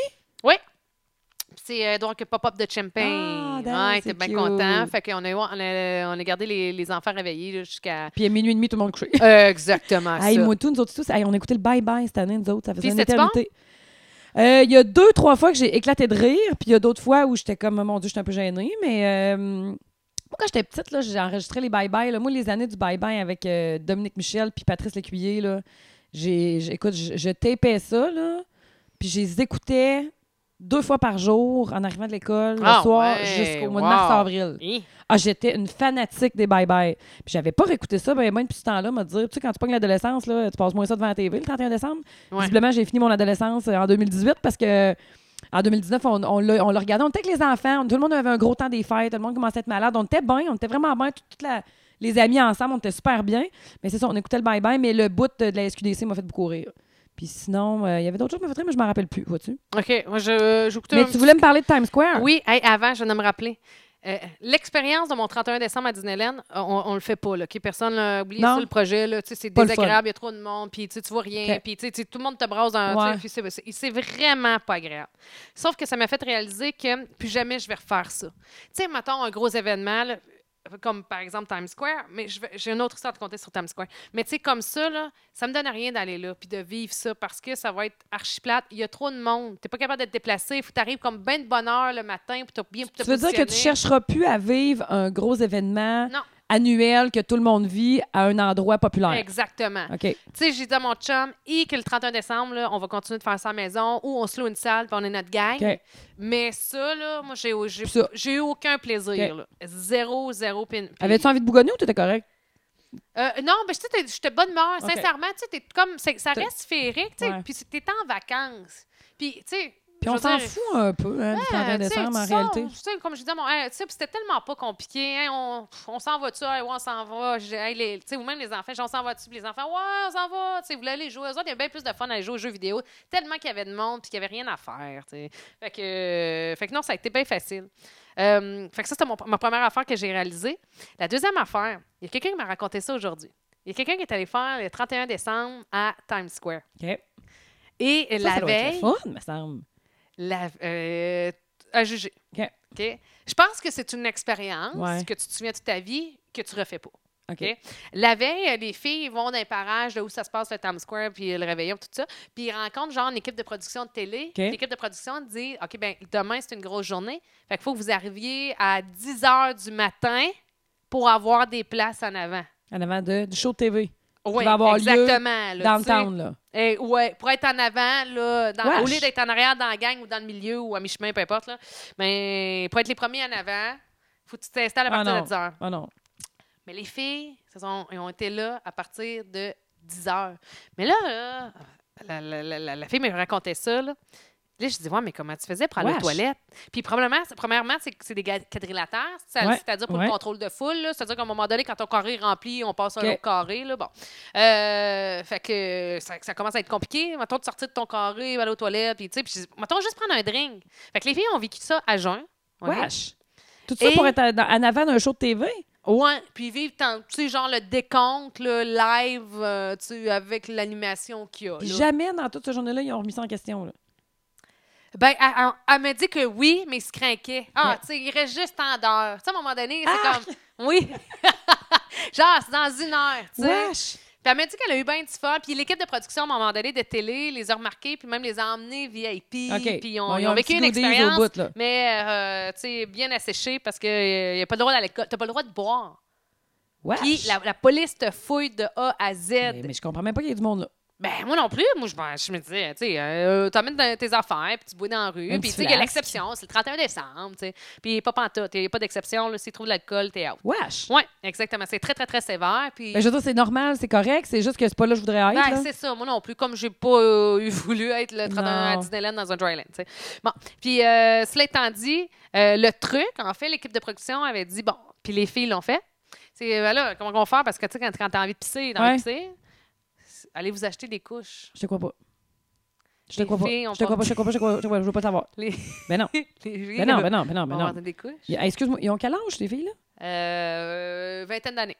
S1: C'est euh, donc un pop-up de champagne.
S2: Ah, dang,
S1: ouais, t'es
S2: c'est
S1: bien
S2: cute.
S1: content. Fait qu'on a, eu- on a, on a gardé les, les enfants réveillés là, jusqu'à.
S2: Puis à minuit et demi, tout le monde crie.
S1: Euh, exactement
S2: Hey,
S1: ça.
S2: moi, tout, nous autres, tous, hey, on a écouté le bye-bye cette année, nous autres. Ça faisait
S1: Puis
S2: une
S1: c'était-tu
S2: éternité. Euh, Il y a deux, trois fois que j'ai éclaté de rire, puis il y a d'autres fois où j'étais comme, mon Dieu, j'étais un peu gênée, mais. euh, moi, quand j'étais petite, là, j'ai enregistré les bye-bye. là. Moi, les années du bye-bye avec euh, Dominique Michel puis Patrice Lécuyer, là, j'ai, j'ai- écoute, je, je tapais ça, là, puis je les écoutais deux fois par jour en arrivant de l'école,
S1: Ah
S2: le soir,
S1: ouais,
S2: jusqu'au mois
S1: wow.
S2: de mars-avril.
S1: Hi.
S2: Ah, j'étais une fanatique des bye-bye. Puis j'avais pas réécouté ça, ben, moi, depuis ce temps-là, me dire, tu sais, quand tu pognes l'adolescence, là, tu passes moins ça devant la TV le 31 décembre.
S1: Ouais.
S2: Visiblement, j'ai fini mon adolescence euh, en 2018 parce que. En 2019, on, on, l'a- on le regardait, on était avec les enfants, on- tout le monde avait un gros temps des fêtes, tout le monde commençait à être malade, on était bien, on était vraiment bien, tout- toute la- les amis ensemble, on était super bien. Mais c'est ça, on écoutait le bye-bye, mais le bout de la SQDC m'a fait beaucoup rire. Puis sinon, euh, il y avait d'autres choses qui m'ont fait rire, mais je m'en rappelle plus, vois-tu.
S1: OK, moi, je, j'écoutais
S2: Mais
S1: un
S2: tu voulais me parler de Times Square?
S1: Oui, hey, avant, je viens de me rappeler. Euh, L'expérience de mon 31 décembre à Disneyland, euh, on, on le fait pas. Là, OK? Personne n'a oublié
S2: Non.
S1: ça, le projet. là, tu sais, C'est
S2: Pas le
S1: désagréable, il y a trop de monde, puis tu sais, tu vois rien,
S2: Ok.
S1: puis tu sais, tu sais, tout le monde te brasse dans. tu sais,
S2: Ouais.
S1: puis c'est- c'est- C'est vraiment pas agréable. Sauf que ça m'a fait réaliser que plus jamais je vais refaire ça. Tu sais, mettons un gros événement, là, comme par exemple Times Square, mais je vais- j'ai une autre histoire à te compter sur Times Square. Mais tu sais, comme ça, là, ça me donne rien d'aller là puis de vivre ça parce que ça va être archi plate. Il y a trop de monde. Tu pas capable d'être déplacé. Il faut que tu arrives comme bien de bonne heure le matin puis tu bien
S2: Tu veux dire que tu chercheras plus à vivre un gros événement
S1: Non.
S2: annuel que tout le monde vit à un endroit populaire.
S1: Exactement.
S2: OK.
S1: Tu sais, j'ai dit à mon chum, et que le 31 décembre, là, on va continuer de faire ça à la maison ou on se loue une salle puis on est notre gang.
S2: OK.
S1: Mais ça, là, moi, j'ai j'ai-
S2: Ça.
S1: j'ai eu aucun plaisir.
S2: OK.
S1: là. Zéro, zéro. pin- pin-
S2: Avais-tu envie de bougonner ou t'étais correct?
S1: Euh, non, mais tu sais, t'es- j'étais bonne humeur.
S2: Ok.
S1: Sincèrement, tu sais, t'es comme. c'est- Ça
S2: T'es-
S1: reste féerique, tu sais.
S2: Ouais.
S1: Puis c'est- t'es en vacances. Puis, tu sais.
S2: Puis
S1: je
S2: on
S1: veux
S2: s'en
S1: dire,
S2: fout un peu, hein, du 31
S1: euh, tu sais,
S2: décembre,
S1: tu
S2: en
S1: sors,
S2: réalité.
S1: tu sais, comme je disais, mon, hey, tu sais, puis c'était tellement pas compliqué. hein, on on s'en va-tu? Hey, ouais, on s'en va. J'ai- hey, les- tu sais, ou même les enfants, j'ai, on s'en va-tu? Puis les enfants, ouais, on s'en va. Tu sais, vous voulez aller jouer. Eux autres, il y a bien plus de fun à aller jouer aux jeux vidéo. Tellement qu'il y avait de monde puis qu'il n'y avait rien à faire. tu sais. Fait que, euh, fait que non, ça a été bien facile. Euh, fait que ça, c'était mon- ma première affaire que j'ai réalisée. La deuxième affaire, il y a quelqu'un qui m'a raconté ça aujourd'hui. Il y a quelqu'un qui est allé faire le 31 décembre à Times Square.
S2: OK.
S1: Et
S2: Ça,
S1: la
S2: ça doit être
S1: veille,
S2: le fun, me semble.
S1: la, euh, à juger.
S2: OK.
S1: OK? Je pense que c'est une expérience
S2: Ouais.
S1: que tu te souviens toute ta vie que tu refais pas.
S2: OK.
S1: OK. La veille, euh, les filles vont dans un parage là, où ça se passe le Times Square, puis euh, le réveillon, tout ça. Puis ils rencontrent genre une équipe de production de télé.
S2: OK.
S1: L'équipe de production dit OK, ben demain, c'est une grosse journée. Fait qu'il faut que vous arriviez à 10 h du matin pour avoir des places en avant.
S2: En avant de, du show de TV,
S1: Oui,
S2: va avoir lieu
S1: exactement. là, tu sais.
S2: downtown, là.
S1: Eh, ouais, pour être en avant, là, dans-
S2: Wesh.
S1: au lieu d'être en arrière dans la gang ou dans le milieu ou à mi-chemin, peu importe, là, mais pour être les premiers en avant, faut que tu t'installes à
S2: Ah
S1: partir de
S2: non.
S1: 10 heures.
S2: Ah non.
S1: Mais les filles, elles ont, elles ont été là à partir de 10 heures. Mais là, là, la, la- la- la- la fille me racontait ça. Là, Là, je dis, ouais, mais comment tu faisais pour aller aux
S2: Wesh.
S1: toilettes? Puis, probablement, c'est- premièrement, c'est que c'est des ga- quadrilatères, c'est-
S2: Ouais,
S1: c'est-à-dire pour
S2: ouais.
S1: le contrôle de foule. là. C'est-à-dire qu'à un moment donné, quand ton carré est rempli, on passe à
S2: Ok.
S1: un autre carré. Là, bon. Euh, fait que ça, ça commence à être compliqué. Mettons de sortir de ton carré, aller aux toilettes. Puis, tu sais, puis je dis, mettons juste prendre un drink. Fait que les filles ont vécu ça à jeun. on est
S2: Wesh! Tout ça
S1: Et- Oh
S2: pour être à- dans- en avant d'un show de TV?
S1: Ouais, puis vivre, tant- tu sais, genre le décompte, le live, euh, tu sais, avec l'animation qu'il y a.
S2: Puis
S1: là.
S2: jamais dans toute cette journée-là, ils ont remis ça en question, là.
S1: Ben, elle, elle- elle me dit que oui, mais il se craquait. Ah, tu sais, il reste juste en dehors. Tu sais, à un moment donné, c'est
S2: Ah!
S1: comme, oui. genre, c'est dans une heure, tu sais.
S2: Wesh!
S1: elle m'a dit qu'elle a eu bien du fun. Puis l'équipe de production, à un moment donné, de télé, les a remarqués, puis même les a emmenés VIP.
S2: OK.
S1: Puis on-
S2: Bon,
S1: ils ont
S2: un
S1: vécu
S2: petit
S1: une
S2: goodies au
S1: expérience.
S2: bout, là.
S1: Mais, euh, tu sais, bien asséché parce que euh, y a pas le droit d'aller. T'as pas le droit de boire.
S2: Wesh. Eh,
S1: Puis la, la police te fouille de A à Z.
S2: mais, mais je comprends même pas qu'il y ait du monde là.
S1: Ben, moi non plus. Moi, je, ben, je me disais, tu sais, euh, t'emmènes dans tes affaires, puis tu bois dans la rue.
S2: Un
S1: Puis,
S2: petit
S1: tu sais, il y a
S2: flasque.
S1: l'exception. C'est le 31 décembre, tu sais. Puis, pas pantoute. Il n'y a pas d'exception. là. S'ils trouvent de l'alcool, t'es out.
S2: Wesh.
S1: Oui, exactement. C'est très, très, très sévère. Puis,
S2: Ben, je veux dire, c'est normal, c'est correct, c'est juste que c'est pas là que je voudrais être.
S1: Ben,
S2: là.
S1: c'est ça, moi non plus. Comme j'ai pas euh, eu voulu être le 31 à
S2: Non.
S1: Disneyland dans un dryland. tu sais. Bon, puis euh, cela étant dit, euh, le truc, en fait, l'équipe de production avait dit, bon, puis les filles l'ont fait. C'est, ben là, comment on va faire? Parce que, tu sais, quand, quand t'as envie de pisser, dans
S2: Ouais.
S1: pisser, allez vous acheter des couches.
S2: Je te crois pas. Je te
S1: Les
S2: crois pas.
S1: filles ont
S2: Je te crois
S1: pas-
S2: pas, je te crois pas, je te crois pas, je te crois pas, je veux pas savoir.
S1: Les,
S2: Ben non.
S1: les
S2: Ben non, ben non, ben non, ben non.
S1: des couches.
S2: Y- hey, Excuse-moi, ils ont quel âge, les filles, là?
S1: Euh, vingtaine d'années.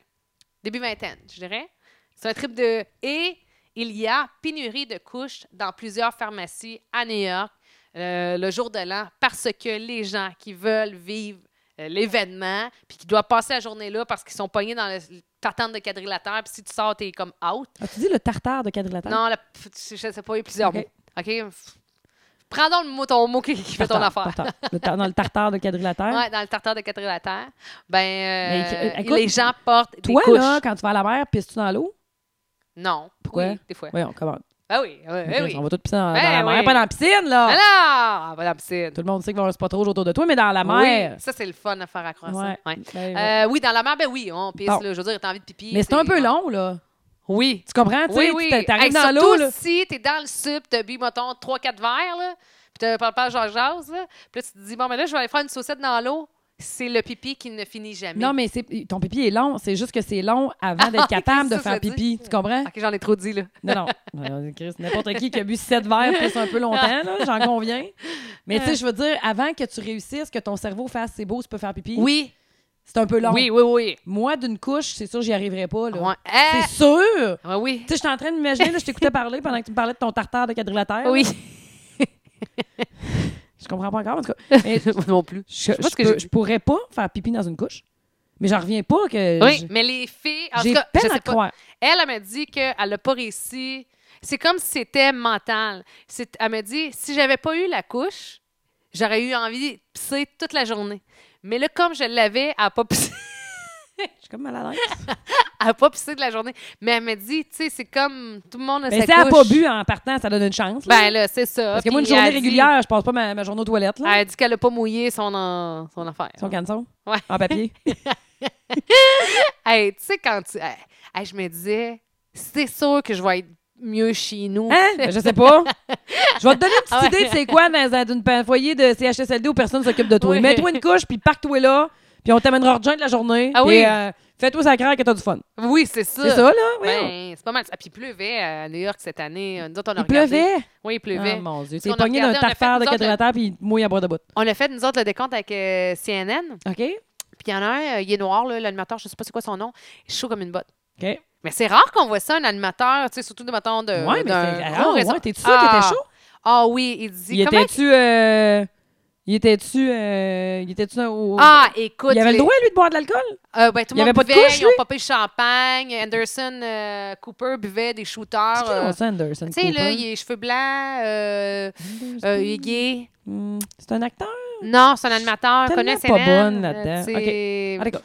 S1: Début vingtaine, je dirais. C'est un trip de. Et il y a pénurie de couches dans plusieurs pharmacies à New York euh, le jour de l'an parce que les gens qui veulent vivre euh, l'événement puis qui doivent passer la journée là parce qu'ils sont pognés dans le- ta tente de quadrilatère puis si tu sors, t'es comme out.
S2: Ah, tu dis le tartare de quadrilatère?
S1: Non, la- pff, tu- je sais pas, il y a plusieurs
S2: Hein? Ok.
S1: mots. OK? Pff. Prends donc le mot, ton mot qui, qui fait ton
S2: Tartare,
S1: affaire.
S2: tartare. Le tar- non, le tartare de quadrilatère.
S1: Ouais, dans le tartare de quadrilatère. Ben, euh,
S2: Hein? Mais, écoute,
S1: les gens portent
S2: Toi,
S1: des couches.
S2: là, quand tu vas à la mer, pisses-tu dans l'eau?
S1: Non.
S2: Pourquoi?
S1: Oui, des fois.
S2: Voyons, comment?
S1: Ah oui, oui, oui, oui.
S2: On va Ah. tous pisser dans, dans
S1: Eh
S2: la mer,
S1: oui. Hein?
S2: pas dans la piscine, là!
S1: Alors, ah, pas dans la piscine.
S2: Tout le monde sait qu'on reste pas trop autour de toi, mais dans la mer.
S1: Oui, ça, c'est le fun à faire accroître.
S2: Ouais.
S1: Ouais.
S2: Ben, ouais.
S1: Euh, oui, dans la mer, ben oui, on pisse.
S2: Bon.
S1: là. je veux dire, t'as envie de pipi.
S2: mais c'est un peu long, là.
S1: Oui.
S2: Tu comprends? Tu
S1: Oui,
S2: sais,
S1: oui.
S2: tu t'arrives
S1: Hey,
S2: dans
S1: surtout
S2: l'eau, là.
S1: si t'es dans le sub, t'as bu, mettons, 3-4 verres, là, puis t'as parles pas genre jase, là, puis là, tu te dis, bon, mais là, je vais aller faire une saucette dans l'eau. C'est le pipi qui ne finit jamais.
S2: Non, mais c'est- ton pipi est long. C'est juste que c'est long avant d'être capable de
S1: ça, ça
S2: faire
S1: dit.
S2: pipi. Tu comprends?
S1: OK, j'en ai trop dit, là.
S2: Non, non. Euh, Chris, n'importe qui qui a bu sept verres plus un peu longtemps, là, j'en conviens. Mais tu sais, je veux dire, avant que tu réussisses, que ton cerveau fasse c'est beau, tu peux faire pipi.
S1: Oui.
S2: C'est un peu long.
S1: Oui, oui, oui.
S2: Moi, d'une couche, c'est sûr, j'y arriverais pas. Là.
S1: Ouais. Eh!
S2: C'est sûr!
S1: Ouais, oui.
S2: Tu sais, j'étais en train de m'imaginer, là, je t'écoutais parler pendant que tu me parlais de ton tartare de quadrilatère. là.
S1: Oui.
S2: Je comprends pas encore, en tout cas. Mais je,
S1: Moi non plus.
S2: je,
S1: pas ce que
S2: peux-
S1: j'ai dit.
S2: je pourrais pas faire pipi dans une couche. Mais j'en reviens pas que.
S1: Oui,
S2: je-
S1: mais les filles, en tout
S2: J'ai
S1: cas, je
S2: peine
S1: sais
S2: à
S1: pas.
S2: croire.
S1: Elle, elle m'a dit qu'elle n'a pas réussi. C'est comme si c'était mental. C'est- Elle m'a dit si j'avais pas eu la couche, j'aurais eu envie de pisser toute la journée. Mais là, comme je l'avais, elle n'a pas, pissé-
S2: Je suis comme malade.
S1: elle a pas pissé de la journée. Mais elle m'a dit tu sais, c'est comme tout le monde a
S2: Mais
S1: sa
S2: si elle a
S1: couche.
S2: pas bu en partant, ça donne une chance. là.
S1: Ben là, c'est ça.
S2: Parce que moi, une
S1: Puis
S2: journée
S1: elle dit-
S2: régulière, je passe pas ma, ma journée aux toilettes. Là.
S1: Elle a dit qu'elle n'a pas mouillé son, en- son affaire.
S2: Son canson?
S1: Ouais.
S2: En papier?
S1: Hey, tu sais, quand tu. hey, hey, je me disais, c'est sûr que je vais être mieux chez nous.
S2: Hein? Ben, je sais pas. Je vais te donner une petite
S1: Ah Ouais.
S2: idée de c'est quoi dans un d'une- un foyer de CHSLD où personne s'occupe de toi.
S1: Oui.
S2: Mets-toi une couche, puis parque-toi là, puis on t'amènera rejoindre la journée.
S1: Ah
S2: puis,
S1: oui.
S2: euh, Fais-toi sacré que t'as du fun.
S1: Oui, c'est ça.
S2: C'est ça, là? Oui.
S1: Ben, c'est pas mal. Ah, puis il pleuvait à New York cette année. Euh, Nous autres, on a
S2: il
S1: regardé.
S2: pleuvait.
S1: Oui, il
S2: Ah,
S1: pleuvait.
S2: mon Dieu.
S1: qu'on
S2: T'es
S1: a
S2: pogné d'un
S1: regardé, on a fait
S2: tartare de
S1: nous autres,
S2: quadrilatère, puis il te mouille à boire de bout.
S1: On a fait, nous autres, le décompte avec euh, CNN.
S2: OK?
S1: Puis il y en a un, euh, il est noir, là, l'animateur, je sais pas c'est quoi son nom. Il est chaud comme une botte.
S2: OK.
S1: Mais c'est rare qu'on voit ça, un animateur, tu sais, surtout de mettons de.
S2: ouais, mais
S1: d'un
S2: c'est-
S1: gros
S2: ah,
S1: réseau.
S2: ouais, t'es-tu sûr qu'il
S1: Ah.
S2: était chaud?
S1: Ah oui, il dit.
S2: Il
S1: comment-
S2: était-tu. euh, Il était-tu. euh, Il était-tu. au-
S1: Ah, écoute.
S2: Il avait le
S1: les-
S2: droit, lui, de boire de l'alcool?
S1: Euh, ben, tout le
S2: Il y
S1: monde
S2: avait pas de
S1: buvait,
S2: couche,
S1: ils ont
S2: lui?
S1: popé le champagne. Anderson euh, Cooper buvait des shooters.
S2: C'est qui,
S1: euh,
S2: mon son, Anderson?
S1: tu sais, là,
S2: Cooper?
S1: il a cheveux blancs, euh, euh, il est gay.
S2: Hmm, C'est un acteur?
S1: Non, c'est un animateur.
S2: Je suis
S1: connaît
S2: tellement pas
S1: CNN,
S2: bonne
S1: euh,
S2: là-dedans.
S1: tu sais,
S2: Ah, d'accord.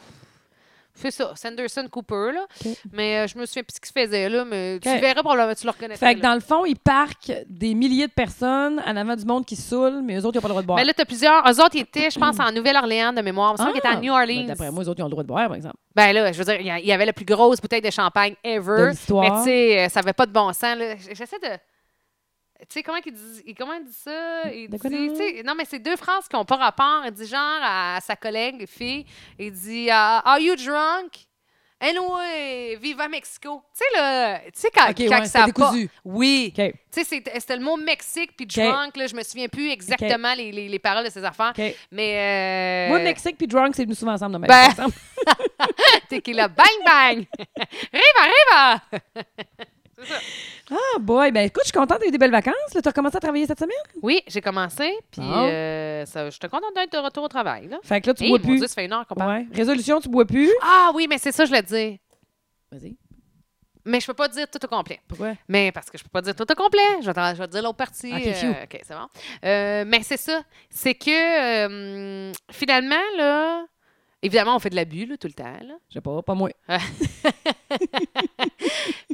S1: C'est ça, Sanderson Cooper, là.
S2: OK.
S1: Mais euh, je me souviens plus ce qu'il faisait, là. Mais tu
S2: OK.
S1: le verras probablement, tu le reconnaîtrais.
S2: Fait que
S1: là.
S2: dans le fond, ils parquent des milliers de personnes en avant du monde qui saoulent, mais eux autres, ils n'ont pas le droit de boire.
S1: Mais là, t'as plusieurs. Eux autres, ils étaient, je pense, en Nouvelle-Orléans de mémoire. Il me semble qu'ils étaient à New
S2: Ben,
S1: Orleans.
S2: D'après moi, eux autres, ils ont le droit de boire, par exemple.
S1: Ben là, je veux dire, il y a- il y avait la plus grosse bouteille de champagne
S2: De
S1: ever. Mais tu
S2: l'histoire.
S1: sais, euh, ça avait pas de bon sens, là. J- J'essaie de. Tu sais, comment il dit, il- comment il dit ça? Il
S2: De quoi
S1: dit, tu
S2: donc?
S1: sais, non, mais c'est deux phrases qui n'ont pas rapport. Il dit genre à sa collègue, fille, il dit ah, Are you drunk? Anyway, viva Mexico. Tu sais, là, tu sais, quand,
S2: Ok,
S1: quand ça
S2: ouais, c'est
S1: a pas...
S2: décousu.
S1: Oui.
S2: OK.
S1: Tu sais, c'est- c'était le mot Mexique puis
S2: OK.
S1: drunk, là, je me souviens plus exactement les, les- les paroles de ces affaires.
S2: OK.
S1: Mais. Euh,
S2: Moi, Mexique puis drunk, c'est venu souvent ensemble. dans ma
S1: Ben-
S2: vie, par exemple.
S1: Tequila, bang, bang! riva, riva!
S2: Ah, boy. Ben, écoute, je suis contente, t'as eu des belles vacances. Tu as commencé à travailler cette semaine?
S1: Oui, j'ai commencé, puis
S2: Bon.
S1: euh, ça- je te contente d'être de retour au travail. Là.
S2: Fait que là, tu
S1: Hey,
S2: bois
S1: Eh, mon
S2: plus.
S1: Dieu, hein. ça fait une heure qu'on parle.
S2: Ouais. Résolution, tu bois plus.
S1: Ah oui, mais c'est ça, je le dis.
S2: Vas-y.
S1: Mais je peux pas dire tout au complet.
S2: Pourquoi?
S1: Mais parce que je peux pas dire tout au complet. Je vais, t'en- je vais te dire l'autre partie.
S2: Ok,
S1: euh,
S2: phew.
S1: OK, c'est bon. Euh, mais c'est ça. C'est que euh, finalement, là, évidemment, on fait de l'abus là, tout le temps. là.
S2: Je sais pas, pas moi.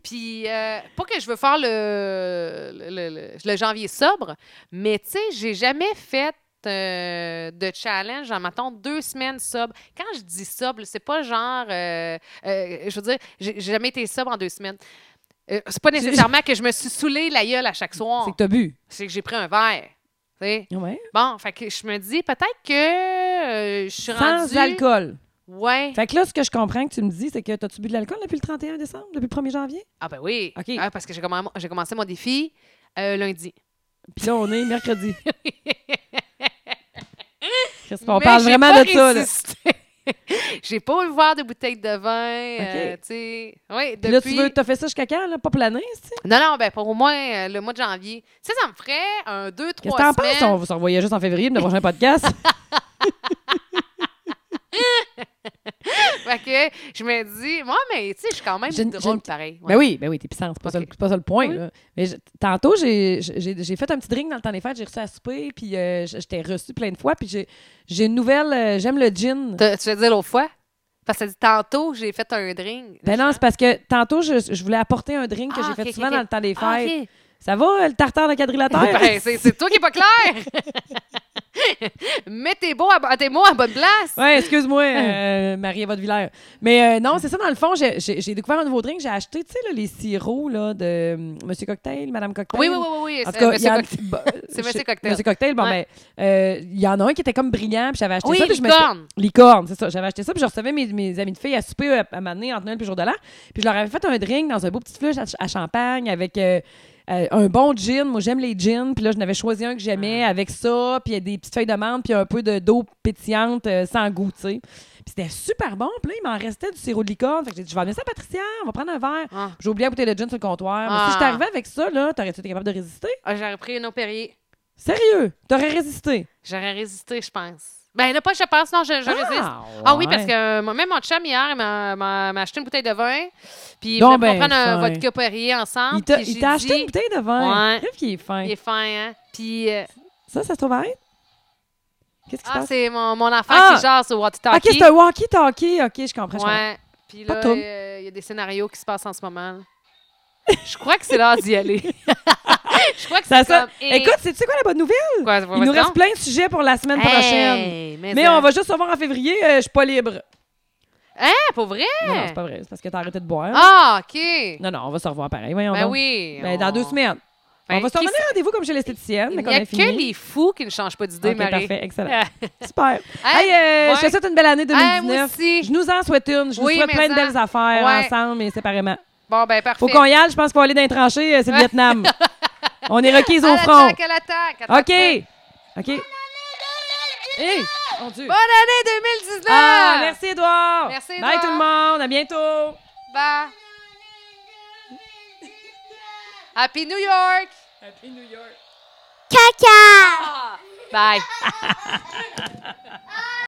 S1: Puis, euh, pas que je veux faire le, le, le- le janvier sobre, mais tu sais, j'ai jamais fait euh, de challenge en m'attendant deux semaines sobre. Quand je dis sobre, c'est pas genre. euh, euh, je veux dire, j'ai j'ai jamais été sobre en deux semaines. Euh, c'est pas nécessairement que je me suis saoulée la gueule à chaque soir.
S2: C'est que t'as bu.
S1: C'est que j'ai pris un verre. tu sais.
S2: Ouais.
S1: Bon, fait que je me dis peut-être que euh, je suis
S2: Sans
S1: rendue.
S2: alcool.
S1: Ouais.
S2: Fait que là, ce que je comprends que tu me dis, c'est que t'as-tu bu de l'alcool depuis le 31 décembre, depuis le 1er janvier?
S1: Ah ben oui.
S2: OK.
S1: Ah, parce que j'ai commen- j'ai commencé mon défi euh, lundi.
S2: Puis là, on est mercredi. Chris, on
S1: Mais
S2: parle
S1: j'ai
S2: vraiment
S1: pas
S2: de ça. là.
S1: résisté. j'ai pas ouvert de bouteille de vin. euh,
S2: OK.
S1: tu sais. Oui,
S2: Puis Là,
S1: depuis...
S2: tu veux, t'as fait ça jusqu'à quand? Là? Pas plané, tu sais?
S1: Non, non, ben pour au moins euh, le mois de janvier. Tu sais, ça me ferait un, deux,
S2: Qu'est-ce
S1: trois
S2: que t'en
S1: semaines.
S2: penses? On va se revoyer juste en février pour le prochain podcast.
S1: Fait que je me dis, moi, mais tu sais, je suis quand même
S2: J'ai une- j'ai
S1: drôle
S2: une-
S1: pareil. Ouais.
S2: Ben oui, ben oui, t'es puissante, c'est pas, ça le-
S1: Ok.
S2: c'est pas ça le point.
S1: Oui.
S2: là. Mais je- tantôt, j'ai- j'ai j'ai fait un petit drink dans le temps des fêtes, j'ai reçu à souper, puis euh, j- j'étais reçue plein de fois, puis j'ai j'ai une nouvelle, euh, j'aime le gin.
S1: T'as- Tu veux dire l'autre fois? Parce que t'as dit tantôt, j'ai fait un drink.
S2: Ben non, c'est parce que tantôt, je, je voulais apporter un drink que
S1: Ah,
S2: j'ai
S1: ok,
S2: fait
S1: ok,
S2: souvent
S1: ok.
S2: dans le temps des fêtes.
S1: Ah, ok.
S2: Ça va, euh, le tartare de quadrilatère?
S1: Ben, c'est c'est toi qui n'es pas clair! Mets tes, beaux à bo- tes mots à bonne place!
S2: Ouais, excuse-moi, euh, Marie votre Villers. Mais euh, non, c'est ça, dans le fond, j'ai- j'ai j'ai découvert un nouveau drink. J'ai acheté, tu sais, là, les sirops là, de euh, Monsieur Cocktail, Madame Cocktail.
S1: Oui, oui, oui, oui, oui.
S2: En tout
S1: c'est
S2: cas, il y
S1: Monsieur
S2: en-
S1: Cocktail.
S2: bah,
S1: C'est
S2: je-
S1: Monsieur Cocktail.
S2: Monsieur Cocktail, bon,
S1: Ouais.
S2: ben, euh, il y en a un qui était comme brillant, puis j'avais acheté
S1: Oui,
S2: ça. puis je me suis-
S1: licorne.
S2: Licorne, c'est ça. J'avais acheté ça, puis je recevais mes, mes amis de filles à souper euh, à, m'amener entre Noël et Jour de l'An. Puis je leur avais fait un drink dans un beau petit flush à, à champagne avec euh, euh, un bon gin. Moi, j'aime les gins. Puis là, je n'avais choisi un que j'aimais
S1: Ah.
S2: avec ça, puis des petites feuilles de menthe, puis un peu de d'eau pétillante euh, sans goût, tu sais. Puis c'était super bon. Puis là, il m'en restait du sirop de licorne. Fait que j'ai dit, je vais amener ça à Patricia, on va prendre un verre.
S1: Ah.
S2: J'ai oublié la bouteille de gin sur le comptoir. Mais
S1: Ah.
S2: si je t'arrivais avec ça, là, t'aurais-tu été capable de résister?
S1: Ah, J'aurais pris une eau Perrier.
S2: Sérieux? T'aurais résisté?
S1: J'aurais résisté, je pense. Ben, là, pas je pense, non, je, je résiste.
S2: ouais.
S1: Ah oui, parce que euh, moi, même mon chum, hier, il m'a- m'a m'a acheté une bouteille de vin. Puis
S2: Donc
S1: on va
S2: ben,
S1: prendre un
S2: fin.
S1: vodka Perrier ensemble.
S2: Il t'a
S1: puis
S2: il
S1: j'ai
S2: t'a acheté
S1: dit-
S2: une bouteille de vin.
S1: Ouais.
S2: Crève qu'il est fin.
S1: Il est fin, hein? Puis, euh,
S2: Ça, ça se trouve à être? Qu'est-ce qui se
S1: ah,
S2: passe?
S1: c'est mon, mon enfant
S2: Ah!
S1: qui jase au Water
S2: Ah, ok, c'est un walkie-talkie. OK, je comprends. je comprends.
S1: Ouais. Puis
S2: Pas
S1: là, euh,
S2: tout.
S1: il y a des scénarios qui se passent en ce moment. là. Je crois que c'est l'heure d'y aller. Je crois que
S2: Ça,
S1: c'est
S2: ça-
S1: comme... eh,
S2: Écoute, c'est tu sais quoi la bonne nouvelle?
S1: quoi,
S2: Il nous reste plein de sujets pour la semaine prochaine.
S1: Mais,
S2: Mais on va juste se voir en février. euh, je suis pas libre.
S1: Hein, pour vrai?
S2: Non, non, c'est pas vrai. C'est parce que t'as arrêté de boire.
S1: Ah, OK.
S2: Non, non, on va se revoir pareil. Voyons
S1: ben
S2: donc.
S1: oui.
S2: Ben, dans
S1: on-
S2: deux semaines.
S1: Ben,
S2: on va se
S1: qui
S2: donner rendez-vous comme chez l'esthéticienne.
S1: Il
S2: Ah, mais
S1: n'y
S2: qu'on
S1: a
S2: a fini.
S1: que les fous qui ne changent pas d'idée,
S2: Ok,
S1: Marie.
S2: parfait, excellent.
S1: Ah.
S2: Super.
S1: Hey,
S2: Hey, euh, je
S1: ouais.
S2: te souhaite une belle année
S1: Ah,
S2: 2019.
S1: moi aussi.
S2: Je nous en souhaite une. Je vous
S1: Oui,
S2: souhaite
S1: mais
S2: plein de
S1: en-
S2: belles affaires
S1: Ouais.
S2: ensemble et séparément.
S1: Bon, ben parfait.
S2: Faut qu'on y aille, je pense qu'on va aller dans les tranchées, euh, c'est le Vietnam. On est requise
S1: À
S2: au front.
S1: l'attaque, à l'attaque. à
S2: OK.
S1: l'attaque.
S2: OK.
S1: Oh
S2: Hey, mon Dieu.
S1: Bonne année 2019.
S2: Ah, merci, Édouard.
S1: Merci,
S2: Bye,
S1: Édouard.
S2: tout le monde. À bientôt.
S1: Bye. Happy New York.
S2: Happy New York.
S1: Bye.